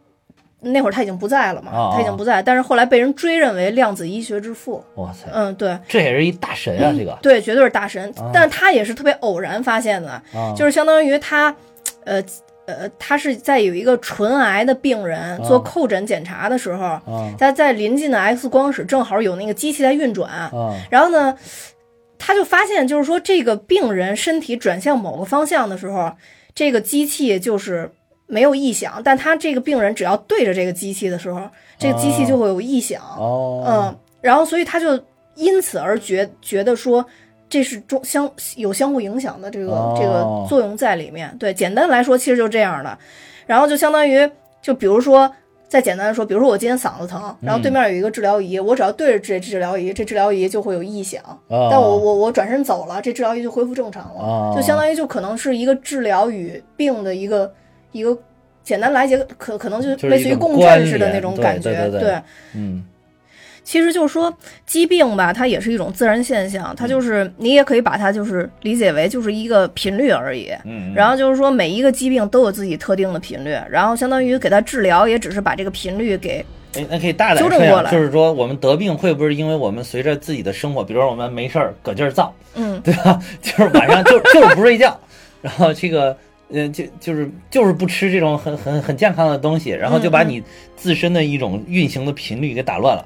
[SPEAKER 1] 那会儿他已经不在了嘛，
[SPEAKER 2] 啊啊
[SPEAKER 1] 他已经不在，但是后来被人追认为量子医学之父。
[SPEAKER 2] 哇塞，
[SPEAKER 1] 嗯，对
[SPEAKER 2] 这也是一大神啊，这个
[SPEAKER 1] 对，绝对是大神。
[SPEAKER 2] 哦
[SPEAKER 1] 但是他也是特别偶然发现的，
[SPEAKER 2] 啊
[SPEAKER 1] 就是相当于他，呃呃，他是在有一个唇癌的病人做叩诊检查的时候，
[SPEAKER 2] 啊
[SPEAKER 1] 他在临近的 X 光室正好有那个机器在运转，
[SPEAKER 2] 啊
[SPEAKER 1] 然后呢，他就发现，就是说这个病人身体转向某个方向的时候，这个机器就是没有异响，但他这个病人只要对着这个机器的时候，这个机
[SPEAKER 2] 啊
[SPEAKER 1] 器就会有异响。
[SPEAKER 2] 哦
[SPEAKER 1] 嗯，然后所以他就因此而觉觉得说。这是中相有相互影响的这个、这
[SPEAKER 2] 哦
[SPEAKER 1] 个作用在里面。对，简单来说其实就是这样的。然后就相当于，就比如说，再简单的说，比如说我今天嗓子疼，
[SPEAKER 2] 嗯
[SPEAKER 1] 然后对面有一个治疗仪，我只要对着这治疗仪，这治疗仪就会有异响。
[SPEAKER 2] 哦
[SPEAKER 1] 但我我我转身走了，这治疗仪就恢复正常了，
[SPEAKER 2] 哦
[SPEAKER 1] 就相当于就可能是一个治疗与病的一个一个简单来解，可可能就
[SPEAKER 2] 就是
[SPEAKER 1] 类似
[SPEAKER 2] 一
[SPEAKER 1] 于
[SPEAKER 2] 个
[SPEAKER 1] 共
[SPEAKER 2] 关
[SPEAKER 1] 振似的
[SPEAKER 2] 联
[SPEAKER 1] 那种
[SPEAKER 2] 对
[SPEAKER 1] 感觉。
[SPEAKER 2] 对对对嗯
[SPEAKER 1] 其实就是说疾病吧，它也是一种自然现象，
[SPEAKER 2] 嗯
[SPEAKER 1] 它就是你也可以把它就是理解为就是一个频率而已。
[SPEAKER 2] 嗯，
[SPEAKER 1] 然后就是说，每一个疾病都有自己特定的频率，然后相当
[SPEAKER 2] 嗯
[SPEAKER 1] 于给它治疗，也只是把这个频率给
[SPEAKER 2] 哎，那可以大胆
[SPEAKER 1] 纠正
[SPEAKER 2] 说呀
[SPEAKER 1] 过来
[SPEAKER 2] 就是说我们得病会不会是因为我们随着自己的生活，比如说我们没事儿搁劲儿造，
[SPEAKER 1] 嗯，
[SPEAKER 2] (laughs) 对吧？就是晚上就 (laughs) 就是不睡觉，然后这个。嗯，就就是就是不吃这种很很很健康的东西，然后就把你自身的一种运行的频率给打乱了，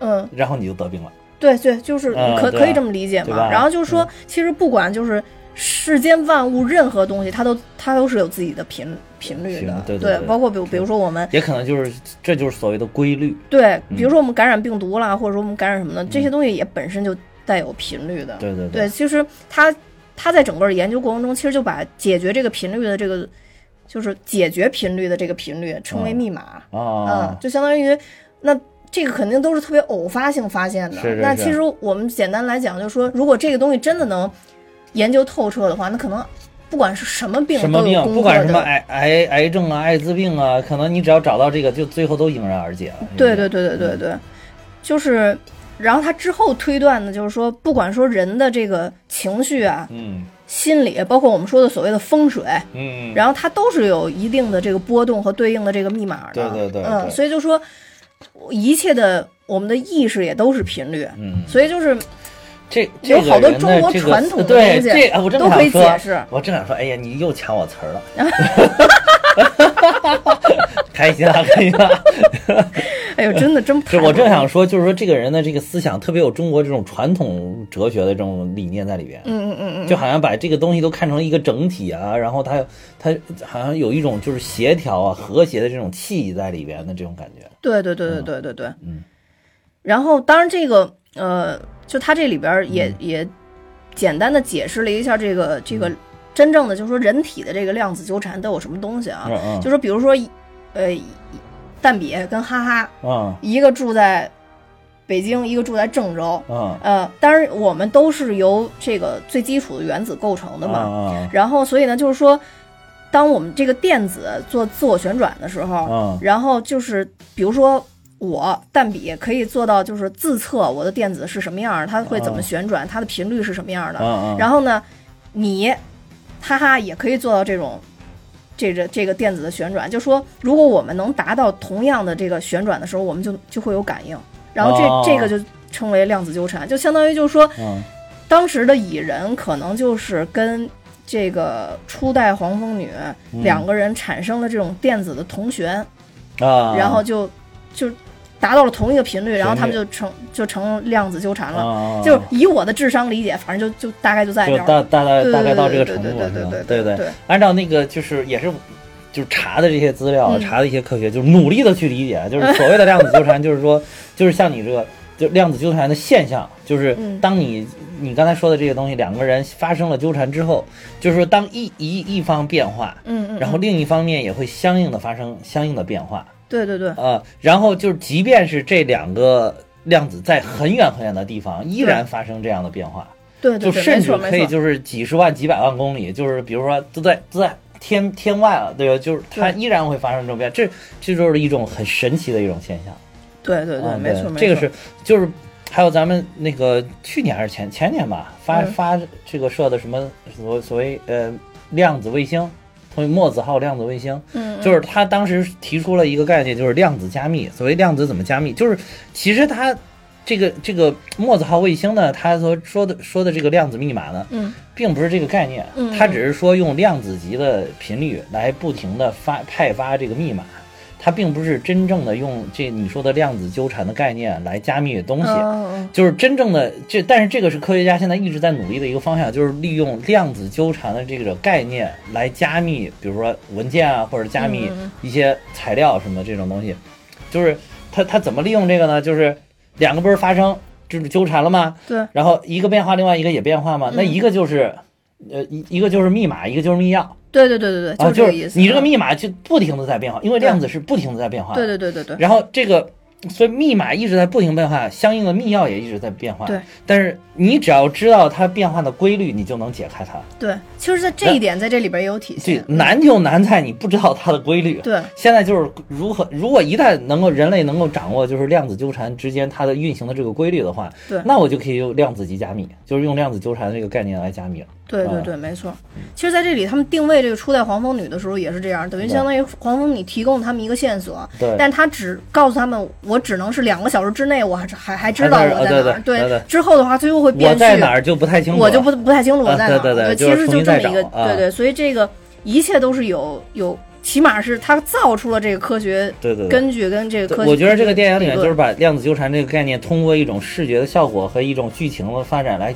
[SPEAKER 1] 嗯，
[SPEAKER 2] 然后你就得病了。
[SPEAKER 1] 对对，就是
[SPEAKER 2] 嗯
[SPEAKER 1] 可、
[SPEAKER 2] 对啊
[SPEAKER 1] 可以这么理解
[SPEAKER 2] 对
[SPEAKER 1] 嘛
[SPEAKER 2] 吧。嗯
[SPEAKER 1] 然后就是说，其实不管就是世间万物任何东西，它都它都是有自己的频频率
[SPEAKER 2] 频率
[SPEAKER 1] 的，
[SPEAKER 2] 对对对
[SPEAKER 1] 包括比如比如说我们
[SPEAKER 2] 也可能就是这就是所谓的规律。
[SPEAKER 1] 对，
[SPEAKER 2] 嗯
[SPEAKER 1] 比如说我们感染病毒啦，或者说我们感染什么的，这些东西也本身就带有频率的。
[SPEAKER 2] 对对
[SPEAKER 1] 对，其实他他在整个研究过程中，其实就把解决这个频率的这个，就是解决频率的这个频率称为
[SPEAKER 2] 嗯
[SPEAKER 1] 密码，嗯
[SPEAKER 2] 啊，，
[SPEAKER 1] 就相当于那这个肯定都是特别偶发性发现的。
[SPEAKER 2] 是是
[SPEAKER 1] 那
[SPEAKER 2] 是
[SPEAKER 1] 其实我们简单来讲，就是说，如果这个东西真的能研究透彻的话，那可能不管是什么病
[SPEAKER 2] 什么
[SPEAKER 1] 都
[SPEAKER 2] 病
[SPEAKER 1] 有，
[SPEAKER 2] 不
[SPEAKER 1] 攻克
[SPEAKER 2] 管什么哎
[SPEAKER 1] 的。
[SPEAKER 2] 癌癌癌症啊、艾滋病啊，可能你只要找到这个，就最后都迎刃而解了。
[SPEAKER 1] 对对对对对对，就是。然后他之后推断的就是说，不管说人的这个情绪啊、
[SPEAKER 2] 嗯
[SPEAKER 1] 心理，包括我们说的所谓的风水，
[SPEAKER 2] 嗯，
[SPEAKER 1] 然后它都是有一定的这个波动和对应的这个密码的。
[SPEAKER 2] 对对对对
[SPEAKER 1] 嗯，所以就说一切的我们的意识也都是频率，
[SPEAKER 2] 嗯，
[SPEAKER 1] 所以就是
[SPEAKER 2] 这
[SPEAKER 1] 有好多中国
[SPEAKER 2] 这个
[SPEAKER 1] 传
[SPEAKER 2] 人
[SPEAKER 1] 统的
[SPEAKER 2] 的
[SPEAKER 1] 东西
[SPEAKER 2] 这个、对，这哎我正
[SPEAKER 1] 都可以
[SPEAKER 2] 想说
[SPEAKER 1] 解释
[SPEAKER 2] 我正想说，哎呀，你又抢我词
[SPEAKER 1] (laughs)
[SPEAKER 2] 儿了，开心啊，开心啊！
[SPEAKER 1] 哎呦，真的真
[SPEAKER 2] 是
[SPEAKER 1] 排
[SPEAKER 2] 我正
[SPEAKER 1] 斥
[SPEAKER 2] 想说，就是说这个人的这个思想特别有中国这种传统哲学的这种理念在里边，
[SPEAKER 1] 嗯嗯嗯嗯，
[SPEAKER 2] 就好像把这个东西都看成一个整体啊，然后他他好像有一种就是协调啊、和谐的这种气在里边的这种感觉。
[SPEAKER 1] 对对对对对对对，
[SPEAKER 2] 嗯。
[SPEAKER 1] 然后，当然这个呃，就他这里边儿也、也简单的解释了一下这个这个真正的，就是说人体的这个量子纠缠都有什么东西啊？
[SPEAKER 2] 嗯嗯
[SPEAKER 1] 就说比如说，呃，蛋比跟哈哈，
[SPEAKER 2] 嗯
[SPEAKER 1] 一个住在北京，一个住在郑州，
[SPEAKER 2] 嗯
[SPEAKER 1] 呃，当然我们都是由这个最基础的原子构成的嘛。
[SPEAKER 2] 嗯
[SPEAKER 1] 然后，所以呢，就是说，当我们这个电子做自我旋转的时候，
[SPEAKER 2] 嗯
[SPEAKER 1] 然后就是比如说我蛋比可以做到就是自测我的电子是什么样儿，它会怎么
[SPEAKER 2] 嗯
[SPEAKER 1] 旋转，它的频率是什么样儿的。
[SPEAKER 2] 嗯，
[SPEAKER 1] 然后呢，你哈哈也可以做到这种。这个这个电子的旋转，就说如果我们能达到同样的这个旋转的时候，我们就就会有感应，然后这、
[SPEAKER 2] 哦
[SPEAKER 1] 这个就称为量子纠缠，就相当于就是说
[SPEAKER 2] 嗯
[SPEAKER 1] 当时的蚁人可能就是跟这个初代黄蜂女
[SPEAKER 2] 嗯
[SPEAKER 1] 两个人产生了这种电子的同旋，
[SPEAKER 2] 啊，
[SPEAKER 1] 然后就就达到了同一个频率，
[SPEAKER 2] 率
[SPEAKER 1] 然后他们就成就成量子纠缠了。
[SPEAKER 2] 啊，
[SPEAKER 1] 就是以我的智商理解，反正就就大概就在这
[SPEAKER 2] 就大
[SPEAKER 1] 儿。
[SPEAKER 2] 大概
[SPEAKER 1] 对
[SPEAKER 2] 大概到这
[SPEAKER 1] 对
[SPEAKER 2] 个
[SPEAKER 1] 对
[SPEAKER 2] 程度
[SPEAKER 1] 对
[SPEAKER 2] 了，是吧
[SPEAKER 1] 对
[SPEAKER 2] 对
[SPEAKER 1] 对，
[SPEAKER 2] 按照那个就是也是。就是查的这些资料，
[SPEAKER 1] 嗯
[SPEAKER 2] 查的一些科学，就是努力的去理解，就是所谓的量子纠缠，就是说， (laughs) 就是像你这个，就量子纠缠的现象，就是
[SPEAKER 1] 嗯
[SPEAKER 2] 当你你刚才说的这些东西，两个人发生了纠缠之后，就是说当一一一方变化，
[SPEAKER 1] 嗯嗯，
[SPEAKER 2] 然后另一方面也会相应的发生相应的变化
[SPEAKER 1] 对对对
[SPEAKER 2] 啊、然后就是即便是这两个量子在很远很远的地方，依然发生这样的变化。
[SPEAKER 1] 对
[SPEAKER 2] 就
[SPEAKER 1] 对对，
[SPEAKER 2] 甚
[SPEAKER 1] 没
[SPEAKER 2] 至
[SPEAKER 1] 错
[SPEAKER 2] 可
[SPEAKER 1] 没
[SPEAKER 2] 以
[SPEAKER 1] 错，
[SPEAKER 2] 就是几十万、几百万公里，就是比如说都在都在天天外了，对吧？就是它
[SPEAKER 1] 对
[SPEAKER 2] 依然会发生这种变，这这就是一种很神奇的一种现象。
[SPEAKER 1] 对对对，
[SPEAKER 2] 嗯
[SPEAKER 1] 没错没错，
[SPEAKER 2] 这个是就是还有咱们那个去年还是前前年吧，发、
[SPEAKER 1] 嗯
[SPEAKER 2] 发这个社的什么所所谓呃量子卫星，所谓墨子号量子卫星，
[SPEAKER 1] 嗯
[SPEAKER 2] 就是他当时提出了一个概念，就是量子加密。所谓量子怎么加密，就是其实他这个这个墨子号卫星呢，他所说的说的这个量子密码呢，
[SPEAKER 1] 嗯
[SPEAKER 2] 并不是这个概念
[SPEAKER 1] 嗯，
[SPEAKER 2] 它只是说用量子级的频率来不停的发派发这个密码，它并不是真正的用这你说的量子纠缠的概念来加密东西。
[SPEAKER 1] 嗯
[SPEAKER 2] 就是真正的这，但是这个是科学家现在一直在努力的一个方向，就是利用量子纠缠的这个概念来加密，比如说文件啊，或者加密
[SPEAKER 1] 嗯嗯嗯
[SPEAKER 2] 一些材料什么这种东西。就是他他怎么利用这个呢？就是两个不是发生就是纠缠了吗？
[SPEAKER 1] 哦对
[SPEAKER 2] 然后一个变化，另外一个也变化嘛。
[SPEAKER 1] 嗯
[SPEAKER 2] 那一个就是，呃，一一个就是密码，一个就是密钥
[SPEAKER 1] 对对对对对，
[SPEAKER 2] 啊，
[SPEAKER 1] 是这
[SPEAKER 2] 就
[SPEAKER 1] 个意
[SPEAKER 2] 是
[SPEAKER 1] 思。嗯
[SPEAKER 2] 你这个，密码就不停的在变化，因为
[SPEAKER 1] 对
[SPEAKER 2] 量子是不停的在变化的。
[SPEAKER 1] 对对对对对，
[SPEAKER 2] 然后这个，所以密码一直在不停变化，相应的密钥也一直在变化。
[SPEAKER 1] 对，
[SPEAKER 2] 但是你只要知道它变化的规律，你就能解开它。
[SPEAKER 1] 对，其实，在这一点，在这里边也有体
[SPEAKER 2] 这
[SPEAKER 1] 现。
[SPEAKER 2] 难就难在你不知道它的规律。
[SPEAKER 1] 嗯对
[SPEAKER 2] 现在就是如何，如果一旦能够人类能够掌握就是量子纠缠之间它的运行的这个规律的话，
[SPEAKER 1] 对
[SPEAKER 2] 那我就可以用量子级加密，就是用量子纠缠这个概念来加密了。
[SPEAKER 1] 对对
[SPEAKER 2] 嗯
[SPEAKER 1] 对，没错。其实，在这里，他们定位这个初代黄蜂女的时候也是这样，等于相当于黄蜂女提供他们一个线索，
[SPEAKER 2] 对
[SPEAKER 1] 但他只告诉他们，我只能是两个小时之内，我还还还知道
[SPEAKER 2] 还
[SPEAKER 1] 我
[SPEAKER 2] 在啊
[SPEAKER 1] 在哪
[SPEAKER 2] 对对
[SPEAKER 1] 儿。
[SPEAKER 2] 对对
[SPEAKER 1] 之后的话，最后会
[SPEAKER 2] 我
[SPEAKER 1] 变
[SPEAKER 2] 在
[SPEAKER 1] 去
[SPEAKER 2] 哪，儿就不太清楚了，
[SPEAKER 1] 我就不不太清楚我在哪儿。
[SPEAKER 2] 啊对对对
[SPEAKER 1] 其实
[SPEAKER 2] 就是重新
[SPEAKER 1] 就这么
[SPEAKER 2] 再
[SPEAKER 1] 一个
[SPEAKER 2] 找，啊
[SPEAKER 1] 对对。所以这个一切都是有有，起码是他造出了这个科学
[SPEAKER 2] 对对对
[SPEAKER 1] 根据跟这个科学。
[SPEAKER 2] 我觉得这个电影里面就是
[SPEAKER 1] 理论
[SPEAKER 2] 把量子纠缠这个概念，通过一种视觉的效果和一种剧情的发展来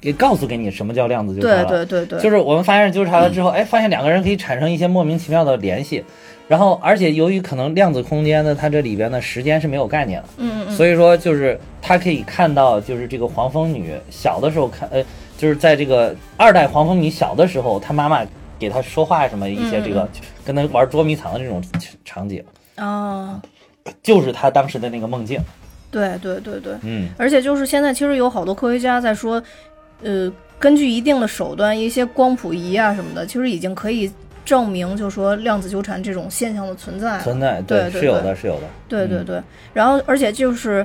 [SPEAKER 2] 给告诉给你什么叫量子纠缠
[SPEAKER 1] 对对
[SPEAKER 2] 了。
[SPEAKER 1] 对对，嗯
[SPEAKER 2] 就是我们发现纠缠了之后，哎，发现两个人可以产生一些莫名其妙的联系，然后而且由于可能量子空间呢，它这里边的时间是没有概念的，
[SPEAKER 1] 嗯嗯
[SPEAKER 2] 所以说就是他可以看到，就是这个黄蜂女小的时候看，呃，就是在这个二代黄蜂女小的时候，她妈妈给她说话什么一些这个跟她玩捉迷藏的这种场景，
[SPEAKER 1] 嗯啊，
[SPEAKER 2] 就是她当时的那个梦境。
[SPEAKER 1] 对对对对。
[SPEAKER 2] 嗯，
[SPEAKER 1] 而且就是现在，其实有好多科学家在说，呃，根据一定的手段，一些光谱仪啊什么的，其实已经可以证明，就说量子纠缠这种现象的存在了。
[SPEAKER 2] 嗯存在，嗯
[SPEAKER 1] 对对
[SPEAKER 2] 是有的，是有的。
[SPEAKER 1] 对对对。然后，而且就是，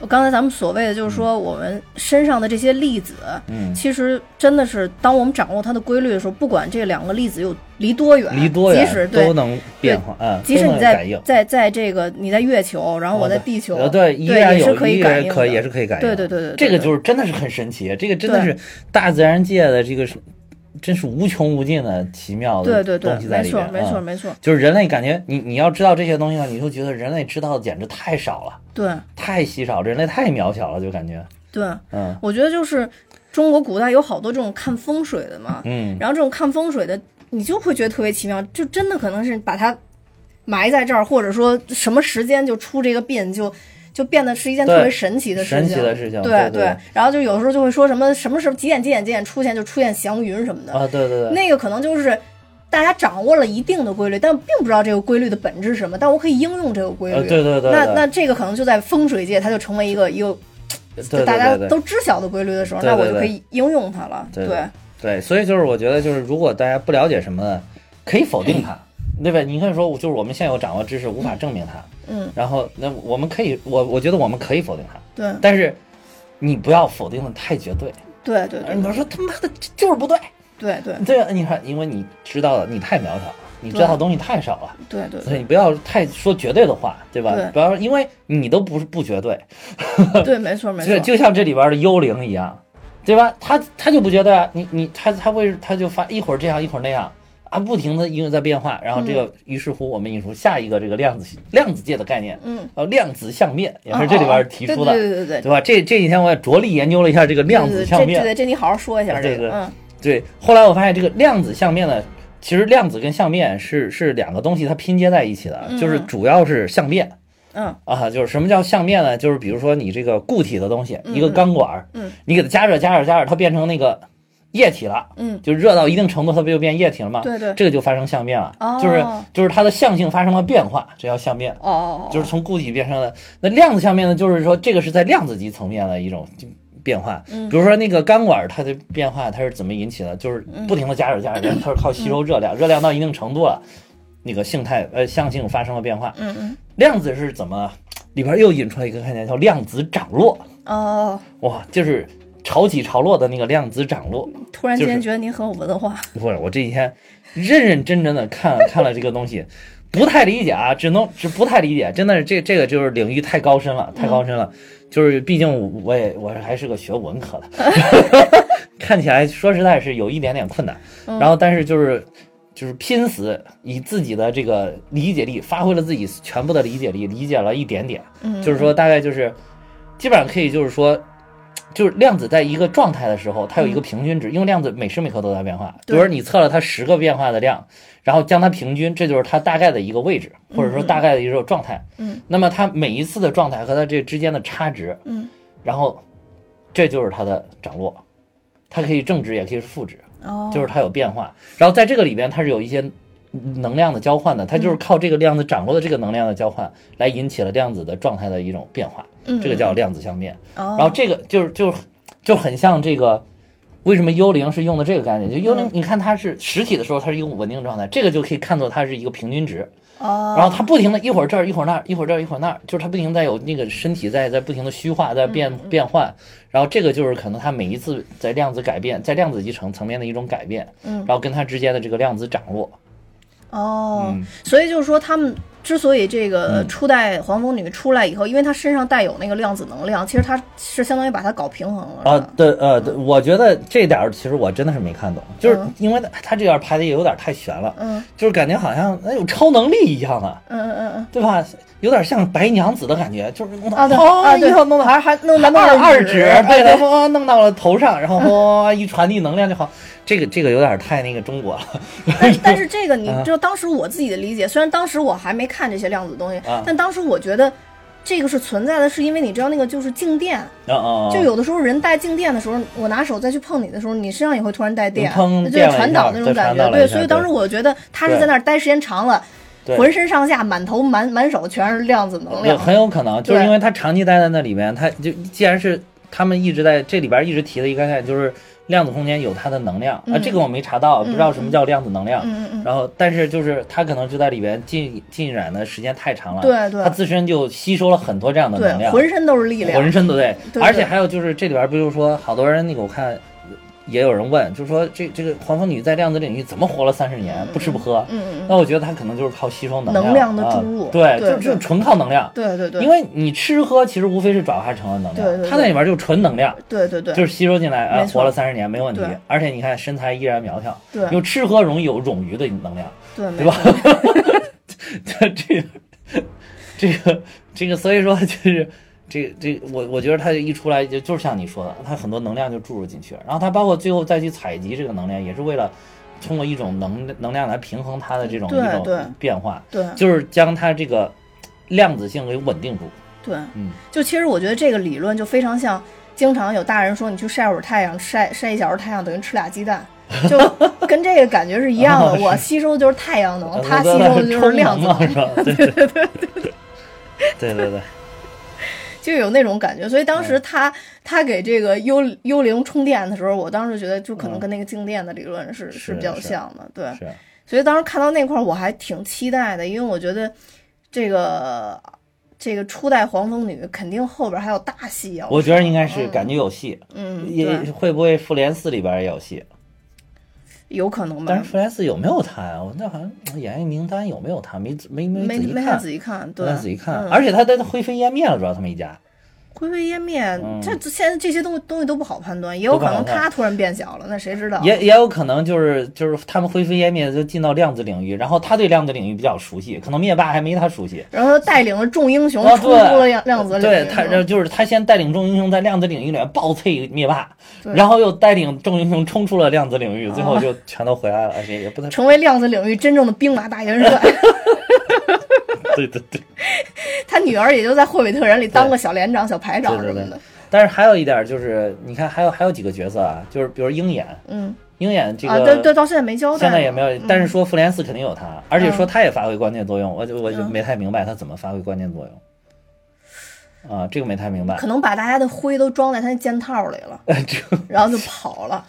[SPEAKER 1] 我刚才咱们所谓的就是说，我们身上的这些粒子，
[SPEAKER 2] 嗯
[SPEAKER 1] 其实真的是当我们掌握它的规律的时候，不管这两个粒子有离多远，
[SPEAKER 2] 离多
[SPEAKER 1] 即
[SPEAKER 2] 远
[SPEAKER 1] 使
[SPEAKER 2] 都
[SPEAKER 1] 对，
[SPEAKER 2] 能变化，嗯，
[SPEAKER 1] 即使
[SPEAKER 2] 都
[SPEAKER 1] 你
[SPEAKER 2] 能
[SPEAKER 1] 在
[SPEAKER 2] 感应。
[SPEAKER 1] 在在这个你在月球，然后我在
[SPEAKER 2] 哦
[SPEAKER 1] 地球，
[SPEAKER 2] 呃，
[SPEAKER 1] 对，
[SPEAKER 2] 对，依然
[SPEAKER 1] 也
[SPEAKER 2] 有
[SPEAKER 1] 是可以
[SPEAKER 2] 依
[SPEAKER 1] 感
[SPEAKER 2] 然
[SPEAKER 1] 应
[SPEAKER 2] 可以
[SPEAKER 1] 的
[SPEAKER 2] 也是可以感应
[SPEAKER 1] 对对
[SPEAKER 2] 的。
[SPEAKER 1] 对对，
[SPEAKER 2] 这个就是是真的是很神奇，这个真的
[SPEAKER 1] 对
[SPEAKER 2] 是大自然界的这个是真是无穷无尽的奇妙
[SPEAKER 1] 对
[SPEAKER 2] 的
[SPEAKER 1] 对对
[SPEAKER 2] 东，西在
[SPEAKER 1] 没
[SPEAKER 2] 里
[SPEAKER 1] 错
[SPEAKER 2] 面。
[SPEAKER 1] 没错
[SPEAKER 2] 嗯
[SPEAKER 1] 没错，
[SPEAKER 2] 就是人类感觉你你要知道这些东西呢，你就觉得人类知道的简直太少了，
[SPEAKER 1] 对
[SPEAKER 2] 太稀少，人类太渺小了，就感觉
[SPEAKER 1] 对，
[SPEAKER 2] 嗯
[SPEAKER 1] 我觉得就是中国古代有好多这种看风水的嘛，
[SPEAKER 2] 嗯
[SPEAKER 1] 然后这种看风水的，你就会觉得特别奇妙，就真的可能是把它埋在这儿，或者说什么时间就出这个病，就就变得是一件
[SPEAKER 2] 对
[SPEAKER 1] 特别神奇的事情。
[SPEAKER 2] 神奇的事情
[SPEAKER 1] 对
[SPEAKER 2] 对对
[SPEAKER 1] 然后就有时候就会说什么什么时候几点几点几点出现就出现祥云什么的，
[SPEAKER 2] 啊对对对，
[SPEAKER 1] 那个可能就是。大家掌握了一定的规律，但并不知道这个规律的本质是什么。但我可以应用这个规律。
[SPEAKER 2] 呃对对对，
[SPEAKER 1] 那
[SPEAKER 2] 对
[SPEAKER 1] 那这个可能就在风水界，它就成为一个一个
[SPEAKER 2] 对对
[SPEAKER 1] 大家
[SPEAKER 2] 对对
[SPEAKER 1] 都知晓的规律的时候，
[SPEAKER 2] 对
[SPEAKER 1] 那
[SPEAKER 2] 对
[SPEAKER 1] 我就
[SPEAKER 2] 对
[SPEAKER 1] 可以应用它了。
[SPEAKER 2] 对对对，所以就是我觉得就是如果大家不了解什么的，可以否定
[SPEAKER 1] 哎
[SPEAKER 2] 它，对吧？你可以说就是我们现有掌握知识无法证明它，
[SPEAKER 1] 嗯，
[SPEAKER 2] 然后那我们可以我我觉得我们可以否定它，
[SPEAKER 1] 对
[SPEAKER 2] 但是你不要否定的太绝对，
[SPEAKER 1] 对对对
[SPEAKER 2] 你要说他妈的这就是不对，
[SPEAKER 1] 对对
[SPEAKER 2] 对啊，你看，因为你知道的你太渺小了，你知
[SPEAKER 1] 对
[SPEAKER 2] 道的东西太少了。
[SPEAKER 1] 对对
[SPEAKER 2] 所以你不要太说绝对的话，对吧？
[SPEAKER 1] 对
[SPEAKER 2] 不要，因为你都不是不绝对，
[SPEAKER 1] 对，没错没
[SPEAKER 2] 就
[SPEAKER 1] 错，
[SPEAKER 2] 就像这里边的幽灵一样，对吧？他他就不绝对啊，你你他他会他就发一会儿这样一会儿那样啊，不停的因为在变化，然后这个、
[SPEAKER 1] 嗯
[SPEAKER 2] 于是乎我们引出下一个这个量子量子界的概念，
[SPEAKER 1] 嗯，
[SPEAKER 2] 呃，量子相面也
[SPEAKER 1] 哦
[SPEAKER 2] 是这
[SPEAKER 1] 哦
[SPEAKER 2] 里
[SPEAKER 1] 哦
[SPEAKER 2] 边提出的，
[SPEAKER 1] 对对对对对
[SPEAKER 2] 对吧？这这几天我也着力研究了一下这个量子
[SPEAKER 1] 对
[SPEAKER 2] 相
[SPEAKER 1] 这这
[SPEAKER 2] 面，
[SPEAKER 1] 对这你好好说一下这
[SPEAKER 2] 对
[SPEAKER 1] 个，
[SPEAKER 2] 对
[SPEAKER 1] 嗯，
[SPEAKER 2] 对，后来我发现这个量子相面呢，其实量子跟相面是是两个东西它拼接在一起的，就是
[SPEAKER 1] 嗯嗯
[SPEAKER 2] 主要是相面。
[SPEAKER 1] 嗯
[SPEAKER 2] 啊，就是什么叫相面呢？就是比如说你这个固体的东西，一个
[SPEAKER 1] 嗯
[SPEAKER 2] 钢管儿，
[SPEAKER 1] 嗯
[SPEAKER 2] 你给它加热、加热、加热，它变成那个液体了，
[SPEAKER 1] 嗯，
[SPEAKER 2] 就热到一定程度，它不就变液体了吗？
[SPEAKER 1] 对对
[SPEAKER 2] 啊这个就发生相面了，
[SPEAKER 1] 哦
[SPEAKER 2] 就是就是它的相性发生了变化，这叫相面。
[SPEAKER 1] 哦哦哦，
[SPEAKER 2] 就是从固体变成了那量子相面呢，就是说这个是在量子级层面的一种变化。
[SPEAKER 1] 嗯
[SPEAKER 2] 比如说那个钢管儿它的变化，它是怎么引起的？就是
[SPEAKER 1] 嗯
[SPEAKER 2] 不停的加热加热，它是靠吸收热量，热量到一定程度了，那个性态呃相性发生了变化。
[SPEAKER 1] 嗯嗯
[SPEAKER 2] 量子是怎么？里边又引出来一个概念叫量子涨落，
[SPEAKER 1] 哦，
[SPEAKER 2] 哇，就是潮起潮落的那个量子涨落。
[SPEAKER 1] 突然
[SPEAKER 2] 就
[SPEAKER 1] 间
[SPEAKER 2] 是
[SPEAKER 1] 觉得您很有文化，
[SPEAKER 2] 不是，我这几天认认真真的看 (laughs) 看了这个东西，不太理解啊，只能只不太理解，真的是这这个就是领域太高深了，太高深了。就是毕竟我也我还是个学文科的， (laughs) 看起来说实在是有一点点困难。然后但是就是就是拼死以自己的这个理解力，发挥了自己全部的理解力，理解了一点点。
[SPEAKER 1] 嗯，
[SPEAKER 2] 就是说大概就是基本上可以就是说。就是量子在一个状态的时候，它有一个平均值，因为量子每时每刻都在变化。比
[SPEAKER 1] 嗯对
[SPEAKER 2] 如说你测了它十个变化的量，然后将它平均，这就是它大概的一个位置，或者说大概的一个状态。
[SPEAKER 1] 嗯，
[SPEAKER 2] 那么它每一次的状态和它这之间的差值，
[SPEAKER 1] 嗯，
[SPEAKER 2] 然后这就是它的涨落，它可以正值也可以是负值，
[SPEAKER 1] 哦，
[SPEAKER 2] 就是它有变化。然后在这个里边，它是有一些能量的交换的，它就是
[SPEAKER 1] 嗯
[SPEAKER 2] 靠这个量子掌握的这个能量的交换，来引起了量子的状态的一种变化。
[SPEAKER 1] 嗯
[SPEAKER 2] 这个叫量子相面。然后
[SPEAKER 1] 哦，
[SPEAKER 2] 这个就是就是就很像这个。为什么幽灵是用的这个概念？就幽
[SPEAKER 1] 嗯
[SPEAKER 2] 灵，你看它是实体的时候，它是一个稳定状态，这个就可以看作它是一个平均值。
[SPEAKER 1] 哦，
[SPEAKER 2] 然后它不停的一会儿这儿一会儿那儿一会儿这儿一会儿那儿，就是它不停地在有那个身体在在不停的虚化，在变
[SPEAKER 1] 嗯
[SPEAKER 2] 变换。然后这个就是可能它每一次在量子改变，在量子集成层面的一种改变，
[SPEAKER 1] 嗯
[SPEAKER 2] 然后跟它之间的这个量子掌握，
[SPEAKER 1] 哦，
[SPEAKER 2] 嗯
[SPEAKER 1] 所以就是说，他们之所以这个呃初代黄蜂女出来以后，因为她身上带有那个量子能量，其实她是相当于把它搞平衡了。
[SPEAKER 2] 啊
[SPEAKER 1] 是吧，
[SPEAKER 2] 对，呃，对我觉得这点儿其实我真的是没看懂，就是
[SPEAKER 1] 嗯
[SPEAKER 2] 因为他这段拍的也有点太悬了，
[SPEAKER 1] 嗯
[SPEAKER 2] 就是感觉好像哎有超能力一样啊，
[SPEAKER 1] 嗯嗯嗯嗯。
[SPEAKER 2] 对吧？有点像白娘子的感觉，就是弄到
[SPEAKER 1] 啊对
[SPEAKER 2] 哦
[SPEAKER 1] 啊
[SPEAKER 2] 一
[SPEAKER 1] 对
[SPEAKER 2] 下弄，到
[SPEAKER 1] 还还弄咱们
[SPEAKER 2] 二二指
[SPEAKER 1] 指，，啊
[SPEAKER 2] 对对，哗弄到了头上，然后哗一传递能量就好。这个这个有点太那个中国了， (laughs) 哎
[SPEAKER 1] 但是但是这个你
[SPEAKER 2] 啊
[SPEAKER 1] 知道，当时我自己的理解，虽然当时我还没看这些量子东西
[SPEAKER 2] 啊，
[SPEAKER 1] 但当时我觉得这个是存在的，是因为你知道那个就是静电，
[SPEAKER 2] 啊啊，
[SPEAKER 1] 就有的时候人带静电的时候，我拿手再去碰你的时候，你身上也会突然带电，
[SPEAKER 2] 砰
[SPEAKER 1] 那就是
[SPEAKER 2] 电了一
[SPEAKER 1] 传
[SPEAKER 2] 下
[SPEAKER 1] 导那种
[SPEAKER 2] 对
[SPEAKER 1] 感
[SPEAKER 2] 传
[SPEAKER 1] 觉。
[SPEAKER 2] 导了
[SPEAKER 1] 对，
[SPEAKER 2] 一下
[SPEAKER 1] 所以
[SPEAKER 2] 对
[SPEAKER 1] 当时我觉得他是在那儿待时间长了，
[SPEAKER 2] 对
[SPEAKER 1] 浑身上下满头满满手全是量子能
[SPEAKER 2] 也
[SPEAKER 1] 量。
[SPEAKER 2] 很有可能，就是
[SPEAKER 1] 对
[SPEAKER 2] 因为他长期待在那里面，他就既然是他们一直在这里边一直提的一个概念，就是量子空间有它的能量啊，
[SPEAKER 1] 嗯
[SPEAKER 2] 这个我没查到，不知道什么叫量子能量。
[SPEAKER 1] 嗯嗯
[SPEAKER 2] 然后，但是就是它可能就在里边浸浸染的时间太长了，
[SPEAKER 1] 对对
[SPEAKER 2] 啊它自身就吸收了很多这样的
[SPEAKER 1] 嗯，
[SPEAKER 2] 能
[SPEAKER 1] 对，
[SPEAKER 2] 量，
[SPEAKER 1] 浑身都是力量，
[SPEAKER 2] 浑身都对，
[SPEAKER 1] 对
[SPEAKER 2] 而且
[SPEAKER 1] 对
[SPEAKER 2] 还有就是这里边，比如说好多人那个我看也有人问，就是说这这个黄蜂女在量子领域怎么活了三十年，不吃不喝？
[SPEAKER 1] 嗯嗯嗯，
[SPEAKER 2] 那我觉得她可能就是靠吸收
[SPEAKER 1] 能
[SPEAKER 2] 量
[SPEAKER 1] 量的注入
[SPEAKER 2] 啊、对，
[SPEAKER 1] 对
[SPEAKER 2] 就就
[SPEAKER 1] 对
[SPEAKER 2] 纯靠能量。
[SPEAKER 1] 对对对，
[SPEAKER 2] 因为你吃喝其实无非是转化成了能量，
[SPEAKER 1] 对对对
[SPEAKER 2] 它那里边就是纯能量，
[SPEAKER 1] 对对对，
[SPEAKER 2] 就是吸收进来啊，
[SPEAKER 1] 没错
[SPEAKER 2] 活了三十年没问题
[SPEAKER 1] 对。
[SPEAKER 2] 而且你看身材依然苗条，
[SPEAKER 1] 对
[SPEAKER 2] 有吃喝容易有冗余的能量，
[SPEAKER 1] 对
[SPEAKER 2] 对
[SPEAKER 1] 没
[SPEAKER 2] 吧
[SPEAKER 1] 错，？
[SPEAKER 2] 这 (laughs) 这个这个这个，所以说就是这个这个我我觉得它一出来就就是像你说的，它很多能量就注入进去了，然后它包括最后再去采集这个能量，也是为了通过一种能能量来平衡它的这种
[SPEAKER 1] 对
[SPEAKER 2] 一
[SPEAKER 1] 对
[SPEAKER 2] 种变化，
[SPEAKER 1] 对
[SPEAKER 2] 就是将它这个量子性给稳定住。
[SPEAKER 1] 对，
[SPEAKER 2] 嗯，
[SPEAKER 1] 就其实我觉得这个理论就非常像，经常有大人说你去晒会儿太阳，晒晒一小时太阳等于吃俩鸡蛋，
[SPEAKER 2] (laughs)
[SPEAKER 1] 就跟这个感觉是一样
[SPEAKER 2] 哦
[SPEAKER 1] 的。我吸收的就是太阳
[SPEAKER 2] (laughs)
[SPEAKER 1] 能，
[SPEAKER 2] 呃
[SPEAKER 1] 它吸收的就是量子
[SPEAKER 2] 嘛，
[SPEAKER 1] 能，
[SPEAKER 2] 是吧？对对对对对对对，
[SPEAKER 1] (laughs) 就有那种感觉。所以当
[SPEAKER 2] 嗯
[SPEAKER 1] 时他他给这个幽幽灵充电的时候，我当时觉得就可能跟那个静电的理论是
[SPEAKER 2] 是
[SPEAKER 1] 是比较
[SPEAKER 2] 是
[SPEAKER 1] 像的，对。
[SPEAKER 2] 是
[SPEAKER 1] 所以当时看到那块儿我还挺期待的，因为我觉得这个这个初代黄蜂女肯定后边还有大戏要。
[SPEAKER 2] 我觉得应该是感觉有戏，
[SPEAKER 1] 嗯，
[SPEAKER 2] 也
[SPEAKER 1] 对，
[SPEAKER 2] 会不会复联四里边也有戏？
[SPEAKER 1] 有可能吧
[SPEAKER 2] 但。是复联四有没有他呀？我那好像演员名单有没有他？没没
[SPEAKER 1] 没
[SPEAKER 2] 仔细
[SPEAKER 1] 没太
[SPEAKER 2] 看，
[SPEAKER 1] 仔细看，
[SPEAKER 2] 没
[SPEAKER 1] 对，
[SPEAKER 2] 太仔细看。
[SPEAKER 1] 嗯
[SPEAKER 2] 而且他他灰飞烟灭了，主要他们一家。
[SPEAKER 1] 灰飞烟灭，
[SPEAKER 2] 嗯
[SPEAKER 1] 这现在这些东西东西都不好判断，也有
[SPEAKER 2] 都不
[SPEAKER 1] 可
[SPEAKER 2] 好
[SPEAKER 1] 能
[SPEAKER 2] 判
[SPEAKER 1] 他突然变小了，那谁知道？
[SPEAKER 2] 也也有可能就是就是他们灰飞烟灭就进到量子领域，然后他对量子领域比较熟悉，可能灭霸还没他熟悉。
[SPEAKER 1] 然后他带领着众英雄
[SPEAKER 2] 哦
[SPEAKER 1] 冲
[SPEAKER 2] 对
[SPEAKER 1] 出了量量子领域
[SPEAKER 2] 对他，
[SPEAKER 1] 是吧
[SPEAKER 2] 就是他先带领众英雄在量子领域里面暴脆灭霸，
[SPEAKER 1] 对哦
[SPEAKER 2] 然后又带领众英雄冲出了量子领域，最后就全都回来了，而且也
[SPEAKER 1] (laughs)
[SPEAKER 2] 不太
[SPEAKER 1] 成为量子领域真正的兵马大元帅，
[SPEAKER 2] (laughs) 对对对。
[SPEAKER 1] 他女儿也就在霍比特人里当个小连长、小排长
[SPEAKER 2] 对
[SPEAKER 1] 什
[SPEAKER 2] 对对
[SPEAKER 1] 么的。
[SPEAKER 2] 但是还有一点就是，你看还有还有几个角色啊，就是比如鹰眼，
[SPEAKER 1] 嗯，
[SPEAKER 2] 鹰眼这个、
[SPEAKER 1] 啊，对对，到现在没嗯交代，
[SPEAKER 2] 现在也没有，但是说复联四肯定有他，而且说他也发挥关键作用，我就我就
[SPEAKER 1] 嗯
[SPEAKER 2] 没太明白他怎么发挥关键作用。啊，这个没太明白
[SPEAKER 1] 可，能把大家的灰都装在他那剑套里
[SPEAKER 2] (laughs)
[SPEAKER 1] 了，
[SPEAKER 2] 这
[SPEAKER 1] 然后就跑了。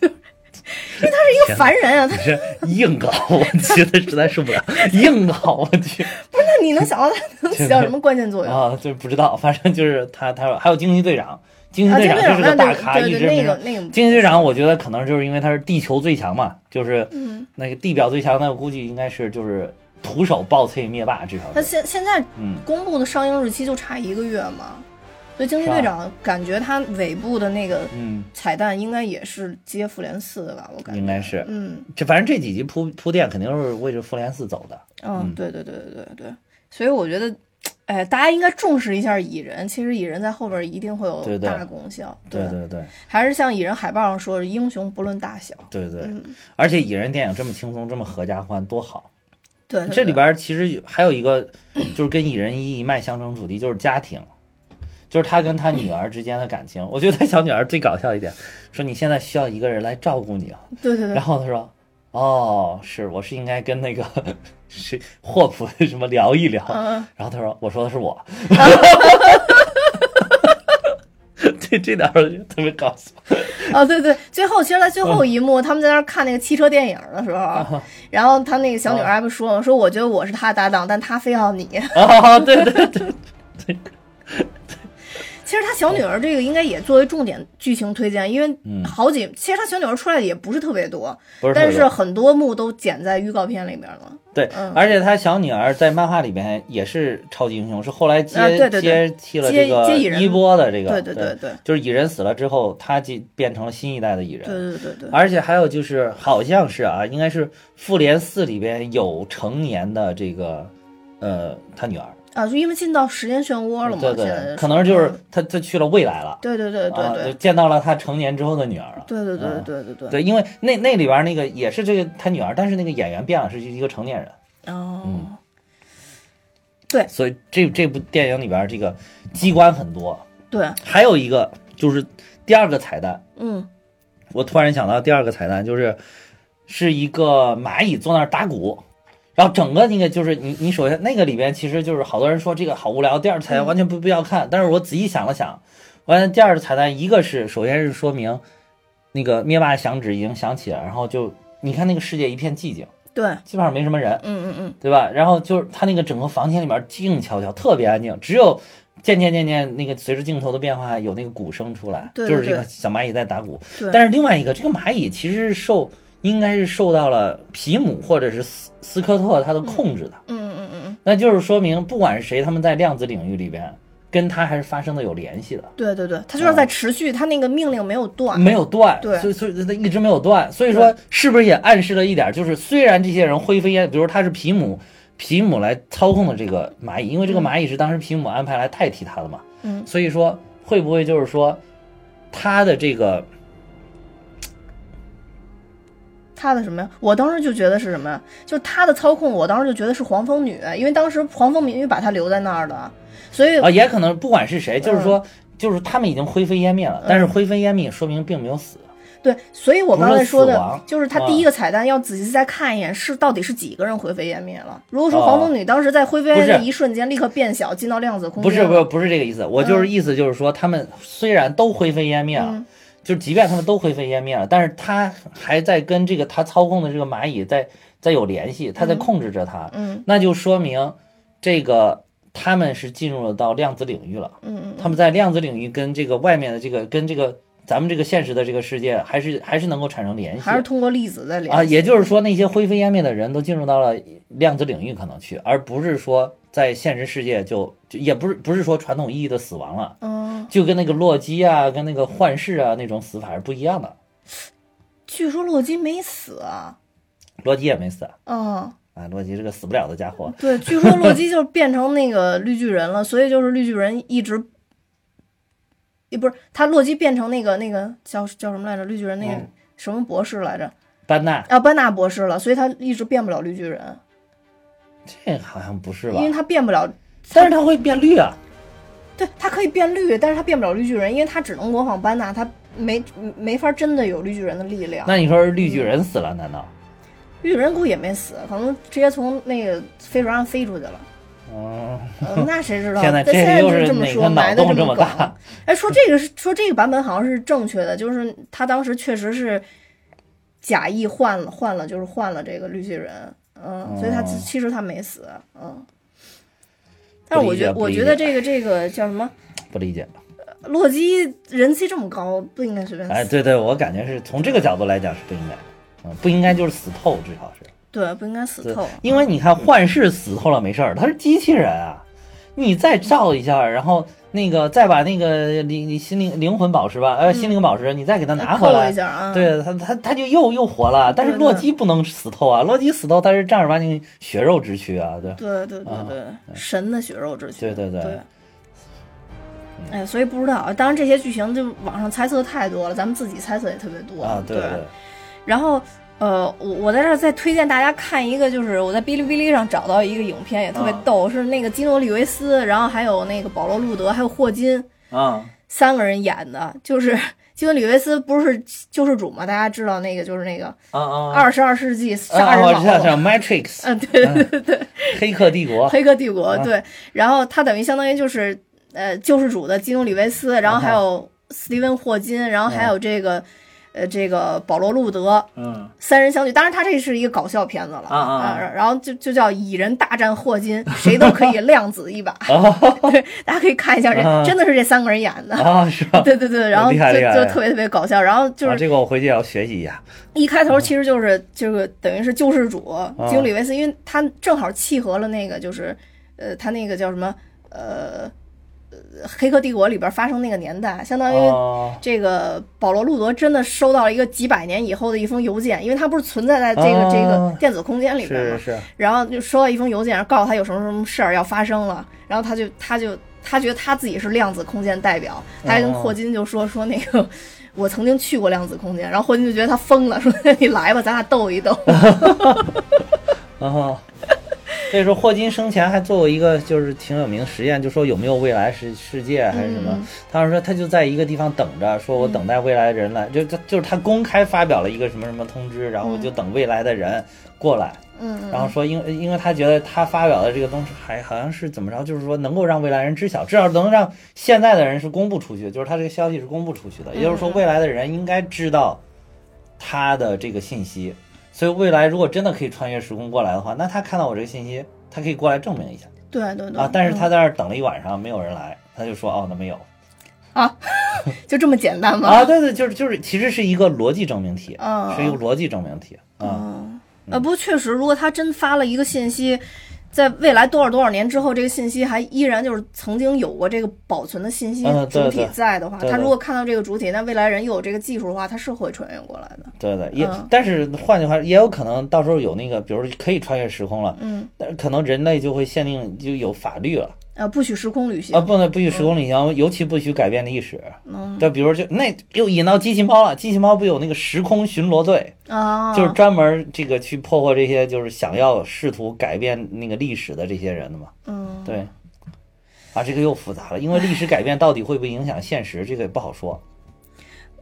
[SPEAKER 1] (laughs) 因为他是一个凡人啊，他
[SPEAKER 2] 这硬搞，我觉得实在受不了，硬搞，我去
[SPEAKER 1] 不是那你能想到他能起到什么关键作用？
[SPEAKER 2] 啊，就不知道，反正就是他他还有惊奇队长，惊奇
[SPEAKER 1] 啊，
[SPEAKER 2] 队
[SPEAKER 1] 金队
[SPEAKER 2] 长就是
[SPEAKER 1] 那
[SPEAKER 2] 个大
[SPEAKER 1] 对
[SPEAKER 2] 咖，一
[SPEAKER 1] 对
[SPEAKER 2] 直
[SPEAKER 1] 对，
[SPEAKER 2] 没
[SPEAKER 1] 那
[SPEAKER 2] 人
[SPEAKER 1] 个。那个
[SPEAKER 2] 惊奇队长，我觉得可能就是因为他是地球最强嘛，就是
[SPEAKER 1] 嗯
[SPEAKER 2] 那个地表最强，那我估计应该是就是徒手暴脆灭霸这条
[SPEAKER 1] 他
[SPEAKER 2] 是，
[SPEAKER 1] 现现在
[SPEAKER 2] 嗯，
[SPEAKER 1] 公布的上映日期就差一个月嘛，所以惊奇
[SPEAKER 2] 是吧
[SPEAKER 1] 队长感觉他尾部的那个
[SPEAKER 2] 嗯，
[SPEAKER 1] 彩蛋应该也是接复联四的吧，我感觉
[SPEAKER 2] 应该是，
[SPEAKER 1] 嗯
[SPEAKER 2] 这反正这几集铺铺垫肯定是为着复联四走的。
[SPEAKER 1] 嗯，对对对对对对，所以我觉得。哎，大家应该重视一下蚁人。其实蚁人在后边一定会
[SPEAKER 2] 对
[SPEAKER 1] 有
[SPEAKER 2] 对
[SPEAKER 1] 大功效。
[SPEAKER 2] 对对对
[SPEAKER 1] 还是像蚁人海报上说的，英雄不论大小。
[SPEAKER 2] 对对，
[SPEAKER 1] 嗯
[SPEAKER 2] 而且蚁人电影这么轻松，这么合家欢，多好！
[SPEAKER 1] 对，对
[SPEAKER 2] 这里边儿其实有还有一个，就是跟蚁人一一脉相承主题，就是家庭，就是他跟他女儿之间的感情。我觉得他小女儿最搞笑一点，说你现在需要一个人来照顾你啊。
[SPEAKER 1] 对对对
[SPEAKER 2] 然
[SPEAKER 1] 对
[SPEAKER 2] 后他说，哦，是，我是应该跟那个 (laughs) 谁霍普什么聊一聊。
[SPEAKER 1] 嗯
[SPEAKER 2] 然后他说，我说的
[SPEAKER 1] (laughs)
[SPEAKER 2] 是我。这这点儿我觉得特别搞笑。
[SPEAKER 1] (laughs) 哦，对对，最后其实，在最后一幕，他们在那儿看那个汽车电影的时
[SPEAKER 2] 啊
[SPEAKER 1] 候，然后他那个小女孩不说吗？说我觉得我是他的搭档，但他非要你。 (laughs)
[SPEAKER 2] 啊，对对对，
[SPEAKER 1] 其实他小女儿这个应该也作为重点剧情推荐，因为好几，其实他小女儿出来的也不是特别多，
[SPEAKER 2] (laughs) 嗯不是特别
[SPEAKER 1] 但
[SPEAKER 2] 多
[SPEAKER 1] 是很多幕都剪在预告片里面了。
[SPEAKER 2] 对，
[SPEAKER 1] 嗯
[SPEAKER 2] 而且他小女儿在漫画里边也是超级英雄，是后来接、
[SPEAKER 1] 啊对对对
[SPEAKER 2] 接替了
[SPEAKER 1] 接
[SPEAKER 2] 这个
[SPEAKER 1] 接蚁人
[SPEAKER 2] 一波的这个，
[SPEAKER 1] 对对对对
[SPEAKER 2] 就是蚁人死了之后，他就变成了新一代的蚁人。
[SPEAKER 1] 对对对对，
[SPEAKER 2] 而且还有就是，好像是啊，应该是复联四里边有成年的这个，呃，他女儿，
[SPEAKER 1] 啊，就因为进到时间漩涡了嘛，
[SPEAKER 2] 对
[SPEAKER 1] 现在
[SPEAKER 2] 对，可能就是
[SPEAKER 1] 嗯
[SPEAKER 2] 他他去了未来了，
[SPEAKER 1] 对对对对
[SPEAKER 2] 啊，就
[SPEAKER 1] 对
[SPEAKER 2] 见到了他成年之后的女儿了。
[SPEAKER 1] 对对对
[SPEAKER 2] 嗯
[SPEAKER 1] 对对对对，
[SPEAKER 2] 对，因为那那里边那个也是这个他女儿，但是那个演员变了，是一个成年人。
[SPEAKER 1] 哦，
[SPEAKER 2] 嗯所以这这部电影里边这个机关很多。
[SPEAKER 1] 对，
[SPEAKER 2] 还有一个就是第二个彩蛋，
[SPEAKER 1] 嗯，
[SPEAKER 2] 我突然想到第二个彩蛋就是是一个蚂蚁坐那儿打鼓。然后整个那个就是你，你首先那个里边其实就是好多人说这个好无聊，第二彩蛋
[SPEAKER 1] 嗯
[SPEAKER 2] 完全不必要看。但是我仔细想了想，完了第二个彩蛋，一个是首先是说明那个灭霸响指已经响起了，然后就你看那个世界一片寂静，
[SPEAKER 1] 对，
[SPEAKER 2] 基本上没什么人，
[SPEAKER 1] 嗯嗯嗯，
[SPEAKER 2] 对吧？然后就是他那个整个房间里面静悄悄，特别安静，只有渐渐渐渐那个随着镜头的变化有那个鼓声出来，
[SPEAKER 1] 对
[SPEAKER 2] 就是这
[SPEAKER 1] 对
[SPEAKER 2] 个小蚂蚁在打鼓。
[SPEAKER 1] 对
[SPEAKER 2] 但是另外一个，这个蚂蚁其实是受应该是受到了皮姆或者是斯斯科特他的控制的，
[SPEAKER 1] 嗯嗯嗯嗯，
[SPEAKER 2] 那就是说明不管是谁，他们在量子领域里边跟他还是发生的有联系的。
[SPEAKER 1] 对对对，他就是在持续，他那个命令没有断，
[SPEAKER 2] 嗯没有断，
[SPEAKER 1] 嗯对
[SPEAKER 2] 所以所以他一直没有断，所以说是不是也暗示了一点，就是虽然这些人灰飞烟，比如他是皮姆，皮姆来操控的这个蚂蚁，因为这个蚂蚁是当时皮姆安排来代替他的嘛，
[SPEAKER 1] 嗯
[SPEAKER 2] 所以说会不会就是说他的这个
[SPEAKER 1] 他的什么呀？我当时就觉得是什么呀？就是他的操控，我当时就觉得是黄蜂女，因为当时黄蜂女把他留在那儿的，所以
[SPEAKER 2] 啊，也可能不管是谁，
[SPEAKER 1] 嗯
[SPEAKER 2] 就是说就是他们已经灰飞烟灭了，但是灰飞烟灭说明并没有死，
[SPEAKER 1] 对，所以我刚才说
[SPEAKER 2] 不是死
[SPEAKER 1] 的
[SPEAKER 2] 亡
[SPEAKER 1] 就是他第一个彩蛋要仔细再看一眼，是到底是几个人灰飞烟灭了。如果说黄蜂女当时在灰飞烟灭
[SPEAKER 2] 不
[SPEAKER 1] 的
[SPEAKER 2] 是
[SPEAKER 1] 一瞬间立刻变小，进到量子空间，
[SPEAKER 2] 不哦是不是不是这个意思，我就是意思就是说他们虽然都灰飞烟灭了。
[SPEAKER 1] 嗯
[SPEAKER 2] 就是即便他们都灰飞烟灭了，但是他还在跟这个他操控的这个蚂蚁在在有联系，他在控制着它，
[SPEAKER 1] 嗯
[SPEAKER 2] 那就说明这个他们是进入了到量子领域了，
[SPEAKER 1] 嗯嗯
[SPEAKER 2] 他们在量子领域跟这个外面的这个跟这个咱们这个现实的这个世界还是还是能够产生联
[SPEAKER 1] 嗯，
[SPEAKER 2] 系，
[SPEAKER 1] 还是通过粒子在联
[SPEAKER 2] 啊，
[SPEAKER 1] 系。
[SPEAKER 2] 也就是说，那些灰飞烟灭的人都进入到了量子领域可能去，而不是说在现实世界就就也不是不是说传统意义的死亡了，
[SPEAKER 1] 嗯，
[SPEAKER 2] 就跟那个洛基啊，跟那个幻视啊那种死法是不一样的。
[SPEAKER 1] 据说洛基没死啊。
[SPEAKER 2] 洛基也没死啊，
[SPEAKER 1] 嗯，
[SPEAKER 2] 啊洛基是个死不了的家伙。
[SPEAKER 1] 对，据说洛基就是变成那个绿巨人了，所以就是绿巨人一直，也不是他洛基变成那个那个叫叫什么来着？绿巨人那个
[SPEAKER 2] 嗯
[SPEAKER 1] 什么博士来着？
[SPEAKER 2] 班纳，
[SPEAKER 1] 啊，班纳博士了，所以他一直变不了绿巨人，
[SPEAKER 2] 这好像不是吧
[SPEAKER 1] 因？为他变不了
[SPEAKER 2] 但是他会变绿啊，
[SPEAKER 1] 对，它可以变绿，但是它变不了绿巨人，因为它只能模仿班纳，它没没法真的有绿巨人的力量。
[SPEAKER 2] 那你说是绿巨人死了？难道？
[SPEAKER 1] 绿巨人估计也没死，可能直接从那个飞船上飞出去了。
[SPEAKER 2] 嗯，
[SPEAKER 1] 呃那谁知道？
[SPEAKER 2] (laughs) 天哪
[SPEAKER 1] 但现
[SPEAKER 2] 这
[SPEAKER 1] 在
[SPEAKER 2] 又
[SPEAKER 1] 就是这么
[SPEAKER 2] 哪
[SPEAKER 1] 说，
[SPEAKER 2] 个脑
[SPEAKER 1] 埋的
[SPEAKER 2] 洞
[SPEAKER 1] 这
[SPEAKER 2] 这么
[SPEAKER 1] 梗
[SPEAKER 2] 大
[SPEAKER 1] 啊。哎，说这个是说这个版本好像是正确的，就是他当时确实是假意换了换了，就是换了这个绿巨人，嗯，所以他
[SPEAKER 2] 哦
[SPEAKER 1] 其实他没死，嗯。但是我觉得
[SPEAKER 2] 不
[SPEAKER 1] 我
[SPEAKER 2] 理解
[SPEAKER 1] 觉得这个这个叫什么？
[SPEAKER 2] 不理解。
[SPEAKER 1] 洛基人气这么高，不应该随便死。
[SPEAKER 2] 哎，对对，我感觉是从这个角度来讲是不应该的，嗯，不应该就是死透，至少是。
[SPEAKER 1] 对，不应该死
[SPEAKER 2] 对
[SPEAKER 1] 透。，
[SPEAKER 2] 因为你看幻视死透了没事儿，他是机器人啊，你再照一下，然后那个再把那个灵你心灵灵魂宝石吧，呃，心灵宝石你再给他拿
[SPEAKER 1] 嗯
[SPEAKER 2] 回
[SPEAKER 1] 扣
[SPEAKER 2] 来
[SPEAKER 1] 一。下嗯啊。，
[SPEAKER 2] 对他，他他就又又活了，但是
[SPEAKER 1] 对对
[SPEAKER 2] 洛基不能死透
[SPEAKER 1] 嗯
[SPEAKER 2] 啊！洛基死透，他是正儿八经血肉之躯啊，对
[SPEAKER 1] 对对对
[SPEAKER 2] 啊
[SPEAKER 1] 对，神的血肉之躯。
[SPEAKER 2] 对对啊对
[SPEAKER 1] 对。哎，所以不知道，当然这些剧情就网上猜测太多了，咱们自己猜测也特别多
[SPEAKER 2] 啊，对
[SPEAKER 1] 对。然后，呃，我我在这儿再推荐大家看一个，就是我在哔哩哔哩上找到一个影片，也特别
[SPEAKER 2] 啊
[SPEAKER 1] 逗，是那个基诺里维斯，然后还有那个保罗路德，还有霍金
[SPEAKER 2] 啊，
[SPEAKER 1] 三个人演的，就是基诺里维斯不是救世主嘛？大家知道那个就是那个
[SPEAKER 2] 啊啊
[SPEAKER 1] 二十二世纪杀
[SPEAKER 2] 啊！
[SPEAKER 1] 人
[SPEAKER 2] 我
[SPEAKER 1] 老
[SPEAKER 2] 知道，
[SPEAKER 1] 头
[SPEAKER 2] 知。道《Matrix
[SPEAKER 1] 嗯，对对对对，》
[SPEAKER 2] 黑客帝国
[SPEAKER 1] 《黑客帝国》
[SPEAKER 2] 哦
[SPEAKER 1] 对，然后他等于相当于就是呃救世主的基努里维
[SPEAKER 2] 哦
[SPEAKER 1] 斯，然后还有斯蒂芬霍金，然后还有这个呃这个保罗路德
[SPEAKER 2] 嗯，
[SPEAKER 1] 三人相聚。当然，他这是一个搞笑片子了
[SPEAKER 2] 啊啊啊
[SPEAKER 1] 然后就就叫蚁人大战霍金，谁都可
[SPEAKER 2] (laughs)
[SPEAKER 1] 以量子一把。 (laughs) 对，大家可以看一下，
[SPEAKER 2] 哦啊
[SPEAKER 1] 这真的是这三个人演的。
[SPEAKER 2] 啊，是吧？
[SPEAKER 1] (laughs) 对对对，然后就
[SPEAKER 2] 厉害厉害
[SPEAKER 1] 就特别特别搞笑，然后就是
[SPEAKER 2] 啊，这个我回去也要学习一下。
[SPEAKER 1] 一开
[SPEAKER 2] 嗯
[SPEAKER 1] 头其实就是就是等于是救世主
[SPEAKER 2] 啊
[SPEAKER 1] 基努里维斯，因为他正好契合了那个就是呃他那个叫什么呃呃黑客帝国里边发生那个年代，相当于
[SPEAKER 2] 哦，
[SPEAKER 1] 这个保罗路德真的收到了一个几百年以后的一封邮件，因为他不是存在在这个
[SPEAKER 2] 哦
[SPEAKER 1] 这个电子空间里边
[SPEAKER 2] 是
[SPEAKER 1] 嘛，
[SPEAKER 2] 是，
[SPEAKER 1] 然后就收到一封邮件，然后告诉他有什么什么事儿要发生了，然后他就他就他觉得他自己是量子空间代表，他还跟
[SPEAKER 2] 哦
[SPEAKER 1] 霍金就说说那个 (laughs) 我曾经去过量子空间，然后霍金就觉得他疯了，说 (laughs) 你来吧，咱俩斗一斗。
[SPEAKER 2] (laughs) 然后， (laughs) 所以说霍金生前还做过一个就是挺有名的实验，就说有没有未来世世界还是什么？当时说他就在一个地方等着，说我等待未来的人来，就就就是他公开发表了一个什么什么通知，然后就等未来的人过来。
[SPEAKER 1] 嗯，
[SPEAKER 2] 然后说因为因为他觉得他发表的这个东西还好像是怎么着，就是说能够让未来人知晓，至少能让现在的人是公布出去，就是他这个消息是公布出去的，也就是说未来的人应该知道他的这个信息。所以未来如果真的可以穿越时空过来的话，那他看到我这个信息，他可以过来证明一下
[SPEAKER 1] 对对对
[SPEAKER 2] 啊。但是他
[SPEAKER 1] 嗯
[SPEAKER 2] 在那儿等了一晚上，没有人来，他就说哦，那没有
[SPEAKER 1] 啊，就这么简单吗？
[SPEAKER 2] 啊。对对，就是就是，其实是一个逻辑证明题，
[SPEAKER 1] 嗯
[SPEAKER 2] 是一个逻辑证明题啊。
[SPEAKER 1] 嗯，呃，不过确实，如果他真发了一个信息，在未来多少多少年之后，这个信息还依然就是曾经有过这个保存的信息
[SPEAKER 2] 嗯对
[SPEAKER 1] 主体
[SPEAKER 2] 对
[SPEAKER 1] 在的话，
[SPEAKER 2] 对
[SPEAKER 1] 他
[SPEAKER 2] 对
[SPEAKER 1] 如果看到这个主体，那未来人又有这个技术的话，他是会穿越过来的。
[SPEAKER 2] 对对，也、
[SPEAKER 1] 嗯
[SPEAKER 2] 但是换句话，也有可能到时候有那个，比如说可以穿越时空了，
[SPEAKER 1] 嗯，
[SPEAKER 2] 但是可能人类就会限定就有法律了
[SPEAKER 1] 呃，不许时空旅行
[SPEAKER 2] 啊，，不能不许时空旅行，尤其不许改变历史。
[SPEAKER 1] 嗯
[SPEAKER 2] 这比如就那又引到机器猫了，机器猫不有那个时空巡逻队，
[SPEAKER 1] 啊，
[SPEAKER 2] 就是专门这个去破获这些就是想要试图改变那个历史的这些人的嘛。
[SPEAKER 1] 嗯，
[SPEAKER 2] 对，啊，这个又复杂了，因为历史改变到底会不会影响现实，这个也不好说。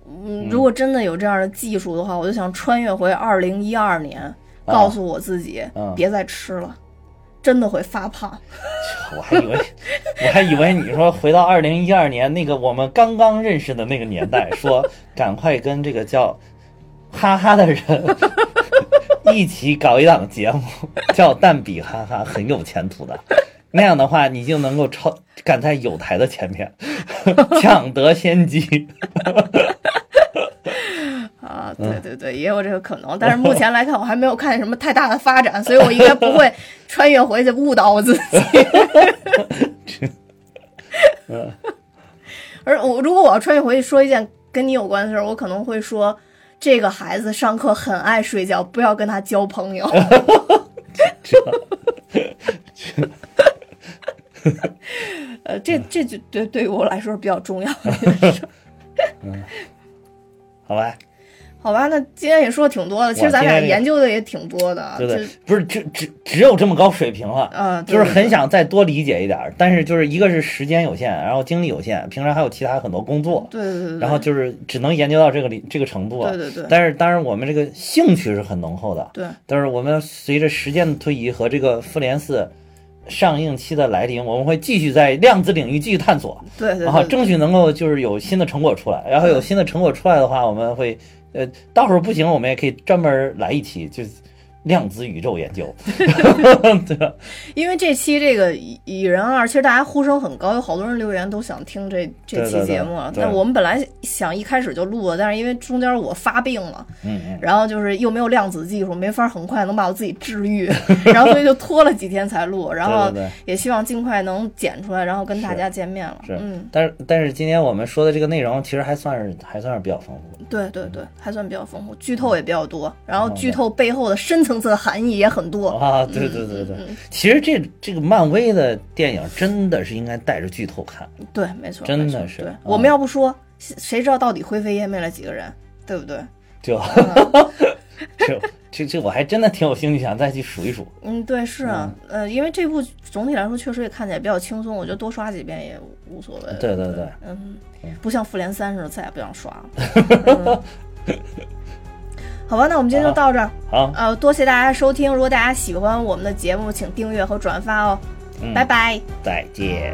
[SPEAKER 1] 嗯，如果真的有这样的技术的话，我就想穿越回二零一二年，告诉我自己、
[SPEAKER 2] 嗯
[SPEAKER 1] 别再吃了，真的会发胖。
[SPEAKER 2] 我还以为，我还以为你说回到二零一二年那个我们刚刚认识的那个年代，说赶快跟这个叫哈哈的人一起搞一档节目，叫蛋比哈哈，很有前途的。那样的话，你就能够超赶在有台的前面，抢得先机。
[SPEAKER 1] 啊，对对对，也有这个可能，但是目前来看，我还没有看见什么太大的发展，所以我应该不会穿越回去误导我自己。而我如果我要穿越回去说一件跟你有关的事儿，我可能会说，这个孩子上课很爱睡觉，不要跟他交朋友。 (laughs) 呃，这这就对对于我来说是比较重要的一件事儿。
[SPEAKER 2] 好吧，
[SPEAKER 1] 好吧，那今天也说的挺多的，其实咱俩研究的也挺多的，
[SPEAKER 2] 对不对
[SPEAKER 1] 啊就？
[SPEAKER 2] 不是，只只只有这么高水平了，
[SPEAKER 1] 啊对
[SPEAKER 2] 就是
[SPEAKER 1] 对
[SPEAKER 2] 很想再多理解一点儿，但是就是一个是时间有限，然后精力有限，平常还有其他很多工作，
[SPEAKER 1] 对对对对，
[SPEAKER 2] 然后就是只能研究到这个里这个程度了。
[SPEAKER 1] 对对对
[SPEAKER 2] 但是当然，我们这个兴趣是很浓厚的。
[SPEAKER 1] 对。
[SPEAKER 2] 但是我们随着时间的推移和这个《复联四》上映期的来临，我们会继续在量子领域继续探索，
[SPEAKER 1] 对对对，
[SPEAKER 2] 然后
[SPEAKER 1] 对
[SPEAKER 2] 争取能够就是有新的成果出来。然后有新的成果出来的话，我们会呃，到时候不行，我们也可以专门来一期就是量子宇宙研
[SPEAKER 1] (laughs)
[SPEAKER 2] 究。对吧？
[SPEAKER 1] 因为这期这个蚁蚁人二，其实大家呼声很高，有好多人留言都想听这这
[SPEAKER 2] 对
[SPEAKER 1] 期
[SPEAKER 2] 对对
[SPEAKER 1] 节目啊。
[SPEAKER 2] 对
[SPEAKER 1] 但我们本来想一开始就录了，但是因为中间我发病了，
[SPEAKER 2] 嗯嗯。
[SPEAKER 1] 然后就是又没有量子技术，没法很快能把我自己治
[SPEAKER 2] (laughs)
[SPEAKER 1] 愈，然后所以就拖了几天才录。然后
[SPEAKER 2] 对对
[SPEAKER 1] 也希望尽快能剪出来，然后跟大家见面了。
[SPEAKER 2] 是
[SPEAKER 1] 嗯，，
[SPEAKER 2] 但是但是今天我们说的这个内容其实还算是还算是比较丰富的。
[SPEAKER 1] 对对对，还算比较丰富，剧透也比较多，然后剧透背后的深层次的含义也很 (laughs) 多。
[SPEAKER 2] 啊，对对对对，其实这这个漫威的电影真的是应该带着剧透看，
[SPEAKER 1] 对，没错，
[SPEAKER 2] 真
[SPEAKER 1] 没错
[SPEAKER 2] 的是
[SPEAKER 1] 对
[SPEAKER 2] 嗯，
[SPEAKER 1] 我们要不说，谁谁知道到底灰飞烟灭了几个人，对不对？
[SPEAKER 2] 就 (laughs) 这这这我还真的挺有兴趣想再去数一数。
[SPEAKER 1] 嗯，对，是啊，呃，因为这部总体来说确实也看起来比较轻松，我觉得多刷几遍也无所谓。
[SPEAKER 2] 对对对，
[SPEAKER 1] 嗯，不像复联三似的，再也不想
[SPEAKER 2] (laughs)
[SPEAKER 1] 刷了。嗯好吧，那我们今天就到这儿。
[SPEAKER 2] 好，
[SPEAKER 1] 呃，多谢大家收
[SPEAKER 2] 嗯
[SPEAKER 1] 听，如果大家喜欢我们的节目，请订阅和转发哦。拜拜。
[SPEAKER 2] 再见。